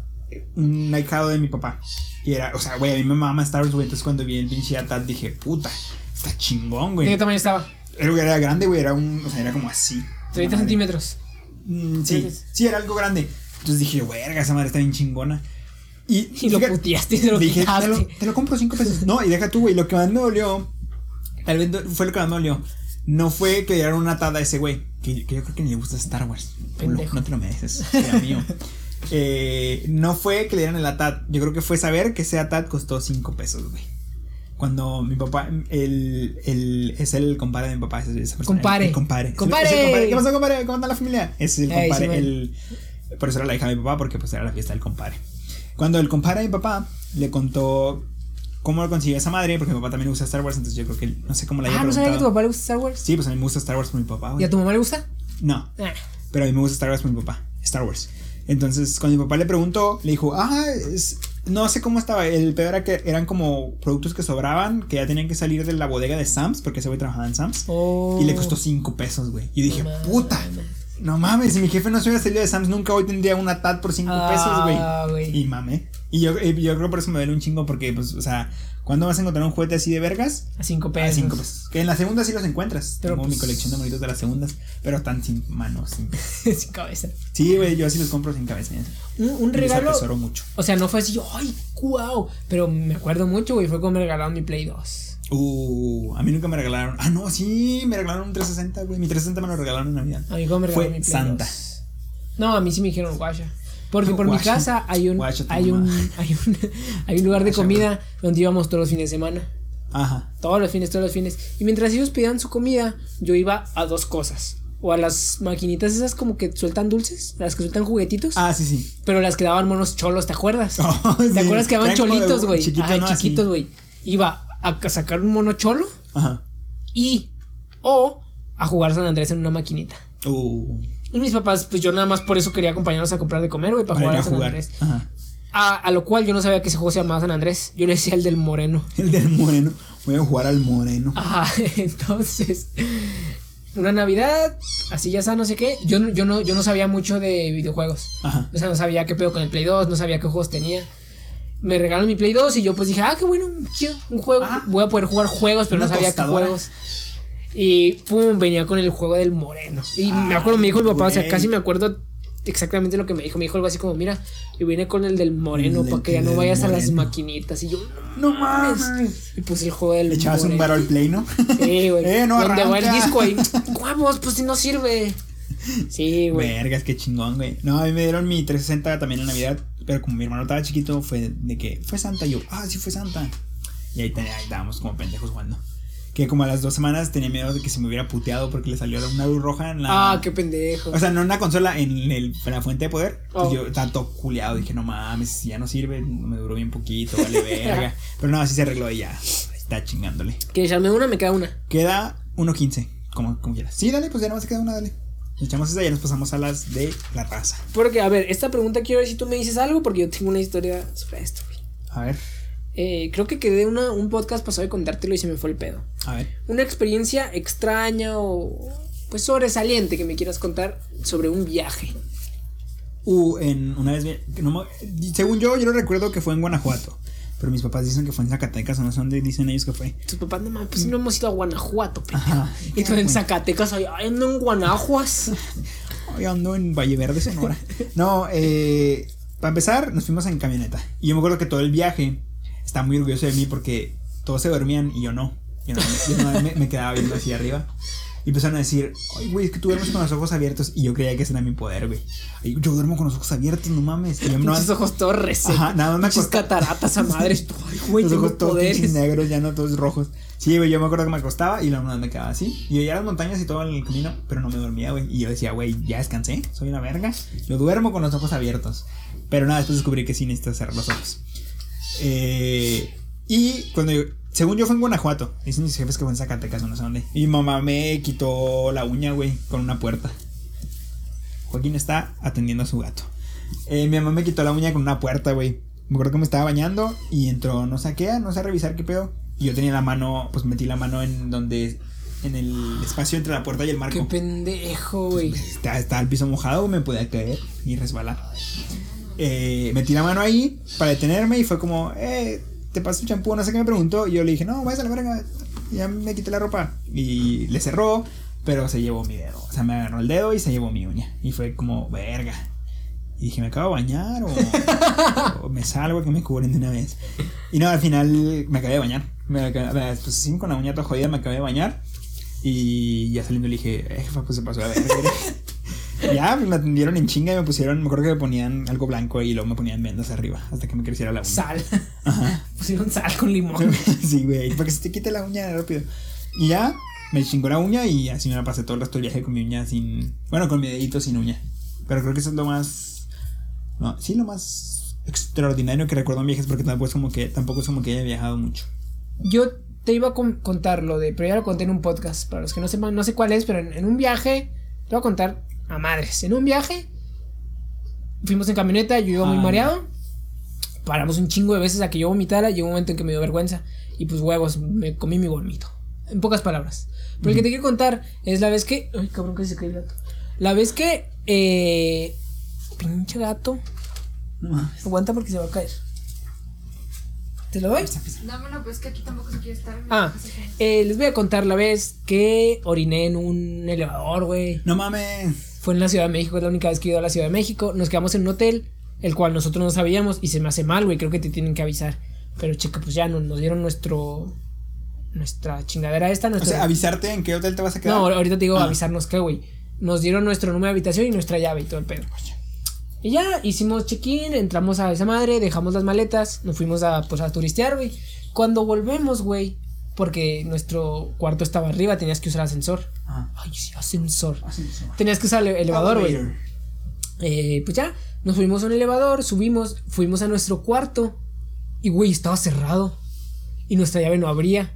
un ahijado de mi papá. Y era, o sea, güey, a mí me mama Star Wars, güey. Entonces, cuando vi el pinche atar, dije, puta, está chingón,
¿De
güey.
qué tamaño estaba?
Era, era grande, güey, era un, o sea, era como así.
30
Madre.
centímetros.
Mm, sí,
Entonces-
sí, era algo grande. Entonces dije, verga, esa madre está bien chingona. Y,
Y lo
fíjate-
puteaste y se lo
Dije, te
quitaste.
lo, te lo compro cinco pesos. No, y deja tú, güey. Lo que más me dolió, tal vez do- fue lo que más me dolió. No fue que le dieron una atada a ese güey, que, que yo creo que ni le gusta Star Wars. Culo,
Pendejo.
no te lo mereces, era mío. Eh, no fue que le dieran el atad. Yo creo que fue saber que ese atad costó cinco pesos, güey. Cuando mi papá, el, el, es el compadre de mi papá. ese- esa persona,
Compare.
el Compare. Es el-
Compare.
es el compare. ¿Qué pasó, compadre? ¿Cómo anda la familia? Ese es el
Ey,
compadre.
Simón.
el, por eso era la hija de mi papá, porque pues era la fiesta del compadre. Cuando el compadre de mi papá le contó cómo lo consiguió esa madre, porque mi papá también le gusta Star Wars, entonces yo creo que él- no sé cómo la haya
Ah, ¿no sabía que
preguntado.
a tu papá le gusta Star Wars?
Sí, pues a mí me gusta Star Wars por mi papá. güey.
¿Y a tu mamá le gusta?
No,
Ah,
pero a mí me gusta Star Wars por mi papá. Star Wars. Entonces, cuando mi papá le preguntó, le dijo, ah, es- no sé cómo estaba. El peor era que eran como productos que sobraban, que ya tenían que salir de la bodega de Sam's, porque ese güey trabajaba en Sam's.
Oh.
Y le costó 5 pesos, güey. Y dije,
No mames.
puta. No mames, si mi jefe no se hubiera salido de Sam's, nunca hoy tendría una TAT por 5
Ah,
pesos, güey.
güey.
Y mame. Y yo, y yo creo por eso me duele un chingo, porque, pues, o sea, ¿cuándo vas a encontrar un juguete así de vergas?
A 5
A
pesos.
5 pesos. Que en la segunda sí los encuentras.
Pero,
Tengo mi
pues-
colección de monitos de las segundas, pero están sin manos. Sin...
sin cabeza.
Sí, güey, yo así los compro sin cabeza. ya sé.
Un, un
Y los
regalo.
atesoro mucho.
O sea, no fue así, ¡ay, guau! Pero me acuerdo mucho, güey. Fue cuando me regalaron mi Play 2.
Uh, a mí nunca me regalaron. Ah, no, sí, me regalaron un 360, güey. Mi 360 me lo regalaron en Navidad.
A mí cuando me
Fue
regalaron mi Play
Santa.
2. No, a mí sí me dijeron guaya. Porque por mi
Guaya.
casa hay un,
Guaya tu
hay, un,
mamá.
hay, un, hay un lugar de
Guaya, güey.
comida donde íbamos todos los fines de semana.
Ajá.
Todos los fines, todos los fines. Y mientras ellos pedían su comida, yo iba a dos cosas. O a las maquinitas esas como que sueltan dulces, las que sueltan juguetitos.
Ah, sí, sí.
Pero las que daban monos cholos, ¿te acuerdas?
Oh,
¿Te
sí.
acuerdas que daban
Eran como de-
cholitos, güey?
chiquito,
Ajá,
¿no? Así.
chiquitos, güey. Iba a ca- sacar un mono cholo
Ajá.
y o a jugar San Andrés en una maquinita.
Uh,
Y mis papás, pues yo nada más por eso quería acompañarnos a comprar de comer, güey, para,
para ir a
jugar a San
jugar.
Andrés.
Ajá.
A, a lo cual yo no sabía que ese juego se llamaba San Andrés. Yo le decía el del moreno.
El del moreno. Voy a jugar al moreno.
Ajá, entonces. Una Navidad, así ya está, no sé qué. Yo, no- yo, no, yo no sabía mucho de videojuegos.
Ajá.
O sea, no sabía qué pedo con el Play 2, no sabía qué juegos tenía. Me regalaron mi Play 2 y yo pues dije, ah, qué bueno, quiero un juego.
Ah.
Voy a poder jugar juegos, pero no
Una
sabía
tostadora.
qué juegos. Y pum, venía con el juego del moreno. Y me acuerdo, me dijo mi papá, o sea,
Ah, güey.
casi me acuerdo exactamente lo que me dijo. Me dijo algo así como, mira, yo vine con el del moreno
El del-
para que ya
el
no
del
vayas a las
moreno.
maquinitas. Y yo, no.
No mames.
Y puse el juego del
Le echabas un
moreno.
varo al play, ¿no?
Sí, güey.
Eh, no
Donde va el
arranca.
disco ahí. Vamos, pues si no sirve. Sí, güey.
Vergas, qué chingón, güey. No, a mí me dieron mi 360 también en Navidad. Pero como mi hermano estaba chiquito, fue de que fue Santa. y Yo, ah, sí, fue Santa. Y ahí, tenía, ahí estábamos como pendejos jugando. Que como a las dos semanas tenía miedo de que se me hubiera puteado porque le salió una luz roja en la.
Ah, qué pendejo.
O sea, no en la consola, en, el- en la fuente de poder. Pues
Oh.
Yo tanto culeado dije, no mames, si ya no sirve, me duró bien poquito, vale verga. Pero no, así se arregló y ya. ahí Está chingándole.
Que echarme una, me queda una.
Queda 1.15, como, como quieras. Sí, dale, pues ya nada más queda una, dale. Nos echamos esa y ya nos pasamos a las de la raza.
Porque, a ver, esta pregunta quiero ver si tú me dices algo, porque yo tengo una historia sobre esto, güey.
A ver,
Eh, creo que quedé una, un podcast pasado de contártelo y se me fue el pedo.
a ver.
Una experiencia extraña o pues sobresaliente que me quieras contar sobre un viaje.
Uh, en una vez, vi- que no me- según yo, yo lo recuerdo que fue en Guanajuato. Pero mis papás dicen que fue en Zacatecas o no sé dónde dicen ellos que fue.
Tus papás, no mames, pues no hemos ido a Guanajuato, pendejo.
Ajá.
Y tú en Zacatecas, ay, ay, no en Guanajuas.
Hoy ando en Valle Verde, Sonora. No, eh, para empezar, nos fuimos en camioneta. Y yo me acuerdo que todo el viaje estaba muy orgulloso de mí porque todos se dormían y yo no. Yo no, yo no me, me quedaba viendo hacia arriba. Y empezaron a decir, ay, güey, es que tú duermes con los ojos abiertos. Y yo creía que ese era mi poder, güey. Ay, Yo duermo con los ojos abiertos, no mames. Y yo no,
Pinches ojos todos resecos.
Ajá, nada más me
Pinches
acostaba.
cataratas a madres. Ay, güey,
los
tengo
ojos todos pinches
poderes.
negros, ya no todos rojos. Sí, güey, yo me acuerdo que me acostaba y la luna me quedaba así. Y veía las montañas y todo en el camino, pero no me dormía, güey. Y yo decía, güey, ya descansé, soy una verga. Yo duermo con los ojos abiertos. Pero nada, después descubrí que sí necesitas cerrar los ojos. Eh, y cuando yo- según yo fue en Guanajuato, dicen mis jefes que fue en Zacatecas, no sé dónde. Y mi mamá me quitó la uña, güey, con una puerta. Joaquín está atendiendo a su gato. Eh, mi mamá me quitó la uña con una puerta, güey. Me acuerdo que me estaba bañando y entró, no sé a qué, no sé a revisar qué pedo. Y yo tenía la mano, pues metí la mano en donde, en el espacio entre la puerta y el marco.
Qué pendejo, güey.
Estaba, estaba el piso mojado, me podía caer y resbalar. Eh, metí la mano ahí para detenerme y fue como, eh, te paso el champú, no sé qué me preguntó. Y yo le dije, no, vayas a la verga, ya me quité la ropa. Y le cerró, pero se llevó mi dedo. O sea, me agarró el dedo y se llevó mi uña. Y fue como, verga. Y dije, ¿me acabo de bañar o, o me salgo a que me cubren de una vez? Y no, al final me acabé de bañar. Me acabé- me- pues sí, con la uña toda jodida me acabé de bañar. Y ya saliendo le dije, eh, jefa, pues se pasó a ver. ya, me atendieron en chinga y me pusieron, me acuerdo que me ponían algo blanco y luego me ponían vendas arriba hasta que me creciera la uña.
Sal. Pusieron sal con limón.
sí, güey, para que se te quite la uña rápido. Y ya, me chingó la uña y así me la pasé todo el resto del viaje con mi uña sin... Bueno, con mi dedito sin uña. Pero creo que eso es lo más... No, sí, lo más extraordinario que recuerdo en viajes porque tampoco es como que, tampoco es como que haya viajado mucho.
Yo te iba a con- contar lo de, pero ya lo conté en un podcast, para los que no sepan, no sé cuál es, pero en, en un viaje, te voy a contar a madres. En un viaje, fuimos en camioneta, yo iba muy
Ah,
mareado, paramos un chingo de veces a que yo vomitara, llegó un momento en que me dio vergüenza, y pues huevos, me comí mi vomito. En pocas palabras. Pero el que te quiero contar es la vez que. Ay, cabrón, que se cae el gato. La vez que. Eh, pinche gato. Aguanta porque se va a caer. ¿Te lo doy?
Dámelo, pues que aquí tampoco se quiere estar.
Ah,
Así que-
eh, les voy a contar la vez que oriné en un elevador, güey.
No mames.
Fue en la Ciudad de México, es la única vez que he ido a la Ciudad de México. Nos quedamos en un hotel, el cual nosotros no sabíamos y se me hace mal, güey. Creo que te tienen que avisar. Pero checa, pues ya no- nos, dieron nuestro. Nuestra chingadera esta,
O
nuestra.
sea, avisarte en qué hotel te vas a quedar.
no, ahorita te digo
Ah.
avisarnos que, güey. Nos dieron nuestro número de habitación y nuestra llave y todo el pedo. Y ya hicimos check-in, entramos a esa madre, dejamos las maletas, nos fuimos a, pues, a turistear, güey. Cuando volvemos, güey, porque nuestro cuarto estaba arriba, tenías que usar ascensor.
Ah,
Ay, Ah, sí, ascensor.
así es.
Tenías que usar el elevador, güey.
Elevator.
Eh, pues ya, nos fuimos a un elevador, subimos, fuimos a nuestro cuarto y, güey, estaba cerrado. Y nuestra llave no abría.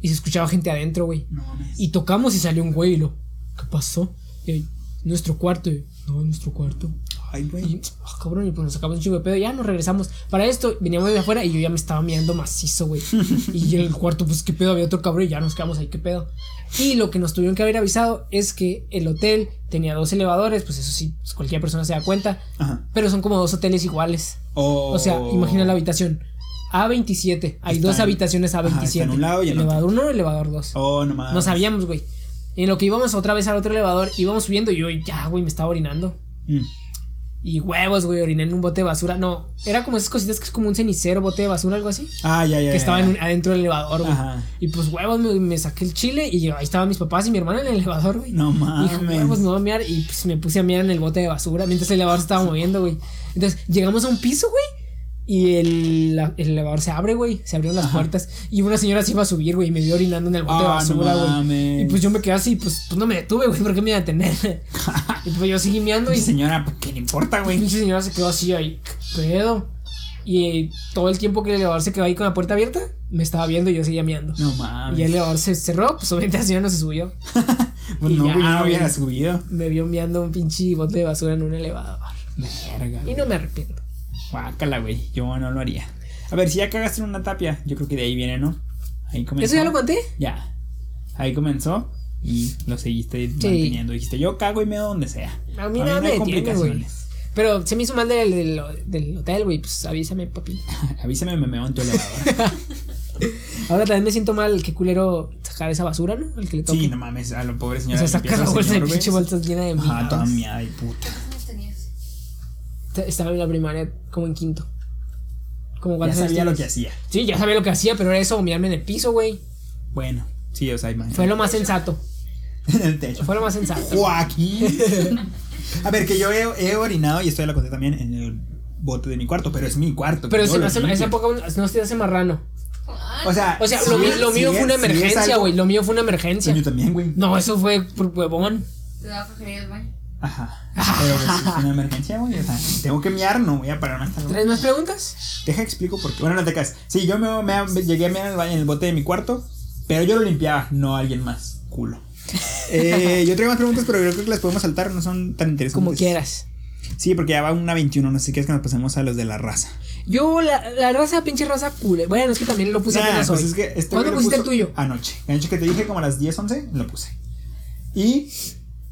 Y se escuchaba gente adentro, güey.
No mames.
Y tocamos y salió un güey y lo, ¿qué pasó? Y yo, nuestro cuarto, y yo, no, nuestro cuarto.
Ay,
Y,
güey.
ah, cabrón, y pues nos sacamos un chingo de pedo, ya nos regresamos. Para esto, veníamos de afuera y yo ya me estaba mirando macizo, güey. Y en el cuarto, pues qué pedo, había otro cabrón y ya nos quedamos ahí, qué pedo. Y lo que nos tuvieron que haber avisado es que el hotel tenía dos elevadores, pues eso sí, pues, cualquier persona se da cuenta.
Ajá.
Pero son como dos hoteles iguales.
O,
O sea,
Oh.
imagina la habitación. A27. Hay
Está
dos
en-
habitaciones
ajá,
A27.
está en un lado y en
elevador 1, elevador 2.
Oh, no mames.
No sabíamos, güey. En lo que íbamos otra vez al otro elevador, íbamos subiendo y yo ya, güey, me estaba orinando.
Mm.
Y huevos, güey, oriné en un bote de basura. No, era como esas cositas que es como un cenicero, bote de basura, algo así.
Ah, ya, ya.
Que estaba en un- adentro del elevador, güey.
Ajá.
Y pues huevos, me, me saqué el chile y yo- ahí estaban mis papás y mi hermana en el elevador, güey.
No
Y dije, huevos,
mames.
me voy a miar. Y pues me puse a mirar en el bote de basura mientras el elevador se estaba moviendo, güey. Entonces llegamos a un piso, güey. Y el, la- el elevador se abre, güey. Se abrieron las puertas. Y una señora se iba a subir, güey. Y me vio orinando en el bote de
Ah, no
basura, güey.
mames.
y pues yo me quedé así, pues, pues no me detuve, güey. ¿Por qué me iba a detener? y pues yo seguí meando y
Oye, señora, ¿por ¿qué le importa,
el
güey?
pinche señora se quedó así ahí, ¿qué pedo? Y eh, todo el tiempo que el elevador se quedó ahí con la puerta abierta, me estaba viendo y yo seguía meando.
No
y el
mames.
elevador se cerró, pues obviamente la señora no se subió.
Pues
y
no,
ya,
güey, no hubiera
güey.
subido.
Me vio meando un pinche bote de basura en un elevador.
Verga.
Y no me arrepiento.
Guácala, güey. Yo no lo haría. A ver, si ya cagaste en una tapia, yo creo que de ahí viene, ¿no? Ahí comenzó.
¿Eso ya lo conté?
Ya. Ahí comenzó y lo seguiste manteniendo. Dijiste, yo cago y meo donde sea.
A mí
Para
nada
no hay
me detiene, güey.
complicaciones.
Pero se me hizo mal del, del, del hotel, güey. Pues avísame, papi.
Avísame, me meo en tu elevador.
Ahora también me siento mal, qué culero sacar esa basura, ¿no? El que le toque.
sí, no mames, a la pobre
o
señora.
sea,
le
saca
empieza
la
el
bolsa de
señor, güey.
pinche bolsas llena de
Ajá, toda
mierdas.
miada y puta.
¿Cuántos años tenías?
Te- Estaba en la primaria como en quinto. Como
Ya
cuántos años
sabía lo que
tenías.
hacía.
Sí, ya sabía lo que hacía, pero era eso, mirarme en el piso, güey.
Bueno, sí, o sea, imagínate.
Fue lo más sensato.
en el techo.
Fue lo más sensato.
Joaquín. A ver, que yo he, he orinado y esto ya lo conté también en el bote de mi cuarto, pero es mi cuarto.
Pero
yo
se me
lo
hace-
limpio.
esa época no se te hace marrano.
Ah,
O sea,
O sea,
sí
lo, mi-
es-
lo mío
sí
fue una
es- sí es
emergencia,
algo-
güey. Lo mío fue una
Yo
emergencia.
también, güey.
No, eso fue por huevón.
Te daba preferir el baño.
Ajá. Pero pues, es una emergencia, güey. O sea, tengo que miar, no voy a pararme hasta luego.
¿Tres más preguntas?
Deja explico por qué. Bueno, no te caes. Sí, yo me, me- llegué a mirar en el, baño- en el bote de mi cuarto, pero yo lo limpiaba, no alguien más. Culo. Eh, yo traigo más preguntas, pero yo creo que las podemos saltar, no son tan interesantes.
Como quieras.
Sí, porque ya va una 21, no sé qué es que nos pasemos a los de la raza.
Yo, la, la raza, pinche raza culé. Bueno, es que también lo puse
Nah,
apenas
pues
hoy.
es que este güey
¿Cuándo
lo
pusiste el
puso
tuyo?
Anoche. La noche que te dije, como a las 10, 11, lo puse. Y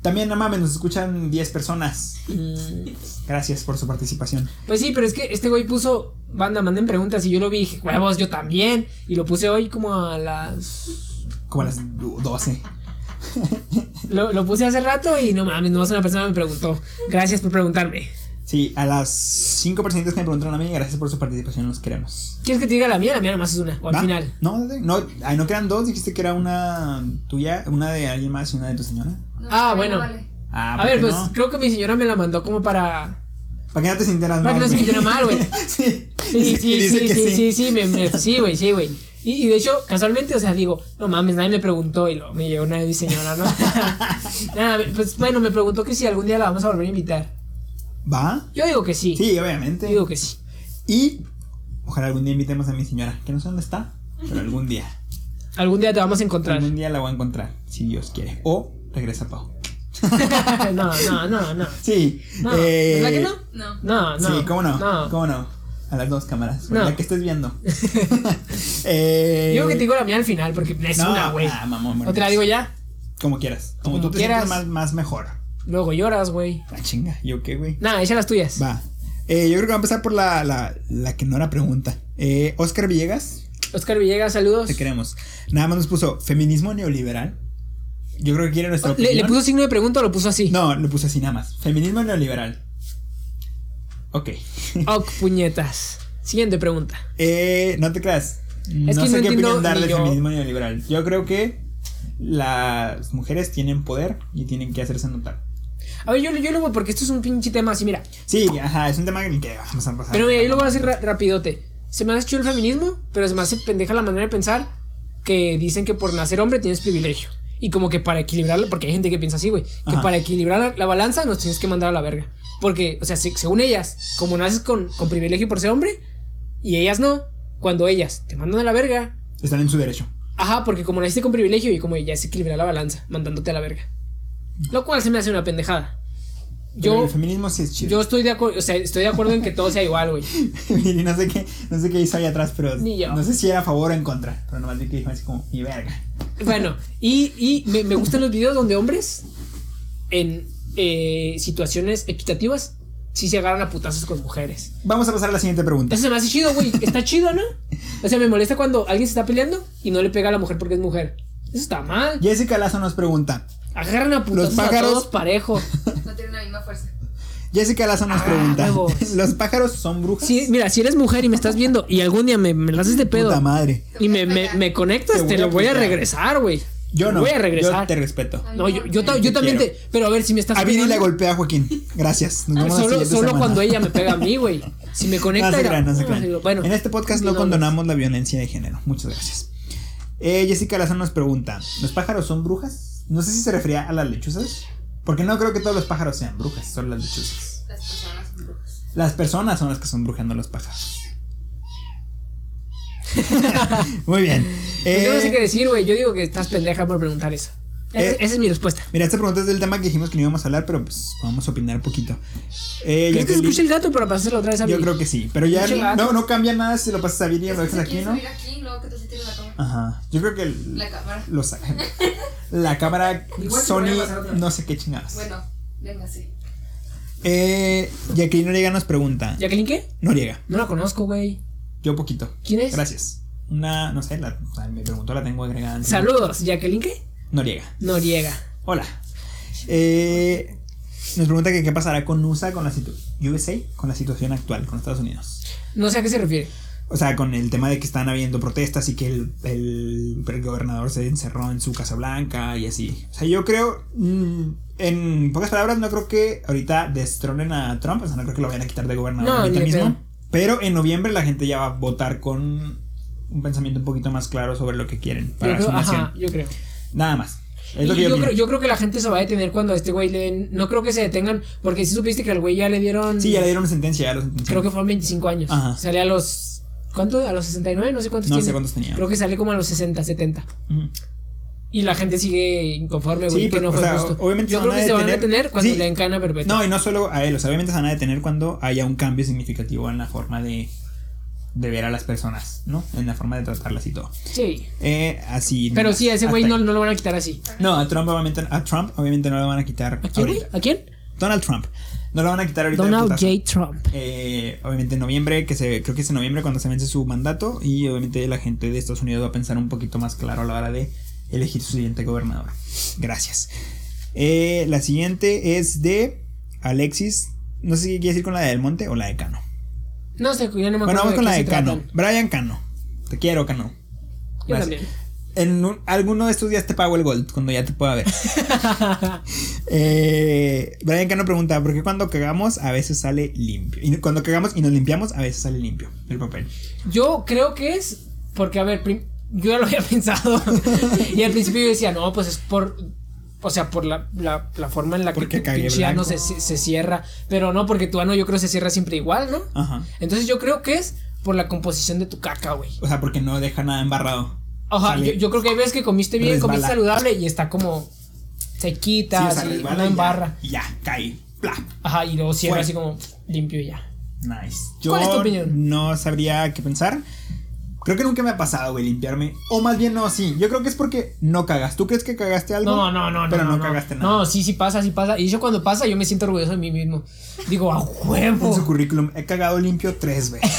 también, no mames, nos escuchan 10 personas.
Mm,
Gracias por su participación.
Pues sí, pero es que este güey puso, banda, manden preguntas y yo lo vi, y dije, huevos, yo también. Y lo puse hoy como a las...
Como a las du- 12.
Lo, lo puse hace rato y no mames, nomás una persona me preguntó. Gracias por preguntarme.
Sí, a las 5 personitas que me preguntaron a mí, gracias por su participación, los queremos.
¿Quieres que te diga la mía? La mía nomás es una, o al
¿Va?
final.
No, dale. no, ay, no que eran dos, dijiste que era una tuya, una de alguien más y una de tu señora.
No,
Ah,
no
bueno.
vale.
Ah,
A
¿por
ver,
qué
pues
no?
creo que mi señora me la mandó como para...
Para que no te sintieras mal.
Para que no se
güey.
sintiera mal, güey.
sí,
Sí, sí,
dice
sí,
que
sí, sí, sí, me- me- sí, güey, sí, güey. Y, y de hecho, casualmente, o sea, digo, no mames, nadie me preguntó y lo, me llegó una de mi señora, ¿no? Nada, pues bueno, me preguntó que si algún día la vamos a volver a invitar.
¿Va?
Yo digo que sí.
Sí, obviamente.
Yo digo que sí.
Y ojalá algún día invitemos a mi señora, que no sé dónde está, pero algún día.
Algún día te vamos a encontrar.
Algún día la voy a encontrar, si Dios quiere. O regresa Pau.
no, no, no, no.
Sí.
No,
eh,
¿verdad que no?
No.
No, no.
Sí, cómo no,
No.
cómo no. A las dos cámaras,
No.
la que estés viendo. eh,
Yo digo que te digo la mía al final porque es
no,
una, güey.
ah, mamón, bueno,
o te la digo ya.
Como quieras. Como,
Como
tú
quieras.
te sientas más, más mejor.
Luego lloras, güey.
La chinga, ¿yo qué, güey?
Nada, echa las tuyas.
Va. Eh, yo creo que va a empezar por la, la, la que no era pregunta. Eh, Oscar Villegas,
Oscar Villegas, saludos.
Te queremos. Nada más nos puso feminismo neoliberal. Yo creo que quiere nuestra
¿Le,
opinión.
le puso signo de pregunta o lo puso así?
No, le puso así nada más. Feminismo neoliberal. Ok.
Ok, puñetas. Siguiente pregunta.
Eh, no te creas.
Es
no
que
sé
no
qué
entiendo
opinión dar
ni
del
yo.
feminismo neoliberal. Yo creo que las mujeres tienen poder y tienen que hacerse notar.
A ver, yo, yo lo voy porque esto es un pinche tema así, mira.
Sí, ajá, es un tema en el que ah, vamos a pasar.
Pero mira, yo lo voy a decir
ah.
ra- rapidote. Se me ha hecho el feminismo, pero se me hace pendeja la manera de pensar que dicen que por nacer hombre tienes privilegio. Y como que para equilibrarlo, porque hay gente que piensa así, güey, que
Ajá.
para equilibrar la, la balanza nos tienes que mandar a la verga. Porque, o sea, se- según ellas, como naces con, con privilegio por ser hombre, y ellas no, cuando ellas te mandan a la verga,
Están en su derecho.
ajá, porque como naciste con privilegio y como ya se equilibra la balanza, mandándote a la verga. Lo cual se me hace una pendejada.
Pero
Yo,
el feminismo sí es chido.
yo estoy de acuerdo, o sea, estoy de acuerdo en que todo sea igual, güey.
Y no sé qué, no sé qué hizo ahí atrás, pero
Ni yo.
no sé si era a favor o en contra. Pero nomás vi que dijo así como, mi verga.
Bueno, y, y me, me gustan los videos donde hombres en eh, situaciones equitativas sí se agarran a putazos con mujeres.
Vamos a pasar a la siguiente pregunta.
Eso se me hace chido, güey. Está chido, ¿no? O sea, me molesta cuando alguien se está peleando y no le pega a la mujer porque es mujer. Eso está mal.
Jessica Lazo nos pregunta.
Agarran a putazos
pájaros-
a todos parejo.
No tienen la misma fuerza.
Jessica Lazo nos
Ah,
pregunta.
huevos.
¿Los pájaros son brujas?
Sí, mira, si eres mujer y me estás viendo y algún día me, me la haces de
Puta
pedo
madre.
y me, me- me
Te
conectas, te,
voy
lo
a
voy a
putear.
regresar, güey.
Yo
Te
no.
Voy a regresar.
Yo te respeto.
No, yo, yo, ta- yo
Te
también
quiero.
te. Pero a ver, si me estás.
A Viri
peleando-
la golpea a Joaquín. Gracias. Nos vemos la
solo
siguiente
solo
semana.
cuando ella me pega a mí, güey. Si me conecta.
No se
era-
crean, no se crean.
digo, Bueno,
en este podcast no
continuamos.
condonamos la violencia de género. Muchas gracias. Eh, Jessica Lazo nos pregunta: ¿Los pájaros son brujas? No sé si se refería a las lechuzas. Porque no creo que todos los pájaros sean brujas, son las lechuzas.
Las personas son brujas.
Las personas son las que son brujas, no los pájaros. Muy bien.
Pues yo no sé
Eh,
qué decir, güey. Yo digo que estás pendeja por preguntar eso.
Eh.
Esa- esa es mi respuesta.
Mira, esta pregunta es del tema que dijimos que no íbamos a hablar, pero pues vamos a opinar un poquito. Eh,
¿Crees que se
Jacqueline-
escuche el gato para pasarlo otra vez a mí?
Yo creo que sí, pero ya
Escucha el gato.
no, no cambia nada si lo pasas a Viri o lo
Es
dejas
que se
aquí,
quiere
¿no?
subir aquí, luego que te sientes en la cama.
Ajá. Yo creo que el-
La cámara.
lo saca. La cámara
Igual se
Sony,
puede pasar otra.
no sé qué chingadas.
Bueno, venga, sí.
Eh, Jacqueline Noriega nos pregunta.
¿Jacqueline qué?
Noriega,
No la conozco, güey.
yo poquito.
¿Quién es?
Gracias. Una, no sé, la, o sea, me preguntó, la tengo agregada. en-
Saludos, ¿Jacqueline qué?
Noriega.
Noriega.
Hola. Eh, nos pregunta que qué pasará con USA, con la situ- USA, con la situación actual, con Estados Unidos.
No sé a qué se refiere.
O sea, con el tema de que están habiendo protestas y que el, el- el gobernador se encerró en su casa blanca y así. O sea, yo creo, mm, en pocas palabras, no creo que ahorita destronen a Trump, o sea, no creo que lo vayan a quitar de gobernador
No,
ahorita
ni de
mismo.
pedo.
Pero en noviembre la gente ya va a votar con un pensamiento un poquito más claro sobre lo que quieren
Yo
para
creo,
su nación.
ajá, yo creo.
Nada más. Es lo
Y
que yo
yo,
opino.
creo, yo creo que la gente se va a detener cuando a este güey le den. No creo que se detengan, porque si supiste que al güey ya le dieron.
Sí, ya le dieron una sentencia, ya lo
Mm. Creo
sentenciaron.
que fueron 25 años.
Ajá.
Sale a los. ¿Cuánto? A los 69, no sé cuántos
No
tiene.
sé cuántos tenía.
Creo que sale como a los 60, 70.
Ujú.
Y la gente sigue inconforme, güey,
Sí,
que
pero,
no
o
fue
sea,
justo.
obviamente
Yo
se
creo
van
que
a
se van a
detener.
detener cuando
Sí.
le den cadena perpetua.
No, y no solo a él, o sea, obviamente se van a detener cuando haya un cambio significativo en la forma de, de ver a las personas, ¿no? En la forma de tratarlas y todo.
Sí.
Eh, así.
Pero sí, a ese güey
hasta
no,
ahí.
no lo van a quitar así.
No, a Trump obviamente, a Trump obviamente no lo van a quitar
¿A quién, güey?
ahorita.
¿A quién?
Donald Trump. No lo van a quitar ahorita. de
Donald
putazo.
J. Trump.
Eh, obviamente en noviembre, que se, creo que es en noviembre cuando se vence su mandato y obviamente la gente de Estados Unidos va a pensar un poquito más claro a la hora de elegir su siguiente gobernador. Gracias. Eh, la siguiente es de Alexis, no sé si quiere decir con la de Del Monte o la de Cano.
No sé, yo no me acuerdo.
Bueno, vamos con
qué
la
se
de Cano.
tratan.
Brian Cano. Te quiero, Cano.
Yo
Gracias.
también.
En un- alguno de estos días te pago el gold cuando ya te pueda ver. Eh, Brian Cano pregunta, ¿por qué cuando cagamos a veces sale limpio? Y cuando cagamos y nos limpiamos a veces sale limpio el papel.
Yo creo que es porque, a ver, prim- yo ya lo había pensado. y al principio yo decía, no, pues es por. O sea, por la, la, la forma en la que
Porque
tu
cagué
pinche ano
blanco.
se, se cierra. Pero no, porque tu ano yo creo que se cierra siempre igual, ¿no?
Ajá.
Entonces yo creo que es por la composición de tu caca, güey.
O sea, porque no deja nada embarrado.
Ajá,
Sale-
yo, yo creo que hay veces que comiste bien,
Resbala.
comiste saludable y está como
Sí, o
sequita,
sea,
así,
resbala
Ah, no
y ya-
embarra.
y Ya, cae. Pla.
Ajá, y luego cierra
Fuera.
así como limpio y ya.
Nice. Yo
¿Cuál es tu opinión?
no sabría qué pensar. Creo que nunca me ha pasado, güey, limpiarme. O más bien no, sí. Yo creo que es porque no cagas. ¿Tú crees que cagaste algo?
No, no, no, no.
Pero no,
no.
cagaste nada.
No, sí, sí pasa, sí pasa. Y yo cuando pasa, yo me siento orgulloso de mí mismo. Digo, a
En su
huevo.
currículum he cagado limpio tres veces.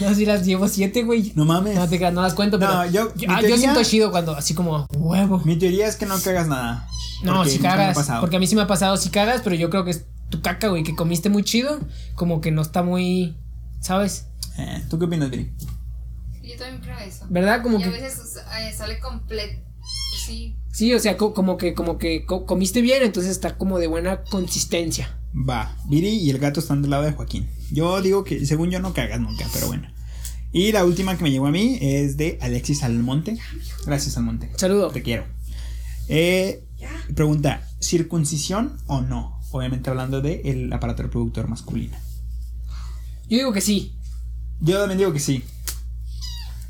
No, si las llevo siete, güey.
No mames.
No te creas, no las cuento,
No,
pero.
yo- mi
ah, yo
teoría-
siento chido cuando, así como, a huevo.
Mi teoría es que no cagas nada.
No,
Porque
si
nunca me ha
cagas.
pasado.
Porque a mí sí me ha pasado si cagas, pero yo creo que es tu caca, güey, que comiste muy chido, como que no está muy. ¿Sabes?
Eh, ¿Tú qué opinas, Viri?
Yo también creo eso.
¿Verdad? Como
y a
que.
veces eh, sale completo. Pues Sí.
Sí, o sea, co- como que, como que co- comiste bien, entonces está como de buena consistencia.
Va, Viri y el gato están del lado de Joaquín. Yo digo que, según yo, no cagas nunca, pero bueno. Y la última que me llegó a mí es de Alexis Almonte. Gracias, Almonte.
Saludo.
Te quiero. Eh, pregunta, ¿circuncisión o no? Obviamente hablando del el aparato reproductor masculino.
Yo digo que sí.
Yo también digo que sí.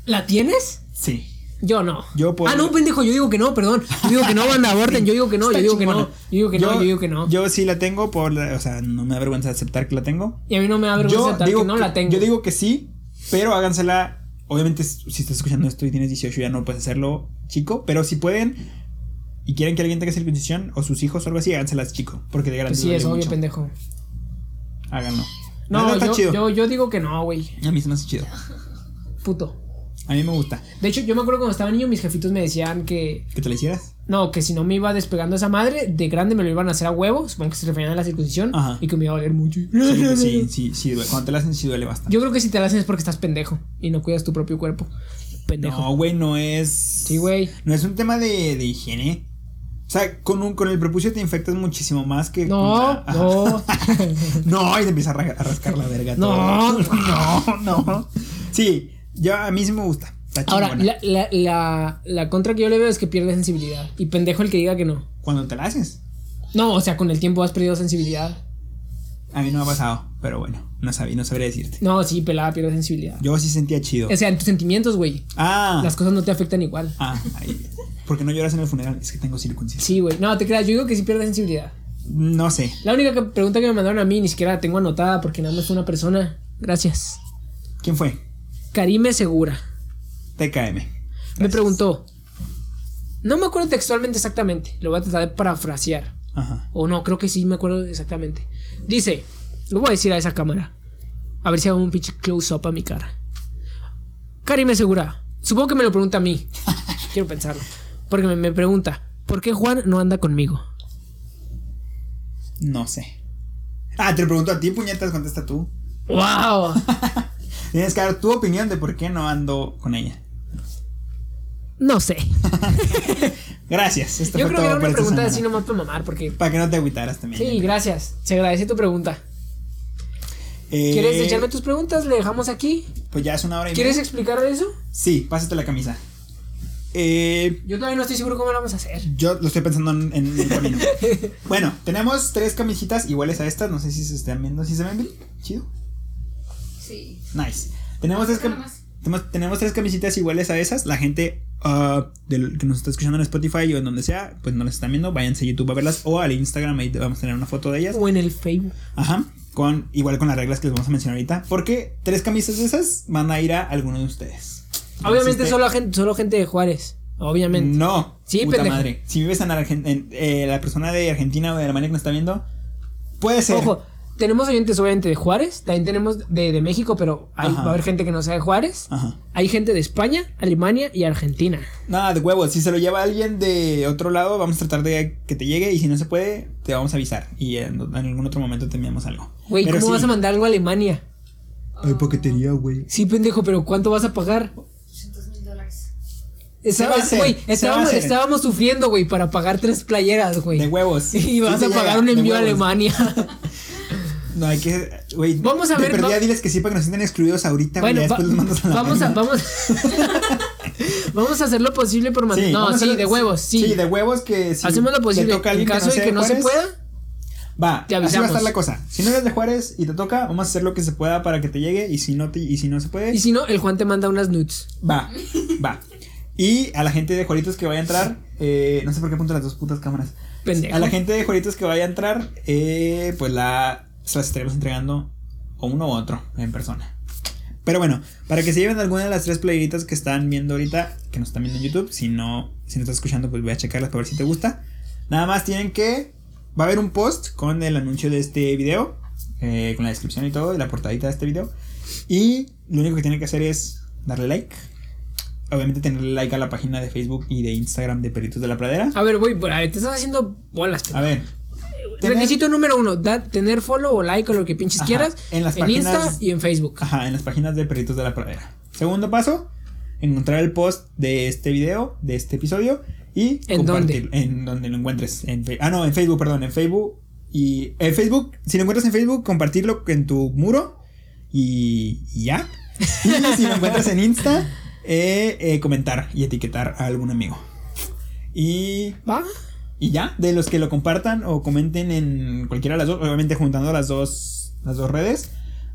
¿La tienes?
Sí.
Yo no.
Yo puedo-
Ah, no, pendejo, yo digo que no, perdón. Yo digo que no, banda, aborten. Yo digo que no, yo
Está
digo que no.
chingona.
Yo digo que no, yo digo que no.
Yo sí la tengo por... la- o sea, no me da vergüenza aceptar que la tengo.
Y a mí no me da vergüenza
Yo
aceptar
digo,
que no
que,
la tengo.
yo digo que sí, pero hágansela. Obviamente, si estás escuchando esto y tienes 18, ya no puedes hacerlo chico, pero si pueden y quieren que alguien tenga circuncisión o sus hijos o algo así, háganselas chico, porque de
Pues
garantía
sí, es
duele
obvio,
mucho.
pendejo.
Háganlo.
No,
Neta, está
yo,
chido.
yo, yo digo que no, güey.
A mí se me hace chido.
Puto.
A mí me gusta.
De hecho, yo me acuerdo cuando estaba niño, mis jefitos me decían que.
¿Que te la hicieras?
No, que si no me iba despegando esa madre, de grande me lo iban a hacer a huevo. Supongo que se referían a la circuncisión.
Ajá.
Y que me iba a doler mucho.
Sí, pues sí, sí, sí, duele. Cuando te la hacen, sí duele bastante.
Yo creo que si te la hacen es porque estás pendejo y no cuidas tu propio cuerpo. Pendejo.
No, güey, no es. Sí,
güey.
No es un tema de, de higiene. O sea, con, un, con el prepucio te infectas muchísimo más que. con
No,
la- Ajá.
no.
No, y te empieza a, ra- a rascar la verga.
No.
todo. no, no. Sí, yo a mí sí me gusta. Está
Ahora,
chingona.
la, la, la, la contra que yo le veo es que pierde sensibilidad. Y pendejo el que diga que no.
Cuando te la haces.
No, o sea, con el tiempo has perdido sensibilidad.
A mí no me ha pasado, pero bueno, no sabía, no sabría decirte.
No, sí, pelada, pierde sensibilidad.
Yo sí sentía chido.
O sea, en tus sentimientos, güey.
Ah,
Las cosas no te afectan igual.
ah, ahí. ¿Por qué no lloras en el funeral? Es que tengo circuncisión.
Sí, güey. No, te creas, yo digo que sí pierde sensibilidad.
No sé.
La única que- pregunta que me mandaron a mí ni siquiera la tengo anotada porque nada más fue una persona. Gracias.
¿Quién fue?
Karime Segura.
TKM.
Me preguntó. No me acuerdo textualmente exactamente. Lo voy a tratar de parafrasear.
Ajá.
O no, creo que sí me acuerdo exactamente. Dice, lo voy a decir a esa cámara. A ver si hago un pinche close-up a mi cara. Cari me asegura. Supongo que me lo pregunta a mí. Quiero pensarlo. Porque me, me pregunta, ¿por qué Juan no anda conmigo?
No sé. Ah, te lo pregunto a ti, puñetas, contesta tú.
¡Wow!
Tienes que dar tu opinión de por qué no ando con ella.
No sé.
Gracias. Esto
Yo
fue
creo que
todo
era
por
una
esta
pregunta
semana.
así nomás para mamar, porque...
Para que no te agüitaras también.
Sí, gracias. Se agradece tu pregunta.
Eh,
¿Quieres echarme tus preguntas? ¿Le dejamos aquí?
Pues ya es una hora y
¿Quieres e-
media.
explicar eso?
Sí, pásate la camisa. Eh,
Yo todavía no estoy seguro cómo lo vamos a hacer.
yo lo estoy pensando en, en el camino. bueno, tenemos tres camisetas iguales a estas. No sé si se están viendo. ¿Sí se ven bien? Chido.
Sí.
Nice. Tenemos tres, cam-
Nomás.
tenemos, tenemos tres camisetas iguales a esas. La gente ah, del, que nos está escuchando en Spotify o en donde sea, pues no las están viendo. Váyanse a YouTube a verlas o al Instagram. Ahí te- vamos a tener una foto de ellas.
O en el Facebook.
Ajá. Con, igual con las reglas que les vamos a mencionar ahorita. Porque tres camisas de esas van a ir a alguno de ustedes.
Obviamente
Entonces,
solo gente, solo gente de Juárez. Obviamente.
No.
Sí,
puta
pendejo.
madre. Si vives en, Argen- en, eh, la persona de Argentina o de Alemania que nos está viendo, puede ser.
Ojo, tenemos oyentes obviamente de Juárez, también tenemos de, de México, pero hay-
Ajá. Ah.
va a haber gente que no sea de Juárez.
Ajá.
Hay gente de España, Alemania y Argentina.
Nada, de huevos. Si se lo lleva alguien de otro lado, vamos a tratar de que te llegue. Y si no se puede, te vamos a avisar. Y en, en algún otro momento te enviamos algo.
Güey,
Pero sí.
¿cómo vas a mandar algo a Alemania?
Ay, paquetería, güey.
Sí, pendejo, pero ¿cuánto vas a pagar?
800 mil dólares.
Estaba-
va a hacer,
güey,
se va a
estábamos,
hacer.
estábamos sufriendo, güey, para pagar tres playeras, güey.
De huevos.
Y vas
Sí
a
te
pagar
llega,
un
de
envío a
huevos.
Alemania.
No, hay que. Güey,
Vamos a
de
ver,
perdida,
va-
diles que sí para que nos sientan excluidos ahorita, güey. ya
bueno, va-
después los pues, mandas a la
vamos a,
verga.
vamos, vamos a hacer lo posible por mandar.
Sí, vamos
no,
a
sí,
hacer-
de huevos, sí.
Sí, de huevos que si
Hacemos lo
te
posible.
toca
En
alguien
caso de
sea
que no se
Juárez,
pueda,
Va,
te
así va a estar
avisamos.
la cosa. Si no eres de Juárez y te toca, vamos a hacer lo que se pueda para que te llegue. Y si no, te- y si no se puede,
y si no, el Juan te manda unas nudes.
Va, va. Y a la gente de Juaritos que vaya a entrar, eh, no sé por qué apunto las dos putas cámaras.
Pendejo.
A la gente de Juaritos que vaya a entrar, eh, pues la, se las estaremos entregando o uno u otro en persona. Pero bueno, para que se lleven alguna de las tres playeritas que están viendo ahorita, que nos están viendo en YouTube, si no, si no estás escuchando, pues voy a checarlas para ver si te gusta. Nada más tienen que. Va a haber un post con el anuncio de este video, eh, con la descripción y todo, y la portadita de este video. Y lo único que tienen que hacer es darle like. Obviamente tenerle like a la página de Facebook y de Instagram de Peritos de la Pradera.
A ver, güey, por- a ver, te estás haciendo bolas.
A ver. tener-
Requisito número uno, da- tener follow o like o lo que pinches
Ajá,
quieras
en
en,
las páginas-
Insta y en Facebook.
Ajá, en las páginas de Perritos de la Pradera. Segundo paso, encontrar el post de este video, de este episodio y
¿En
compartirlo. En donde lo encuentres. En fe- ah, no, en Facebook, perdón, en Facebook. Y en Facebook, si lo encuentras en Facebook, compartirlo en tu muro y, y ya. Y si lo encuentras en Insta, eh, eh, comentar y etiquetar a algún amigo. Y
¿Va?
y ya, de los que lo compartan o comenten en cualquiera de las dos, obviamente juntando las dos, las dos redes,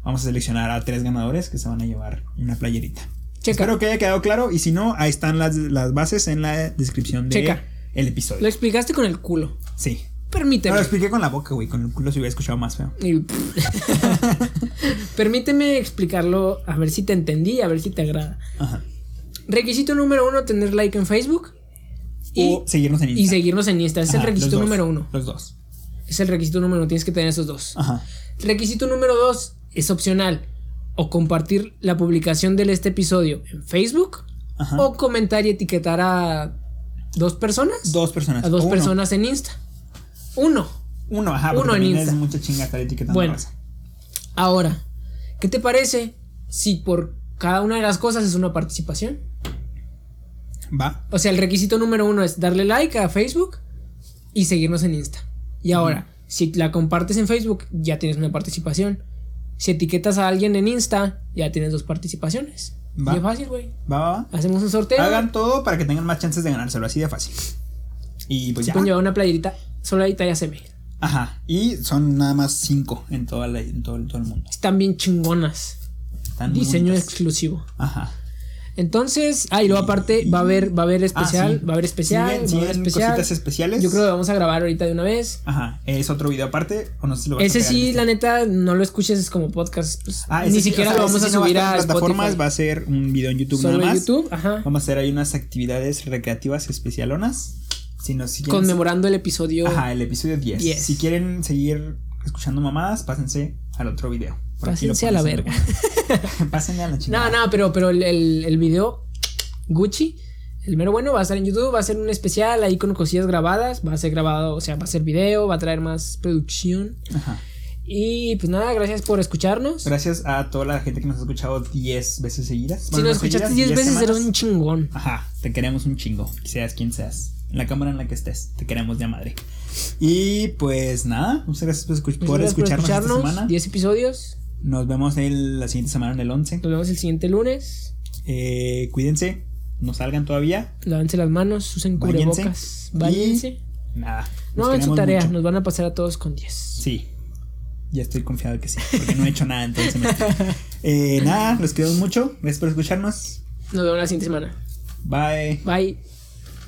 vamos a seleccionar a tres ganadores que se van a llevar una playerita.
Checa.
Espero que haya quedado claro y si no, ahí están las, las bases en la descripción del
Checa.
el
Lo
episodio.
explicaste con el culo.
Sí. No,
Permíteme.
lo expliqué con la boca, güey, con el culo se hubiera escuchado más feo.
Y- Permíteme explicarlo a ver si te entendí, a ver si te agrada.
Ajá.
Requisito número uno, tener like en Facebook y,
o seguirnos en Instagram.
y seguirnos en Insta. Es el
Ajá,
requisito
los dos,
número uno.
Los dos.
Es el requisito número uno, tienes que tener esos dos.
Ajá.
Requisito número dos es opcional. O compartir la publicación de este episodio en Facebook.
Ajá.
O comentar y etiquetar a dos personas.
Dos personas.
A dos
o uno.
personas en Insta. Uno.
Uno, ajá. porque
Uno en
también
Insta.
Es mucha chinga estar etiquetando
Bueno.
raza.
Ahora, ¿qué te parece si por cada una de las cosas es una participación?
Va.
O sea, el requisito número uno es darle like a Facebook y seguirnos en Insta. Y ahora, si la compartes en Facebook, ya tienes una participación. Si etiquetas a alguien en Insta, ya tienes dos participaciones.
Va.
Y es fácil, güey.
Va, va, va.
Hacemos un sorteo.
Hagan todo para que tengan más chances de ganárselo, así de fácil. Y pues
Se
ya.
pueden llevar una playerita solo ahí talla CB.
Ajá. Y son nada más cinco en, toda la- en todo, el- todo el mundo.
Están bien chingonas.
Están muy
Diseño
bonitas.
exclusivo.
Ajá.
Entonces, ah, y luego aparte va a haber, va a haber especial,
Ah, sí.
va a haber especial,
Siguen-
va a haber
siguen
especial.
cositas especiales.
Yo creo que vamos a grabar ahorita de una vez.
Ajá. Es otro video aparte. O no sé si lo vas a
Ese
pegar en
sí,
este?
la neta, no lo escuches es como podcast. pues,
Ah, ese
ni
sí,
siquiera
o sea,
lo vamos
ese
a
sí no va
subir
estar
a
en plataformas.
Spotify.
Va a ser un video en YouTube
Solo
nada
en
más.
YouTube, ajá.
Vamos a hacer ahí unas actividades recreativas especialonas. Si nos siguen.
Conmemorando el episodio.
Ajá, el episodio 10.
10.
Si quieren seguir escuchando mamadas, pásense al otro video. Por aquí lo
Pásense a la
pones en
verga.
el- Pásenle a la chingada.
No, no, pero, pero el, el- el video Gucci, el mero bueno, va a estar en YouTube, va a ser un especial ahí con cosillas grabadas, va a ser grabado, o sea, va a ser video, va a traer más producción.
Ajá.
Y pues nada, gracias por escucharnos.
Gracias a toda la gente que nos ha escuchado 10 veces seguidas.
si
Bueno,
nos
no
escuchaste
seguidas,
10 veces, eres
semanas.
un chingón.
Ajá, te queremos un chingo, seas quien seas. En la cámara en la que estés, te queremos de a madre. Y pues nada, muchas gracias por, escu- por
Gracias
escucharnos esta semana.
10 episodios.
Nos vemos el- la siguiente semana en el 11.
Nos vemos el siguiente lunes.
Eh, cuídense, no salgan todavía,
Lávense las manos, usen
Báñense.
cubrebocas.
Y-
Báñense.
nada.
No
nos
hagan su
queremos
tarea,
mucho.
nos van a pasar a todos con 10.
Sí. Ya estoy confiado que sí, porque no he hecho nada en todo el semestre. Eh, nada, los queremos mucho. Gracias por escucharnos.
Nos vemos la siguiente semana.
Bye.
Bye.